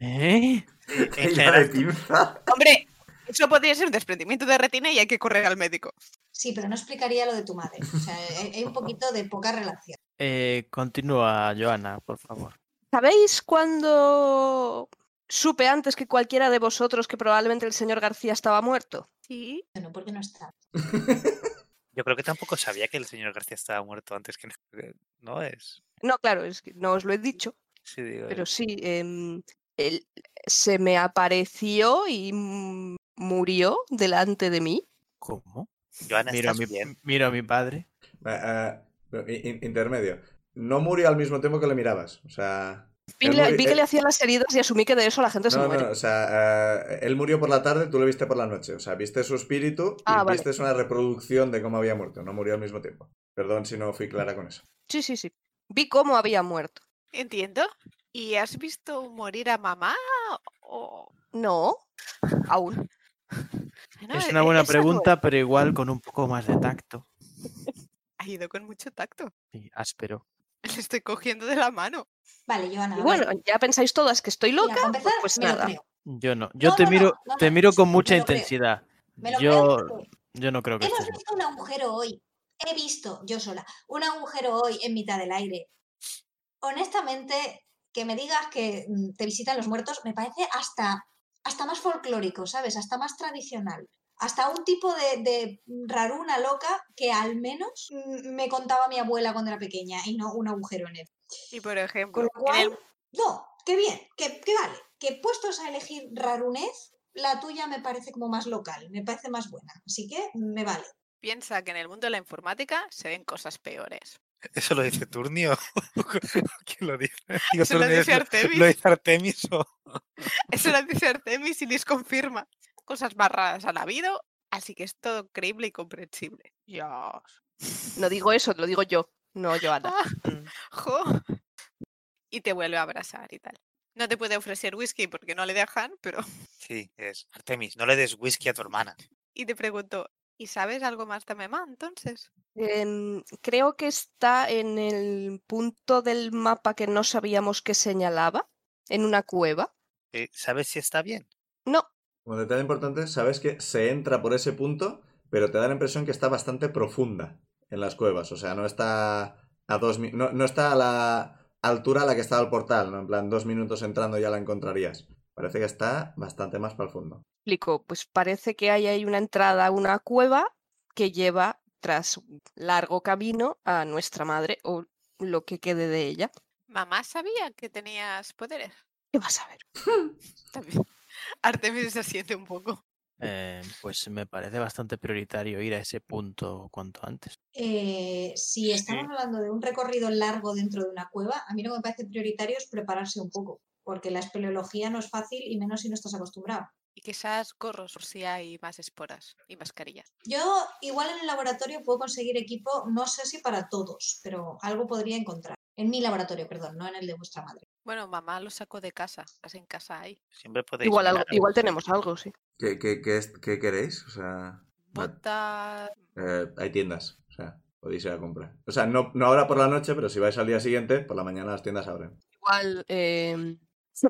Speaker 6: ¿Eh?
Speaker 2: En
Speaker 1: la de
Speaker 2: general,
Speaker 1: pinza.
Speaker 5: Hombre, Eso podría ser un desprendimiento de retina y hay que correr al médico.
Speaker 3: Sí, pero no explicaría lo de tu madre. O sea, eh, hay hay un poquito de poca relación.
Speaker 6: Eh, continúa, Joana, por favor.
Speaker 4: ¿Sabéis cuándo supe antes que cualquiera de vosotros que probablemente el señor García estaba muerto?
Speaker 5: Sí.
Speaker 3: Bueno, porque no está.
Speaker 2: Yo creo que tampoco sabía que el señor García estaba muerto antes que na- no es.
Speaker 4: No, claro, es que no os lo he dicho,
Speaker 2: Sí, digo,
Speaker 4: pero sí. em, él se me apareció y mm, murió delante de mí.
Speaker 6: ¿Cómo?
Speaker 2: Joana,
Speaker 6: Miro a,
Speaker 2: ¿estás
Speaker 6: mi,
Speaker 2: bien?
Speaker 6: miro a mi padre.
Speaker 1: Ah, ah, in- in- intermedio. No murió al mismo tiempo que le mirabas. O sea.
Speaker 4: Vi,
Speaker 1: él
Speaker 4: la-
Speaker 1: muri-
Speaker 4: vi que le
Speaker 1: él-
Speaker 4: hacían las heridas y asumí que de eso la gente se
Speaker 1: eh. No,
Speaker 4: muere.
Speaker 1: no, o sea, ah, él murió por la tarde, tú lo viste por la noche. O sea, viste su espíritu y
Speaker 4: Ah, vale.
Speaker 1: viste una reproducción de cómo había muerto. No murió al mismo tiempo. Perdón si no fui clara con eso.
Speaker 4: Sí, sí, sí. Vi cómo había muerto.
Speaker 5: Entiendo. ¿Y has visto morir a mamá? O...
Speaker 4: No, aún.
Speaker 5: Bueno,
Speaker 6: es
Speaker 5: e-
Speaker 6: una buena
Speaker 5: eso no-
Speaker 6: pregunta, pero igual con un poco más de tacto.
Speaker 5: Ha ido con mucho tacto.
Speaker 6: Y áspero.
Speaker 5: Le estoy cogiendo de la mano.
Speaker 3: Vale, Joana.
Speaker 4: Y
Speaker 3: a
Speaker 4: bueno,
Speaker 3: ver.
Speaker 4: ya pensáis todas que estoy
Speaker 3: Mira,
Speaker 4: loca.
Speaker 3: para empezar,
Speaker 4: pues
Speaker 3: me lo
Speaker 4: nada.
Speaker 3: creo.
Speaker 6: Yo no. Yo
Speaker 3: No,
Speaker 6: te
Speaker 3: no, no,
Speaker 6: miro,
Speaker 3: no,
Speaker 6: te
Speaker 3: no,
Speaker 6: miro con mucha
Speaker 3: me lo creo.
Speaker 6: intensidad.
Speaker 3: Me lo
Speaker 6: Yo,
Speaker 3: creo. porque-
Speaker 6: yo no creo que
Speaker 3: Hemos
Speaker 6: estés.
Speaker 3: visto un agujero hoy. He visto, yo sola, un agujero hoy en mitad del aire. Honestamente, que me digas que mm, te visitan los muertos me parece hasta, hasta más folclórico, ¿sabes? Hasta más tradicional. Hasta un tipo de, de raruna loca que al menos mm, me contaba mi abuela cuando era pequeña y no un agujero en él.
Speaker 5: Y por
Speaker 3: Con
Speaker 5: ejemplo,
Speaker 3: lo cual,
Speaker 5: en el-
Speaker 3: no, qué bien, que, que vale, que puestos a elegir rarunez, la tuya me parece como más local, me parece más buena, así que me vale.
Speaker 5: piensa que en el mundo de la informática se ven cosas peores.
Speaker 2: ¿Eso lo dice Turnio? ¿Quién lo dice? Digo,
Speaker 5: Eso lo
Speaker 2: Turnio,
Speaker 5: dice
Speaker 2: ¿es
Speaker 5: Artemis.
Speaker 2: ¿Lo dice Artemis o-
Speaker 5: Eso lo dice Artemis y les confirma. Cosas más raras han habido, así que es todo creíble y comprensible. Dios.
Speaker 4: No digo eso, lo digo yo, no Joana.
Speaker 5: Ah, jo. Y te vuelve a abrazar y tal. No te puede ofrecer whisky porque no le dejan, pero...
Speaker 2: Sí, es Artemis, no le des whisky a tu hermana.
Speaker 5: Y te pregunto, ¿y sabes algo más de mamá entonces?
Speaker 4: Em, creo que está en el punto del mapa que no sabíamos que señalaba, en una cueva.
Speaker 2: Eh, ¿Sabes si está bien?
Speaker 4: No,
Speaker 1: Como detalle importante, sabes que se entra por ese punto, pero te da la impresión que está bastante profunda en las cuevas. O sea, no está a dos mi- no, no está a la altura a la que estaba el portal, ¿no? En plan, dos minutos entrando ya la encontrarías. Parece que está bastante más para el fondo.
Speaker 4: explico, pues parece que hay ahí una entrada a una cueva que lleva tras un largo camino a nuestra madre o lo que quede de ella.
Speaker 5: Mamá sabía que tenías poderes.
Speaker 4: ¿Qué vas a ver?
Speaker 5: También. Artemis se siente un poco.
Speaker 6: Eh, pues me parece bastante prioritario ir a ese punto cuanto antes.
Speaker 3: Eh, si estamos hablando de un recorrido largo dentro de una cueva, a mí lo que me parece prioritario es prepararse un poco, porque la espeleología no es fácil y menos si no estás acostumbrado.
Speaker 5: Y quizás gorros por si hay más esporas y mascarillas.
Speaker 3: Yo igual en el laboratorio puedo conseguir equipo, no sé si para todos, pero algo podría encontrar. En mi laboratorio, perdón, no en el de vuestra madre.
Speaker 5: Bueno, mamá lo sacó de casa, casi en casa hay.
Speaker 2: Siempre podéis.
Speaker 4: Igual, algo-
Speaker 2: mirar a-
Speaker 4: igual tenemos algo, sí.
Speaker 1: ¿Qué, queréis? O sea,
Speaker 5: Botas,
Speaker 1: Eh, hay tiendas. O sea, podéis ir a comprar. O sea, no, no ahora por la noche, pero si vais al día siguiente, por la mañana las tiendas abren.
Speaker 4: Igual em,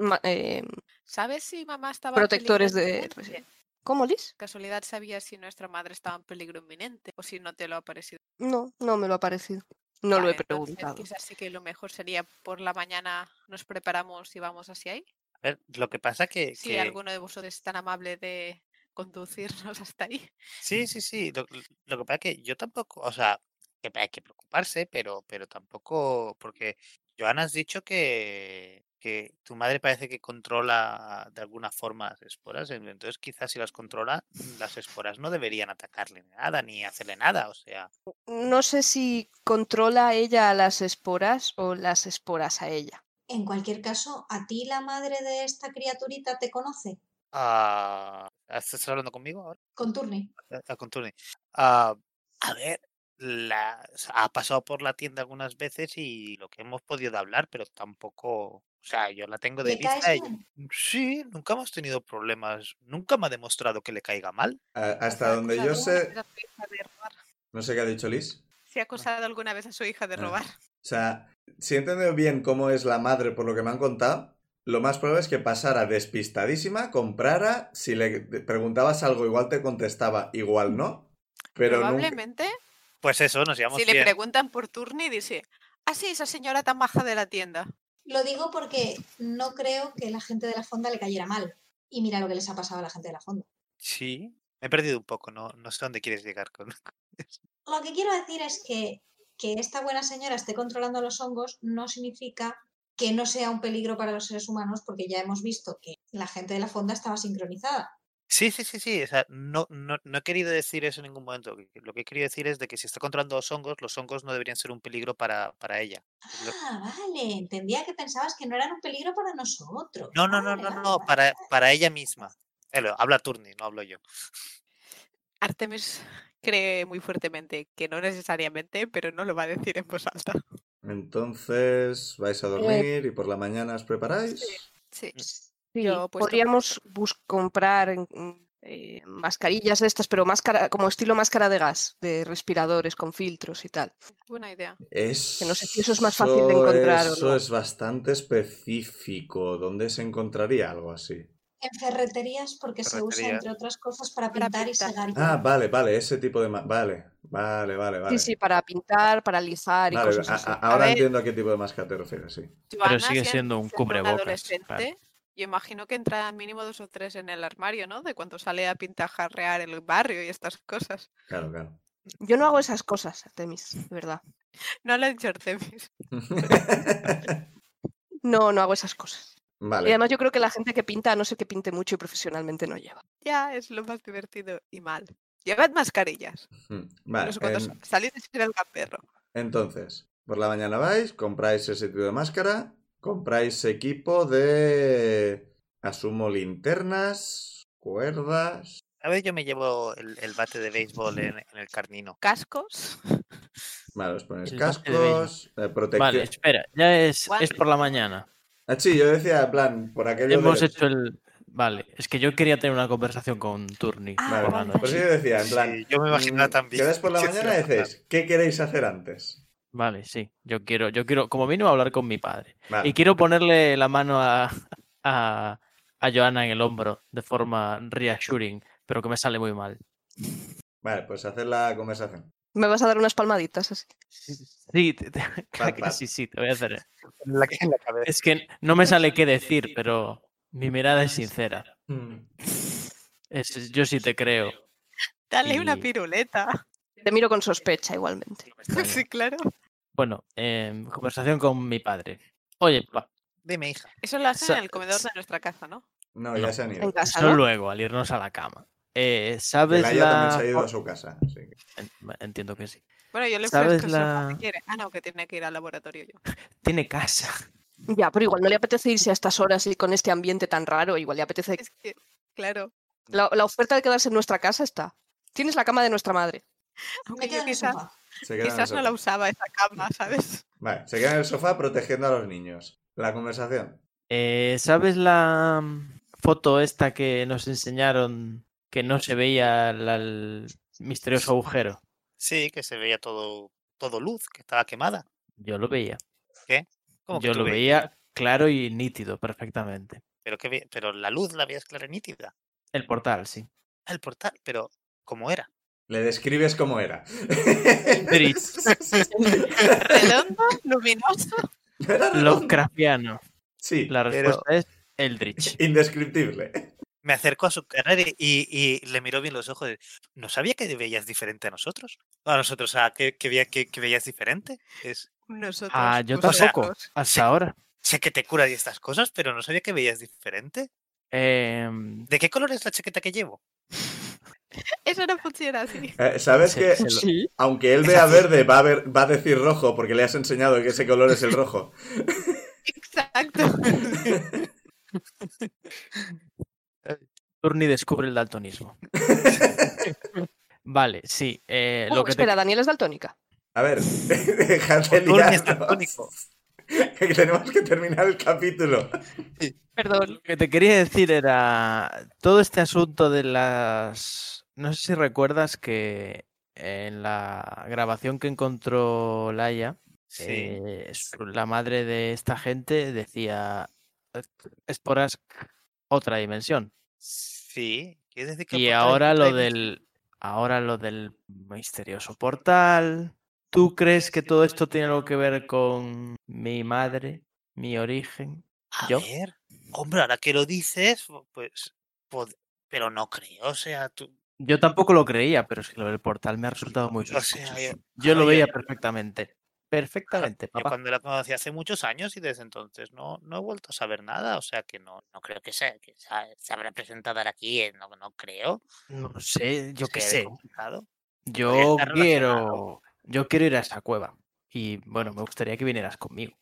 Speaker 4: ma- em,
Speaker 5: ¿Sabes si mamá estaba
Speaker 4: Protectores de- pues,
Speaker 5: inminente?
Speaker 4: ¿Cómo, Liz?
Speaker 5: ¿Casualidad sabías si nuestra madre estaba en peligro inminente o si no te lo ha parecido?
Speaker 4: No, no me lo ha parecido. No lo he
Speaker 5: Vale, entonces
Speaker 4: preguntado.
Speaker 5: Quizás sí que lo mejor sería por la mañana nos preparamos y vamos hacia ahí.
Speaker 2: A ver, lo que pasa que.
Speaker 5: Si
Speaker 2: que-
Speaker 5: alguno de vosotros es tan amable de conducirnos hasta ahí.
Speaker 2: Sí, sí, sí. Lo, lo que pasa que yo tampoco. O sea, que hay que preocuparse, pero, pero tampoco. Porque, Joana, has dicho que, que tu madre parece que controla de alguna forma las esporas. en- Entonces, quizás si las controla, mm, las esporas no deberían atacarle nada ni hacerle nada. O sea,
Speaker 4: No sé si controla ella a las esporas o las esporas a ella.
Speaker 3: En cualquier caso, ¿a ti la madre de esta criaturita te conoce?
Speaker 2: ah, ¿estás hablando conmigo ahora?
Speaker 3: Con Turni.
Speaker 2: a- a Conturni. eh, Ah, a ver, la, o sea, ha pasado por la tienda algunas veces y lo que hemos podido hablar, pero tampoco. O sea, yo la tengo de
Speaker 3: ¿Le caes
Speaker 2: vista y. mm,
Speaker 3: bien?
Speaker 2: Sí, nunca hemos tenido problemas. Nunca me ha demostrado que le caiga mal.
Speaker 1: hasta donde yo sé. No sé qué ha dicho Liz.
Speaker 5: ¿Se ha acosado alguna vez a su hija de
Speaker 1: Ah.
Speaker 5: robar?
Speaker 1: O sea, si he entendido bien cómo es la madre por lo que me han contado, lo más probable es que pasara despistadísima, comprara, si le preguntabas algo igual te contestaba, igual no. Pero nunca-
Speaker 5: Probablemente,
Speaker 2: Pues eso, nos llevamos
Speaker 5: si le
Speaker 2: bien.
Speaker 5: preguntan por Turni, dice, ah, sí, esa señora tan baja de la tienda.
Speaker 3: Lo digo porque no creo que la gente de la fonda le cayera mal. Y mira lo que les ha pasado a la gente de la fonda.
Speaker 2: Sí. Me he perdido un poco, no, no sé dónde quieres llegar con.
Speaker 3: Lo que quiero decir es que que esta buena señora esté controlando los hongos no significa que no sea un peligro para los seres humanos porque ya hemos visto que la gente de la fonda estaba sincronizada.
Speaker 2: Sí, sí, sí, sí. O sea, no, no, no he querido decir eso en ningún momento. que- que Lo que he querido decir es de que si está controlando los hongos, los hongos no deberían ser un peligro para, para ella. Es lo-
Speaker 3: Ah, vale, entendía que pensabas que no eran un peligro para nosotros.
Speaker 2: No, no, no,
Speaker 3: Vale,
Speaker 2: no,
Speaker 3: vale,
Speaker 2: no,
Speaker 3: vale.
Speaker 2: para, para ella misma. Elo, Habla Turni, no hablo yo.
Speaker 5: Artemis cree muy fuertemente que no necesariamente, pero no lo va a decir en voz alta.
Speaker 1: Entonces vais a dormir y por la mañana os preparáis.
Speaker 5: Eh, Sí. pues
Speaker 4: Sí,
Speaker 5: Yo apuesto por-
Speaker 4: podríamos bus- comprar mm, eh, mascarillas de estas, pero máscara, como estilo máscara de gas, de respiradores con filtros y tal.
Speaker 5: Buena idea.
Speaker 1: Es...
Speaker 4: Que no sé si eso es más fácil de encontrar o
Speaker 1: Eso
Speaker 4: no.
Speaker 1: es bastante específico. ¿Dónde se encontraría algo así?
Speaker 3: En ferreterías porque se usa,
Speaker 2: Ferreterías.
Speaker 3: entre otras cosas, para
Speaker 5: Para
Speaker 3: pintar, y
Speaker 5: pintar.
Speaker 3: segar.
Speaker 1: Ah, vale, vale, ese tipo de... ma- Vale, vale, vale, vale.
Speaker 4: Sí, sí, para pintar, para lijar y
Speaker 1: Vale,
Speaker 4: cosas
Speaker 1: a-
Speaker 4: así.
Speaker 1: a- ahora
Speaker 5: ver.
Speaker 1: entiendo a qué tipo de máscara te refieres, sí.
Speaker 6: Pero
Speaker 5: Joana,
Speaker 6: sigue
Speaker 5: sien-
Speaker 6: siendo un
Speaker 5: siendo
Speaker 6: cubrebocas.
Speaker 5: adolescente,
Speaker 6: claro.
Speaker 5: yo imagino que entra mínimo dos o tres en el armario, ¿no? De cuando sale a pintajarrear el barrio y estas cosas.
Speaker 1: Claro, claro.
Speaker 4: Yo no hago esas cosas, Artemis, de verdad.
Speaker 5: No lo ha dicho Artemis.
Speaker 4: No, no hago esas cosas. Y
Speaker 1: vale.
Speaker 4: además yo creo que la gente que pinta, a no sé que pinte mucho y profesionalmente no lleva.
Speaker 5: Ya, es lo más divertido y mal. Llevad mascarillas.
Speaker 1: Mm, Vale,
Speaker 5: no sé cuántos-
Speaker 1: en-
Speaker 5: Salid a ser el perro.
Speaker 1: entonces, por la mañana vais, compráis ese tipo de máscara, compráis equipo de... Asumo linternas, cuerdas...
Speaker 2: A ver, yo me llevo el, el bate de béisbol en, en el carnino.
Speaker 5: Cascos.
Speaker 1: Vale, os ponéis
Speaker 6: El bate de béisbol.
Speaker 1: cascos, eh, protección...
Speaker 6: Vale, espera, ya es, es
Speaker 5: Guantes.
Speaker 6: por la mañana.
Speaker 1: Ah, sí, yo decía, en plan, por aquello
Speaker 6: Hemos
Speaker 1: de...
Speaker 6: hecho el. Vale, es que yo quería tener una conversación con Turni
Speaker 1: Ah, Vale,
Speaker 6: por la
Speaker 1: por eso
Speaker 6: noche.
Speaker 1: yo decía, en plan...
Speaker 2: Sí, yo me imaginaba
Speaker 1: mm,
Speaker 2: también.
Speaker 1: Quedáis por la
Speaker 2: que se iba
Speaker 1: mañana y
Speaker 2: a pasar.
Speaker 1: decís, ¿qué queréis hacer antes?
Speaker 6: Vale, sí. Yo quiero, yo quiero, como mínimo, hablar con mi padre.
Speaker 1: Vale.
Speaker 6: Y quiero ponerle la mano a, a, a Joana en el hombro de forma reassuring, pero que me sale muy mal.
Speaker 1: Vale, pues hacer la conversación.
Speaker 4: Me vas a dar unas palmaditas así.
Speaker 6: Sí, te- te-
Speaker 1: Pat, pat.
Speaker 6: casi sí, te voy a hacer.
Speaker 2: En la, en la cabeza.
Speaker 6: Es que no me sale qué decir, pero mi mirada es sincera. Es- yo sí te creo.
Speaker 5: Dale una
Speaker 6: Y-
Speaker 5: piruleta.
Speaker 4: Te miro con sospecha igualmente.
Speaker 5: sí, claro.
Speaker 6: Bueno, em, conversación con mi padre. Oye, papá,
Speaker 2: Dime, hija.
Speaker 5: Eso lo hacen
Speaker 6: Sa-
Speaker 5: en el comedor de nuestra casa, ¿no?
Speaker 1: No, ya
Speaker 6: No.
Speaker 1: se han
Speaker 4: En
Speaker 1: ido.
Speaker 4: casa,
Speaker 6: eso
Speaker 4: ¿no?
Speaker 6: luego, al irnos a la cama. Eh,
Speaker 1: El
Speaker 6: ¿Sabes
Speaker 1: Aya también se ha ido a
Speaker 6: la...?
Speaker 1: su casa. así que-
Speaker 6: En- Entiendo que sí.
Speaker 5: Bueno, yo le
Speaker 6: ¿Sabes
Speaker 5: ofrezco el sofá si
Speaker 6: la-
Speaker 5: quiere. Ah, no, que tiene que ir al laboratorio yo.
Speaker 6: Tiene casa.
Speaker 4: Ya, pero igual no le apetece irse a estas horas y con este ambiente tan raro. Igual le apetece...
Speaker 5: Es que, claro.
Speaker 4: La, la oferta de quedarse en nuestra casa está. Tienes la cama de nuestra madre.
Speaker 5: Aunque
Speaker 3: Me
Speaker 5: yo
Speaker 3: quedo en el
Speaker 5: quizás,
Speaker 3: sofá.
Speaker 1: Se quedan en el
Speaker 5: quizás no
Speaker 1: sofá.
Speaker 5: la usaba esa cama, ¿sabes?
Speaker 1: Vale, se quedan en el sofá protegiendo a los niños. La conversación.
Speaker 6: Eh, ¿sabes la mm, foto esta que nos enseñaron que no se veía la- el misterioso agujero?
Speaker 2: Sí, que se veía todo, todo luz, que estaba quemada.
Speaker 6: Yo lo veía.
Speaker 2: ¿Cómo que
Speaker 6: Yo
Speaker 2: tú
Speaker 6: lo
Speaker 2: veías?
Speaker 6: veía claro y nítido, perfectamente.
Speaker 2: Pero, que, ve- pero la luz la veías clara y nítida.
Speaker 6: El portal, sí.
Speaker 2: Ah, El portal, pero ¿cómo era?
Speaker 1: Le describes cómo era.
Speaker 5: Redondo, luminoso.
Speaker 1: Era redondo.
Speaker 6: Lovecraftiano.
Speaker 1: Sí,
Speaker 6: La
Speaker 2: Pero-
Speaker 6: respuesta es Eldritch.
Speaker 1: indescriptible.
Speaker 2: Me acercó a su cara y, y le miró bien los ojos. y, No sabía que veías diferente a nosotros. A nosotros, a que, que, veía- que- que veías diferente. Es,
Speaker 5: Nosotros.
Speaker 6: Ah, yo
Speaker 5: vosotros.
Speaker 6: tampoco, hasta ahora.
Speaker 2: sé que te cura de estas cosas, pero no sabía que veías diferente.
Speaker 6: Em,
Speaker 2: ¿De qué color es la chaqueta que llevo?
Speaker 5: Eso no funciona así.
Speaker 1: Eh, ¿Sabes
Speaker 6: se-
Speaker 1: que
Speaker 6: se lo-
Speaker 1: aunque él vea verde, va a, ver- va a decir rojo porque le has enseñado que ese color es el rojo?
Speaker 5: Exacto.
Speaker 6: Turni descubre el daltonismo. Vale, sí. eh,
Speaker 4: Uh,
Speaker 6: lo que te-
Speaker 4: espera, Daniel es daltónica.
Speaker 1: A ver, dejadle
Speaker 2: Oturni es daltónico.
Speaker 1: liarnos. Que tenemos que terminar el capítulo.
Speaker 4: Perdón.
Speaker 6: Lo que te quería decir era todo este asunto de las... No sé si recuerdas que en la grabación que encontró Laia,
Speaker 2: Sí.
Speaker 6: eh, su- la madre de esta gente decía, esporas otra dimensión.
Speaker 2: Sí, quiere decir que.
Speaker 6: Y
Speaker 2: por otra-
Speaker 6: ahora
Speaker 2: otra
Speaker 6: lo
Speaker 2: dimensión-
Speaker 6: del. Ahora lo del misterioso portal. ¿Tú crees que todo esto tiene algo que ver con mi madre? Mi origen.
Speaker 2: A
Speaker 6: yo.
Speaker 2: ver, hombre, ahora que lo dices, pues. pod- Pero no creo, o sea, tú.
Speaker 6: Yo tampoco lo creía, pero es que lo del portal me ha resultado muy
Speaker 2: O sea,
Speaker 6: sospechoso.
Speaker 2: yo-
Speaker 6: Yo lo
Speaker 2: ahora ya-
Speaker 6: veía perfectamente. Perfectamente,
Speaker 2: Yo
Speaker 6: papá.
Speaker 2: cuando la conocí hace muchos años y desde entonces no, no he vuelto a saber nada, o sea que no, no creo que, se, que se ha- se habrá presentado ahora aquí, eh, no, no creo.
Speaker 6: No sé, yo qué
Speaker 2: sea
Speaker 6: sé.
Speaker 2: complicado.
Speaker 6: Yo
Speaker 2: estar relacionado.
Speaker 6: quiero. Yo quiero ir a esa cueva. Y bueno, me gustaría que vinieras conmigo.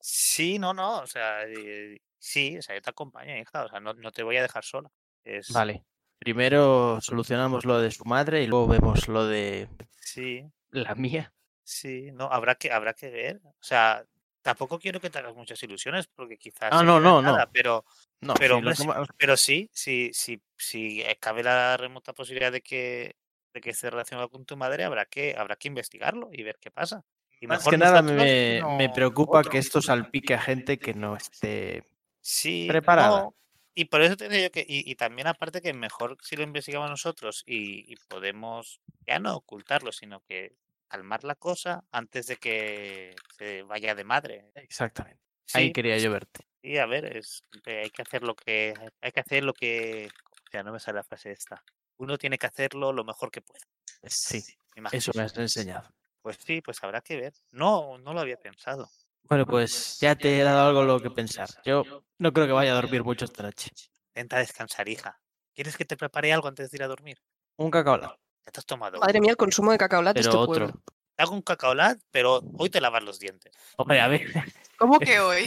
Speaker 2: Sí, no, no, o sea, eh, sí, o sea, yo te acompaño, hija, o sea, no, no te voy a dejar sola. Es,
Speaker 6: Vale. Primero solucionamos lo de su madre y luego vemos lo de
Speaker 2: Sí,
Speaker 6: la mía.
Speaker 2: sí, no, habrá que, habrá que ver, o sea, tampoco quiero que te hagas muchas ilusiones porque quizás...
Speaker 6: Ah,
Speaker 2: se
Speaker 6: no,
Speaker 2: queda
Speaker 6: no,
Speaker 2: en
Speaker 6: no.
Speaker 2: nada, Pero,
Speaker 6: No,
Speaker 2: Pero,
Speaker 6: sí, lo
Speaker 2: hombre, sí.
Speaker 6: toma-
Speaker 2: pero sí, sí, sí, sí, eh, cabe la remota posibilidad de que, de que esté relacionado con tu madre, habrá que, habrá que investigarlo y ver qué pasa. Y
Speaker 6: más
Speaker 2: mejor
Speaker 6: que nada me,
Speaker 2: nosotros
Speaker 6: me- me
Speaker 2: no
Speaker 6: preocupa que
Speaker 2: otros.
Speaker 6: esto salpique a gente que no esté.
Speaker 2: Sí,
Speaker 6: preparada.
Speaker 2: no, Y por eso te digo que, y, y también aparte que mejor si lo investigamos nosotros y, y podemos ya no ocultarlo, sino que calmar la cosa antes de que se vaya de madre.
Speaker 6: Exactamente. Ahí
Speaker 2: Sí,
Speaker 6: quería yo verte.
Speaker 2: Sí, a ver, es, eh, hay que hacer lo que hay que hacer lo que, o sea, no me sale la frase esta. Uno tiene que hacerlo lo mejor que pueda.
Speaker 6: Sí,
Speaker 2: Me imagino.
Speaker 6: eso me has enseñado.
Speaker 2: Pues sí, pues habrá que ver. No, no lo había pensado.
Speaker 6: Bueno, pues ya te he dado algo lo que pensar. Yo no creo que vaya a dormir mucho esta noche.
Speaker 2: Intenta descansar, hija. ¿Quieres que te prepare algo antes de ir a dormir?
Speaker 6: Un cacao.
Speaker 2: Ya te has tomado. uno.
Speaker 4: Madre mía, el consumo de cacaolates
Speaker 6: Pero
Speaker 4: este
Speaker 6: otro.
Speaker 4: pueblo.
Speaker 2: Te hago un cacaolat, pero hoy te lavas los dientes.
Speaker 6: Hombre, a ver.
Speaker 5: ¿Cómo que hoy?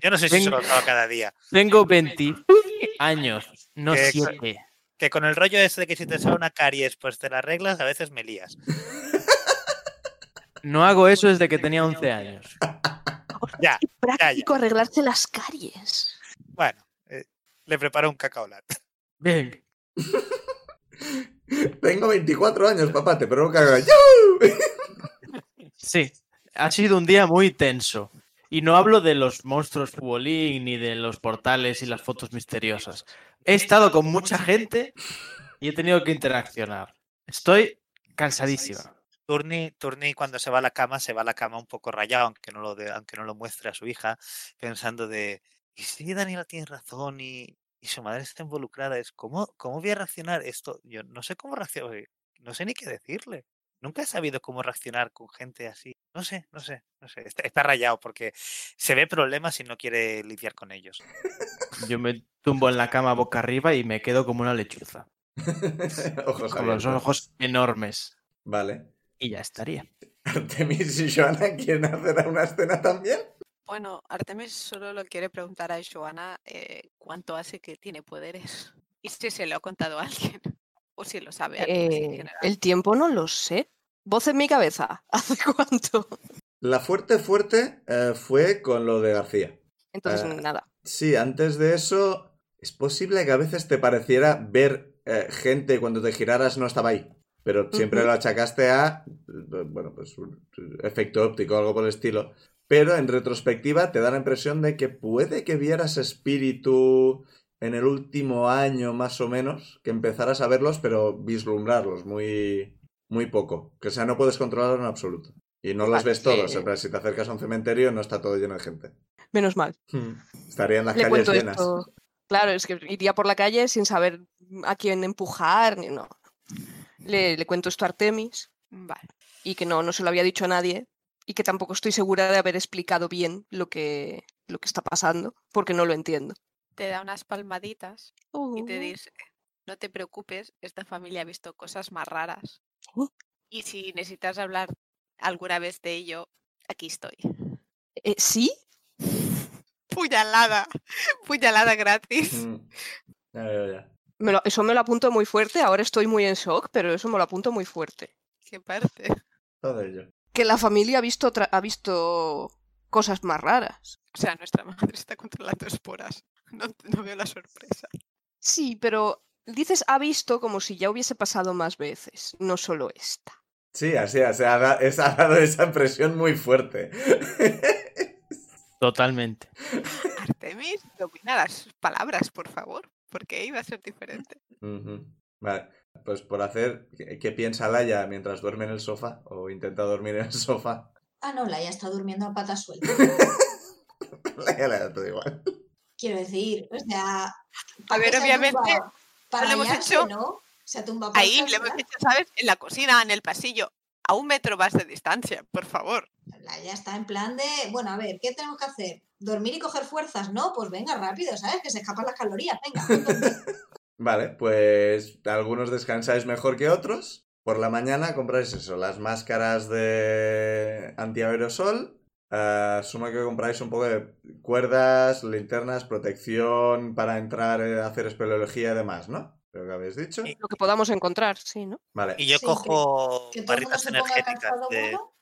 Speaker 2: Yo no sé si eso
Speaker 6: Venga.
Speaker 2: lo hago cada día.
Speaker 6: Tengo 20 años, no
Speaker 2: Qué exa-
Speaker 6: 7.
Speaker 2: Que con el rollo ese de que si te sale una caries, pues te la arreglas, a veces me lías.
Speaker 6: No hago eso desde que tenía 11 años.
Speaker 2: Ya,
Speaker 4: Qué práctico arreglarse las caries.
Speaker 2: bueno. eh, le preparo un cacaolat.
Speaker 6: Bien.
Speaker 1: Tengo 24 años, papá, te provoca.
Speaker 6: Sí, ha sido un día muy tenso. Y no hablo de los monstruos futbolín, ni de los portales y las fotos misteriosas. He estado con mucha gente y he tenido que interaccionar. Estoy cansadísima.
Speaker 2: Turni, Turni cuando se va a la cama, se va a la cama un poco rayado, aunque no lo, de- aunque no lo muestre a su hija, pensando de, ¿y si Daniela tiene razón y, y su madre está involucrada? Es, ¿cómo, ¿Cómo voy a reaccionar esto? Yo no sé cómo reaccionar, no sé ni qué decirle. Nunca he sabido cómo reaccionar con gente así. No sé, no sé, no sé. Está, está rayado porque se ve problemas y no quiere lidiar con ellos.
Speaker 6: Yo me tumbo en la cama boca arriba y me quedo como una lechuza.
Speaker 1: Ojos
Speaker 6: Con
Speaker 1: abiertos.
Speaker 6: los ojos enormes.
Speaker 1: Vale.
Speaker 6: Y ya estaría.
Speaker 1: Artemis y Joana quieren hacer una escena también.
Speaker 7: Bueno, Artemis solo lo quiere preguntar a Joana eh, cuánto hace que tiene poderes y si se lo ha contado a alguien o si lo sabe alguien así pues, en
Speaker 4: Eh,
Speaker 7: general.
Speaker 4: el tiempo no lo sé. Voz en mi cabeza. ¿Hace cuánto?
Speaker 1: La fuerte, fuerte eh, fue con lo de García.
Speaker 4: Entonces,
Speaker 1: Eh,
Speaker 4: nada.
Speaker 1: Sí, antes de eso, es posible que a veces te pareciera ver eh, gente cuando te giraras no estaba ahí. Pero siempre
Speaker 4: Ujú.
Speaker 1: lo achacaste a, eh, bueno, pues un efecto óptico, algo por el estilo. Pero en retrospectiva te da la impresión de que puede que vieras espíritu en el último año más o menos, que empezaras a verlos, pero vislumbrarlos muy, muy poco. Que o sea, no puedes controlarlo en absoluto. Y no los
Speaker 4: Vale,
Speaker 1: ves todos.
Speaker 4: eh.
Speaker 1: en plan, Si te acercas a un cementerio no está todo lleno de gente.
Speaker 4: Menos mal.
Speaker 1: Estarían las
Speaker 4: Le
Speaker 1: calles
Speaker 4: cuento
Speaker 1: llenas.
Speaker 4: esto. Claro, es que iría por la calle sin saber a quién empujar, ni no. Le, le cuento esto a Artemis
Speaker 7: Vale.
Speaker 4: y que no, no se lo había dicho a nadie y que tampoco estoy segura de haber explicado bien lo que, lo que está pasando porque no lo entiendo.
Speaker 7: Te da unas palmaditas y te
Speaker 4: Oh.
Speaker 7: dice, no te preocupes, esta familia ha visto cosas más raras.
Speaker 4: Oh.
Speaker 7: Y si necesitas hablar alguna vez de ello, aquí estoy.
Speaker 4: Eh, ¿Sí?
Speaker 5: Puñalada. Puñalada gratis.
Speaker 1: Mm. Ya, ya, ya.
Speaker 4: Me lo- eso me lo apunto muy fuerte, ahora estoy muy en shock, pero eso me lo apunto muy fuerte.
Speaker 5: Qué parte.
Speaker 1: Todo ello.
Speaker 4: Que la familia ha visto, otra- ha visto cosas más raras.
Speaker 5: O sea, nuestra madre está controlando esporas. No, no veo la sorpresa.
Speaker 4: Sí, pero dices ha visto como si ya hubiese pasado más veces, no solo esta.
Speaker 1: Sí, así, o sea, ha da- es- ha dado esa impresión muy fuerte.
Speaker 6: Totalmente.
Speaker 5: Artemis, domina las pues palabras, por favor, porque iba a ser diferente.
Speaker 1: Ujú. Vale, pues por hacer, ¿qué, qué piensa Laia mientras duerme en el sofá? O intenta dormir en el sofá.
Speaker 3: Ah, no, Laia está durmiendo a patas sueltas.
Speaker 1: Laia le da todo igual.
Speaker 3: Quiero decir, o sea.
Speaker 5: A ver,
Speaker 3: se ha
Speaker 5: obviamente,
Speaker 3: tumbado? Para
Speaker 5: lo hemos
Speaker 3: hallarse,
Speaker 5: hecho
Speaker 3: ¿no? Se ha tumbado para
Speaker 5: Ahí lo
Speaker 3: descansar.
Speaker 5: hemos hecho, ¿sabes? En la cocina, en el pasillo, a un metro más de distancia, por favor.
Speaker 3: La- Ya está en plan de, bueno, a ver, ¿qué tenemos que hacer? ¿Dormir y coger fuerzas? No, pues venga, rápido, ¿sabes? Que se escapan las calorías, venga.
Speaker 1: Vale, pues algunos descansáis mejor que otros. Por la mañana compráis eso, las máscaras de antiaerosol. Ah, Asumo que compráis un poco de cuerdas, linternas, protección para entrar eh, a hacer espeleología y demás, ¿no? Creo que habéis dicho.
Speaker 2: Sí.
Speaker 4: Lo que podamos encontrar, sí, ¿no?
Speaker 1: Vale.
Speaker 2: Y yo
Speaker 3: Sí, que-
Speaker 2: cojo
Speaker 3: Que todo el mundo
Speaker 2: barritas
Speaker 3: se ponga el
Speaker 2: energéticas
Speaker 3: calzado
Speaker 2: de,
Speaker 3: bueno.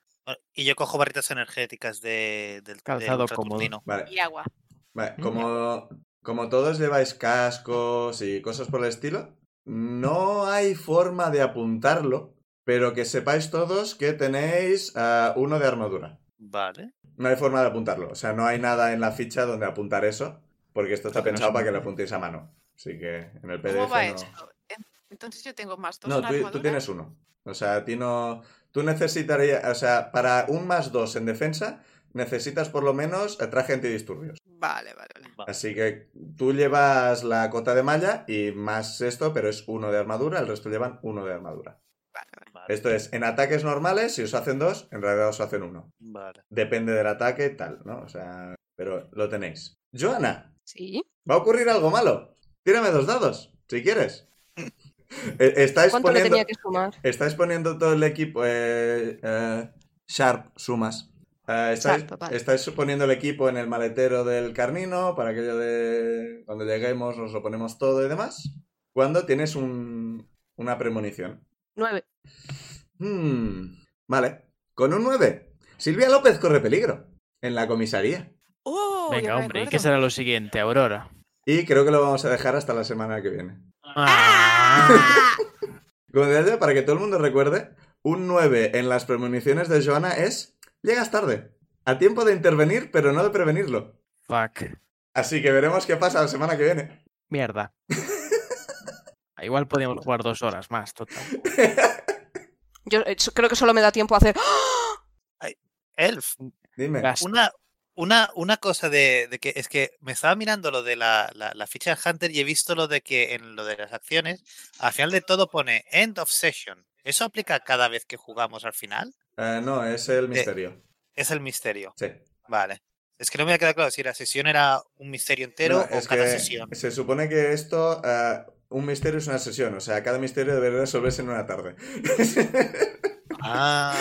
Speaker 2: y yo cojo barritas energéticas de, del del
Speaker 6: Calzado
Speaker 2: ultraturnino.
Speaker 6: cómodo.
Speaker 1: Vale.
Speaker 7: Y agua.
Speaker 1: Vale,
Speaker 6: Mm.
Speaker 1: como, como todos lleváis cascos y cosas por el estilo, no hay forma de apuntarlo, pero que sepáis todos que tenéis ah, uno de armadura.
Speaker 2: Vale.
Speaker 1: No hay forma de apuntarlo, o sea, no hay nada en la ficha donde apuntar eso, porque esto está
Speaker 6: No se
Speaker 1: pensado para que lo
Speaker 6: puede.
Speaker 1: apuntéis a mano. Así que en el
Speaker 7: ¿Cómo
Speaker 1: PDF
Speaker 7: va
Speaker 1: no...
Speaker 7: esto? En- Entonces yo tengo más dos
Speaker 1: No,
Speaker 7: en
Speaker 1: tú, tú
Speaker 7: armadura.
Speaker 1: tienes uno. O sea, a ti no... Tú necesitarías, o sea, para un más dos en defensa, necesitas por lo menos eh, traje antidisturbios.
Speaker 5: Vale, vale, vale.
Speaker 2: va.
Speaker 1: Así que tú llevas la cota de malla y más esto, pero es uno de armadura, el resto llevan uno de armadura.
Speaker 5: vale, vale.
Speaker 2: Vale,
Speaker 1: Esto es, en ataques normales, si os hacen dos, en realidad os hacen uno.
Speaker 2: vale.
Speaker 1: Depende del ataque y tal, ¿no? O sea, pero lo tenéis. Joana,
Speaker 4: Sí.
Speaker 1: va a ocurrir algo malo. Tírame dos dados, si quieres. Eh, Estáis
Speaker 4: ¿Cuánto le
Speaker 1: poniendo,
Speaker 4: tenía que sumar?
Speaker 1: estáis poniendo todo el equipo... eh, eh, sharp, sumas. Eh, estáis,
Speaker 4: Sharp, vale.
Speaker 1: estáis poniendo el equipo en el maletero del carnino para aquello de cuando lleguemos nos lo ponemos todo y demás. Cuando tienes un- una premonición.
Speaker 4: Nueve.
Speaker 1: Hmm, vale. Con un 9. Silvia López corre peligro en la comisaría.
Speaker 5: ¡Oh! ya
Speaker 6: Venga,
Speaker 5: me
Speaker 6: hombre, ¿y qué
Speaker 5: acuerdo.
Speaker 6: será lo siguiente, Aurora?
Speaker 1: Y creo que lo vamos a dejar hasta la semana que viene.
Speaker 5: ¡Ah!
Speaker 1: Como decía, para que todo el mundo recuerde, un 9 en las premoniciones de Joana es llegas tarde. A tiempo de intervenir, pero no de prevenirlo.
Speaker 6: Fuck.
Speaker 1: Así que veremos qué pasa la semana que viene.
Speaker 6: Mierda. Ah, Igual podíamos jugar dos horas más, total.
Speaker 4: Yo eh, so- creo que solo me da tiempo a hacer.
Speaker 2: Elf,
Speaker 1: Dime.
Speaker 6: Gas.
Speaker 2: una, una, una cosa de, de que es que me estaba mirando lo de la, la, la ficha de Hunter y he visto lo de que en lo de las acciones, al final de todo pone end of session. ¿Eso aplica cada vez que jugamos al final?
Speaker 1: Eh, no, es el misterio.
Speaker 2: Es el misterio.
Speaker 1: sí.
Speaker 2: Vale. Es que no me ha quedado claro si la sesión era un misterio entero
Speaker 1: No,
Speaker 2: o cada sesión.
Speaker 1: se supone que esto, eh, un misterio es una sesión, o sea, cada misterio debería resolverse en una tarde. Eh,
Speaker 2: Ah,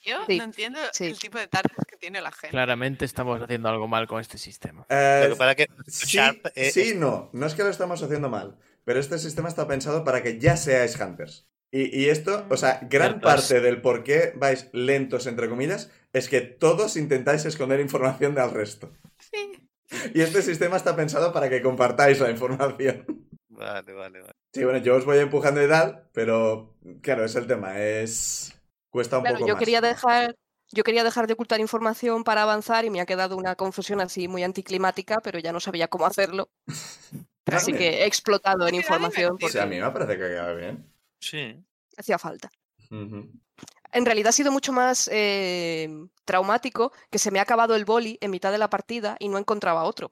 Speaker 7: Yo
Speaker 4: Sí,
Speaker 7: no entiendo
Speaker 4: sí.
Speaker 7: el tipo de tartas que tiene la gente.
Speaker 6: Claramente estamos haciendo algo mal con este sistema.
Speaker 1: Eh,
Speaker 2: lo que para que
Speaker 1: sí,
Speaker 2: Sharp, eh,
Speaker 1: sí, no, no es que lo estamos haciendo mal, pero este sistema está pensado para que ya seáis hunters. Y, y esto, o sea, gran
Speaker 6: Cierto.
Speaker 1: parte del por qué vais lentos, entre comillas, es que todos intentáis esconder información del resto.
Speaker 7: Sí. Ah,
Speaker 1: Y este sistema está pensado para que compartáis la información.
Speaker 2: Vale, vale, vale.
Speaker 1: Sí, bueno, yo os voy empujando y tal, pero claro, es el tema, es... Cuesta un
Speaker 4: Claro,
Speaker 1: poco
Speaker 4: yo
Speaker 1: más.
Speaker 4: quería dejar. Yo quería dejar de ocultar información para avanzar y me ha quedado una confusión así muy anticlimática, pero ya no sabía cómo hacerlo.
Speaker 1: Claro,
Speaker 4: Así
Speaker 1: mira.
Speaker 4: que he explotado en
Speaker 7: Era
Speaker 4: información
Speaker 1: O sea, a
Speaker 4: porque
Speaker 1: mí me parece que ha quedado bien.
Speaker 2: Sí.
Speaker 4: hacía falta.
Speaker 1: Ujú.
Speaker 4: En realidad ha sido mucho más eh, traumático que se me ha acabado el boli en mitad de la partida y no encontraba otro.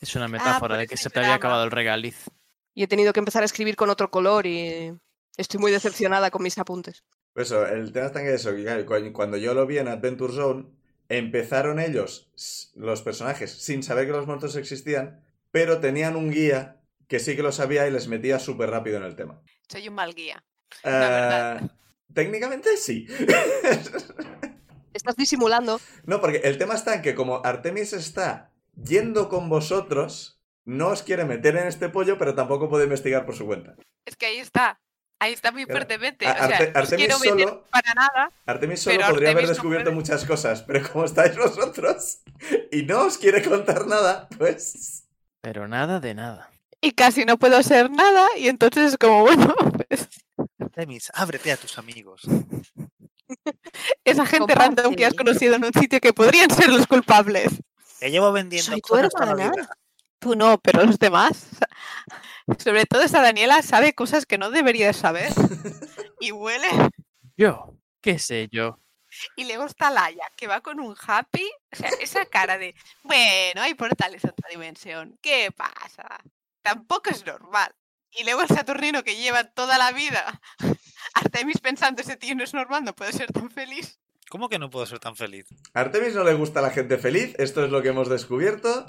Speaker 6: Es una
Speaker 7: por
Speaker 6: metáfora de que
Speaker 7: ese
Speaker 6: se te había
Speaker 7: drama.
Speaker 6: acabado el regaliz.
Speaker 4: Y he tenido que empezar a escribir con otro color y estoy muy decepcionada con mis apuntes.
Speaker 1: Pues eso, el tema está en que eso, que claro, cu- cuando yo lo vi en Adventure Zone, empezaron ellos, s- los personajes, sin saber que los monstruos existían, pero tenían un guía que sí que lo sabía y les metía súper rápido en el tema.
Speaker 7: Soy un mal guía.
Speaker 1: Eh,
Speaker 7: verdad.
Speaker 1: técnicamente sí.
Speaker 4: Estás disimulando.
Speaker 1: No, porque el tema está en que como Artemis está yendo con vosotros, no os quiere meter en este pollo, pero tampoco puede investigar por su cuenta.
Speaker 7: Es que ahí está. Ahí está muy
Speaker 1: Claro.
Speaker 7: fuertemente.
Speaker 1: A-
Speaker 7: o sea,
Speaker 1: Arte-
Speaker 7: no os
Speaker 1: Artemis
Speaker 7: quiero meter
Speaker 1: solo-
Speaker 7: para nada.
Speaker 1: Artemis solo
Speaker 7: Pero
Speaker 1: podría haber
Speaker 7: Artemis no
Speaker 1: descubierto
Speaker 7: puede.
Speaker 1: muchas cosas, pero como estáis vosotros y no os quiere contar nada, pues...
Speaker 6: Pero nada de nada.
Speaker 5: Y casi no puedo hacer nada, y entonces es como, bueno, pues,
Speaker 2: Temis, ábrete a tus amigos.
Speaker 5: esa gente random que has
Speaker 4: Comparte.
Speaker 5: conocido en un sitio que podrían ser los culpables.
Speaker 2: que llevo vendiendo
Speaker 4: Soy tu
Speaker 2: cosas toda la
Speaker 4: hermana.
Speaker 2: vida.
Speaker 5: Tú no, pero los demás. Sobre todo esa Daniela sabe cosas que no debería saber. Y huele.
Speaker 6: Yo, qué sé yo.
Speaker 5: Y luego está Laia, que va con un happy. O sea, esa cara de, bueno, hay portales a otra dimensión. ¿Qué pasa? Tampoco es normal. Y luego el Saturnino que lleva toda la vida Artemis pensando, ese tío no es normal, no puede ser tan feliz.
Speaker 2: ¿Cómo que no puedo ser tan feliz?
Speaker 1: A Artemis no le gusta la gente feliz, esto es lo que hemos descubierto.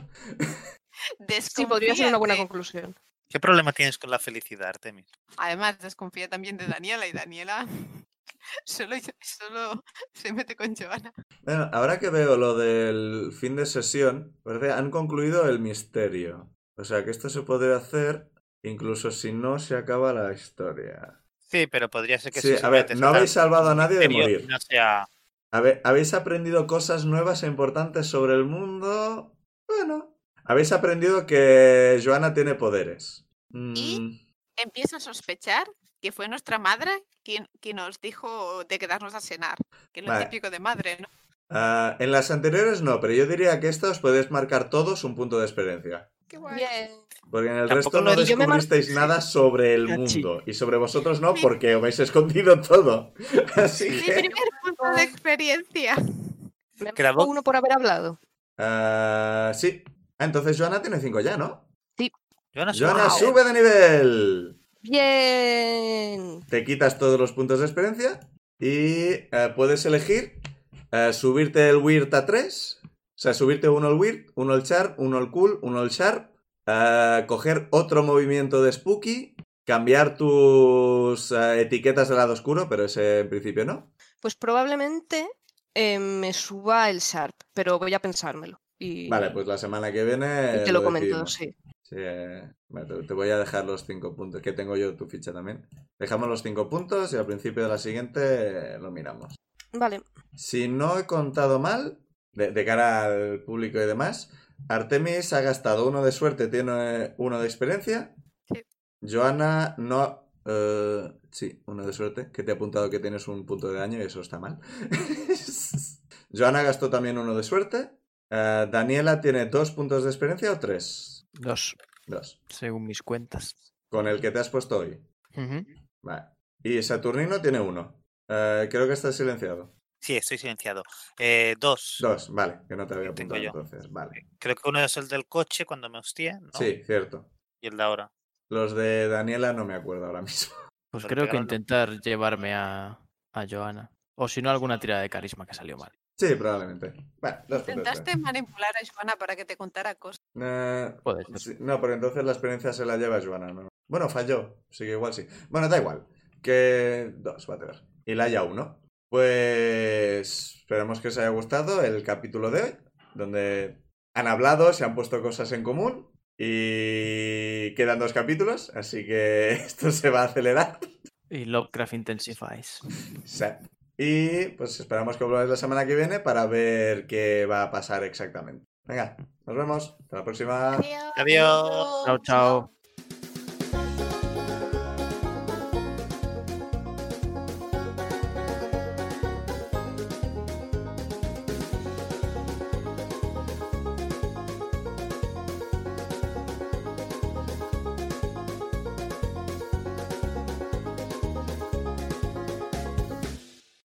Speaker 4: Sí, podría ser
Speaker 5: Desconfía
Speaker 4: una buena
Speaker 5: de-
Speaker 4: conclusión.
Speaker 2: ¿Qué problema tienes con la felicidad, Artemis?
Speaker 5: Además, desconfía también de Daniela y Daniela solo, solo se mete con Joana.
Speaker 1: Bueno, ahora que veo lo del fin de sesión, parece han concluido el misterio. O sea que esto se puede hacer incluso si no se acaba la historia.
Speaker 2: Sí, pero podría ser que
Speaker 1: Sí, a ver,
Speaker 2: simplemente
Speaker 1: no habéis
Speaker 2: sea
Speaker 1: salvado a nadie de
Speaker 2: misterio y
Speaker 1: morir.
Speaker 2: no sea-
Speaker 1: A ver, ¿habéis aprendido cosas nuevas e importantes sobre el mundo? Bueno. Habéis aprendido que Joana tiene poderes. Mm,
Speaker 7: Empiezo a sospechar que fue nuestra madre quien, quien nos dijo de quedarnos a cenar, que es lo
Speaker 1: Vale.
Speaker 7: típico de madre, ¿no?
Speaker 1: ah, en las anteriores no, pero yo diría que esta os podéis marcar todos un punto de experiencia.
Speaker 7: Qué
Speaker 4: Pues,
Speaker 7: guay.
Speaker 1: Porque en el
Speaker 2: Tampoco
Speaker 1: resto no
Speaker 2: lo-
Speaker 4: y yo me mar-
Speaker 1: descubristeis nada sobre el
Speaker 6: Cachi.
Speaker 1: mundo. Y sobre vosotros no, porque os habéis escondido todo. Así
Speaker 7: Mi
Speaker 1: que...
Speaker 7: primer punto de experiencia.
Speaker 4: Me
Speaker 2: Que la
Speaker 4: marco
Speaker 2: voz-
Speaker 4: uno por haber hablado.
Speaker 1: ah, sí. Ah, entonces Joana tiene 5 ya, ¿no?
Speaker 2: Joana, sube.
Speaker 1: Joana,
Speaker 2: Wow.
Speaker 1: sube de nivel.
Speaker 4: Bien.
Speaker 1: te quitas todos los puntos de experiencia y eh, puedes elegir eh, subirte el Weird a 3, o sea, subirte uno al Weird, uno al Sharp, uno al Cool, uno al Sharp, eh, coger otro movimiento de Spooky, cambiar tus eh, etiquetas de lado oscuro, pero ese en principio no.
Speaker 4: Pues probablemente eh, me suba el Sharp, pero voy a pensármelo. Y,
Speaker 1: Vale, pues la semana que viene...
Speaker 4: y
Speaker 1: eh,
Speaker 4: te lo, comento,
Speaker 1: decidimos.
Speaker 4: sí.
Speaker 1: Sí, eh, bueno, te- te voy a dejar los 5 puntos, que tengo yo tu ficha también. Dejamos los 5 puntos y al principio de la siguiente eh, lo miramos.
Speaker 4: Vale.
Speaker 1: Si no he contado mal, de, de cara al público y demás, Artemis ha gastado uno de suerte, tiene uno de experiencia.
Speaker 5: Sí.
Speaker 1: Joana no. eh, sí, uno de suerte, que te he apuntado que tienes un punto de daño y eso está mal. Joana gastó también uno de suerte. Eh, Daniela tiene dos puntos de experiencia o tres.
Speaker 6: Dos,
Speaker 1: Dos.
Speaker 6: según mis cuentas.
Speaker 1: Con el que te has puesto hoy.
Speaker 6: Ujú.
Speaker 1: Vale. Y Saturnino tiene uno. Eh, creo que está silenciado.
Speaker 2: Sí, estoy silenciado. Eh, dos.
Speaker 1: Dos, vale, que no te había
Speaker 2: Tengo
Speaker 1: apuntado
Speaker 2: yo.
Speaker 1: entonces. Vale.
Speaker 2: Creo que uno es el del coche cuando me hostié, ¿no?
Speaker 1: Sí, cierto.
Speaker 2: Y el de ahora.
Speaker 1: Los de Daniela no me acuerdo ahora mismo.
Speaker 6: Pues
Speaker 2: Pero
Speaker 6: creo que
Speaker 2: pegarlo.
Speaker 6: intentar llevarme a, a Joana. O si no, alguna tirada de carisma que salió mal.
Speaker 1: Sí, probablemente. Bueno, dos puntos,
Speaker 7: Intentaste manipular a Joana para que te contara cosas.
Speaker 1: eh. Eh,
Speaker 6: Puede ser.
Speaker 1: sí, no, porque entonces la experiencia se la lleva Joana, ¿no? Bueno, falló. Sí, que igual sí. Bueno, da igual. Que dos, va a tener. Y la haya uno. Pues esperemos que os haya gustado el capítulo de hoy, donde han hablado, se han puesto cosas en común y quedan dos capítulos, así que esto se va a acelerar.
Speaker 6: Y Lovecraft Intensifies.
Speaker 1: Sí. Y pues esperamos que volváis la semana que viene para ver qué va a pasar exactamente. Venga, nos vemos. Hasta la próxima.
Speaker 2: Adiós.
Speaker 6: Chao, chao.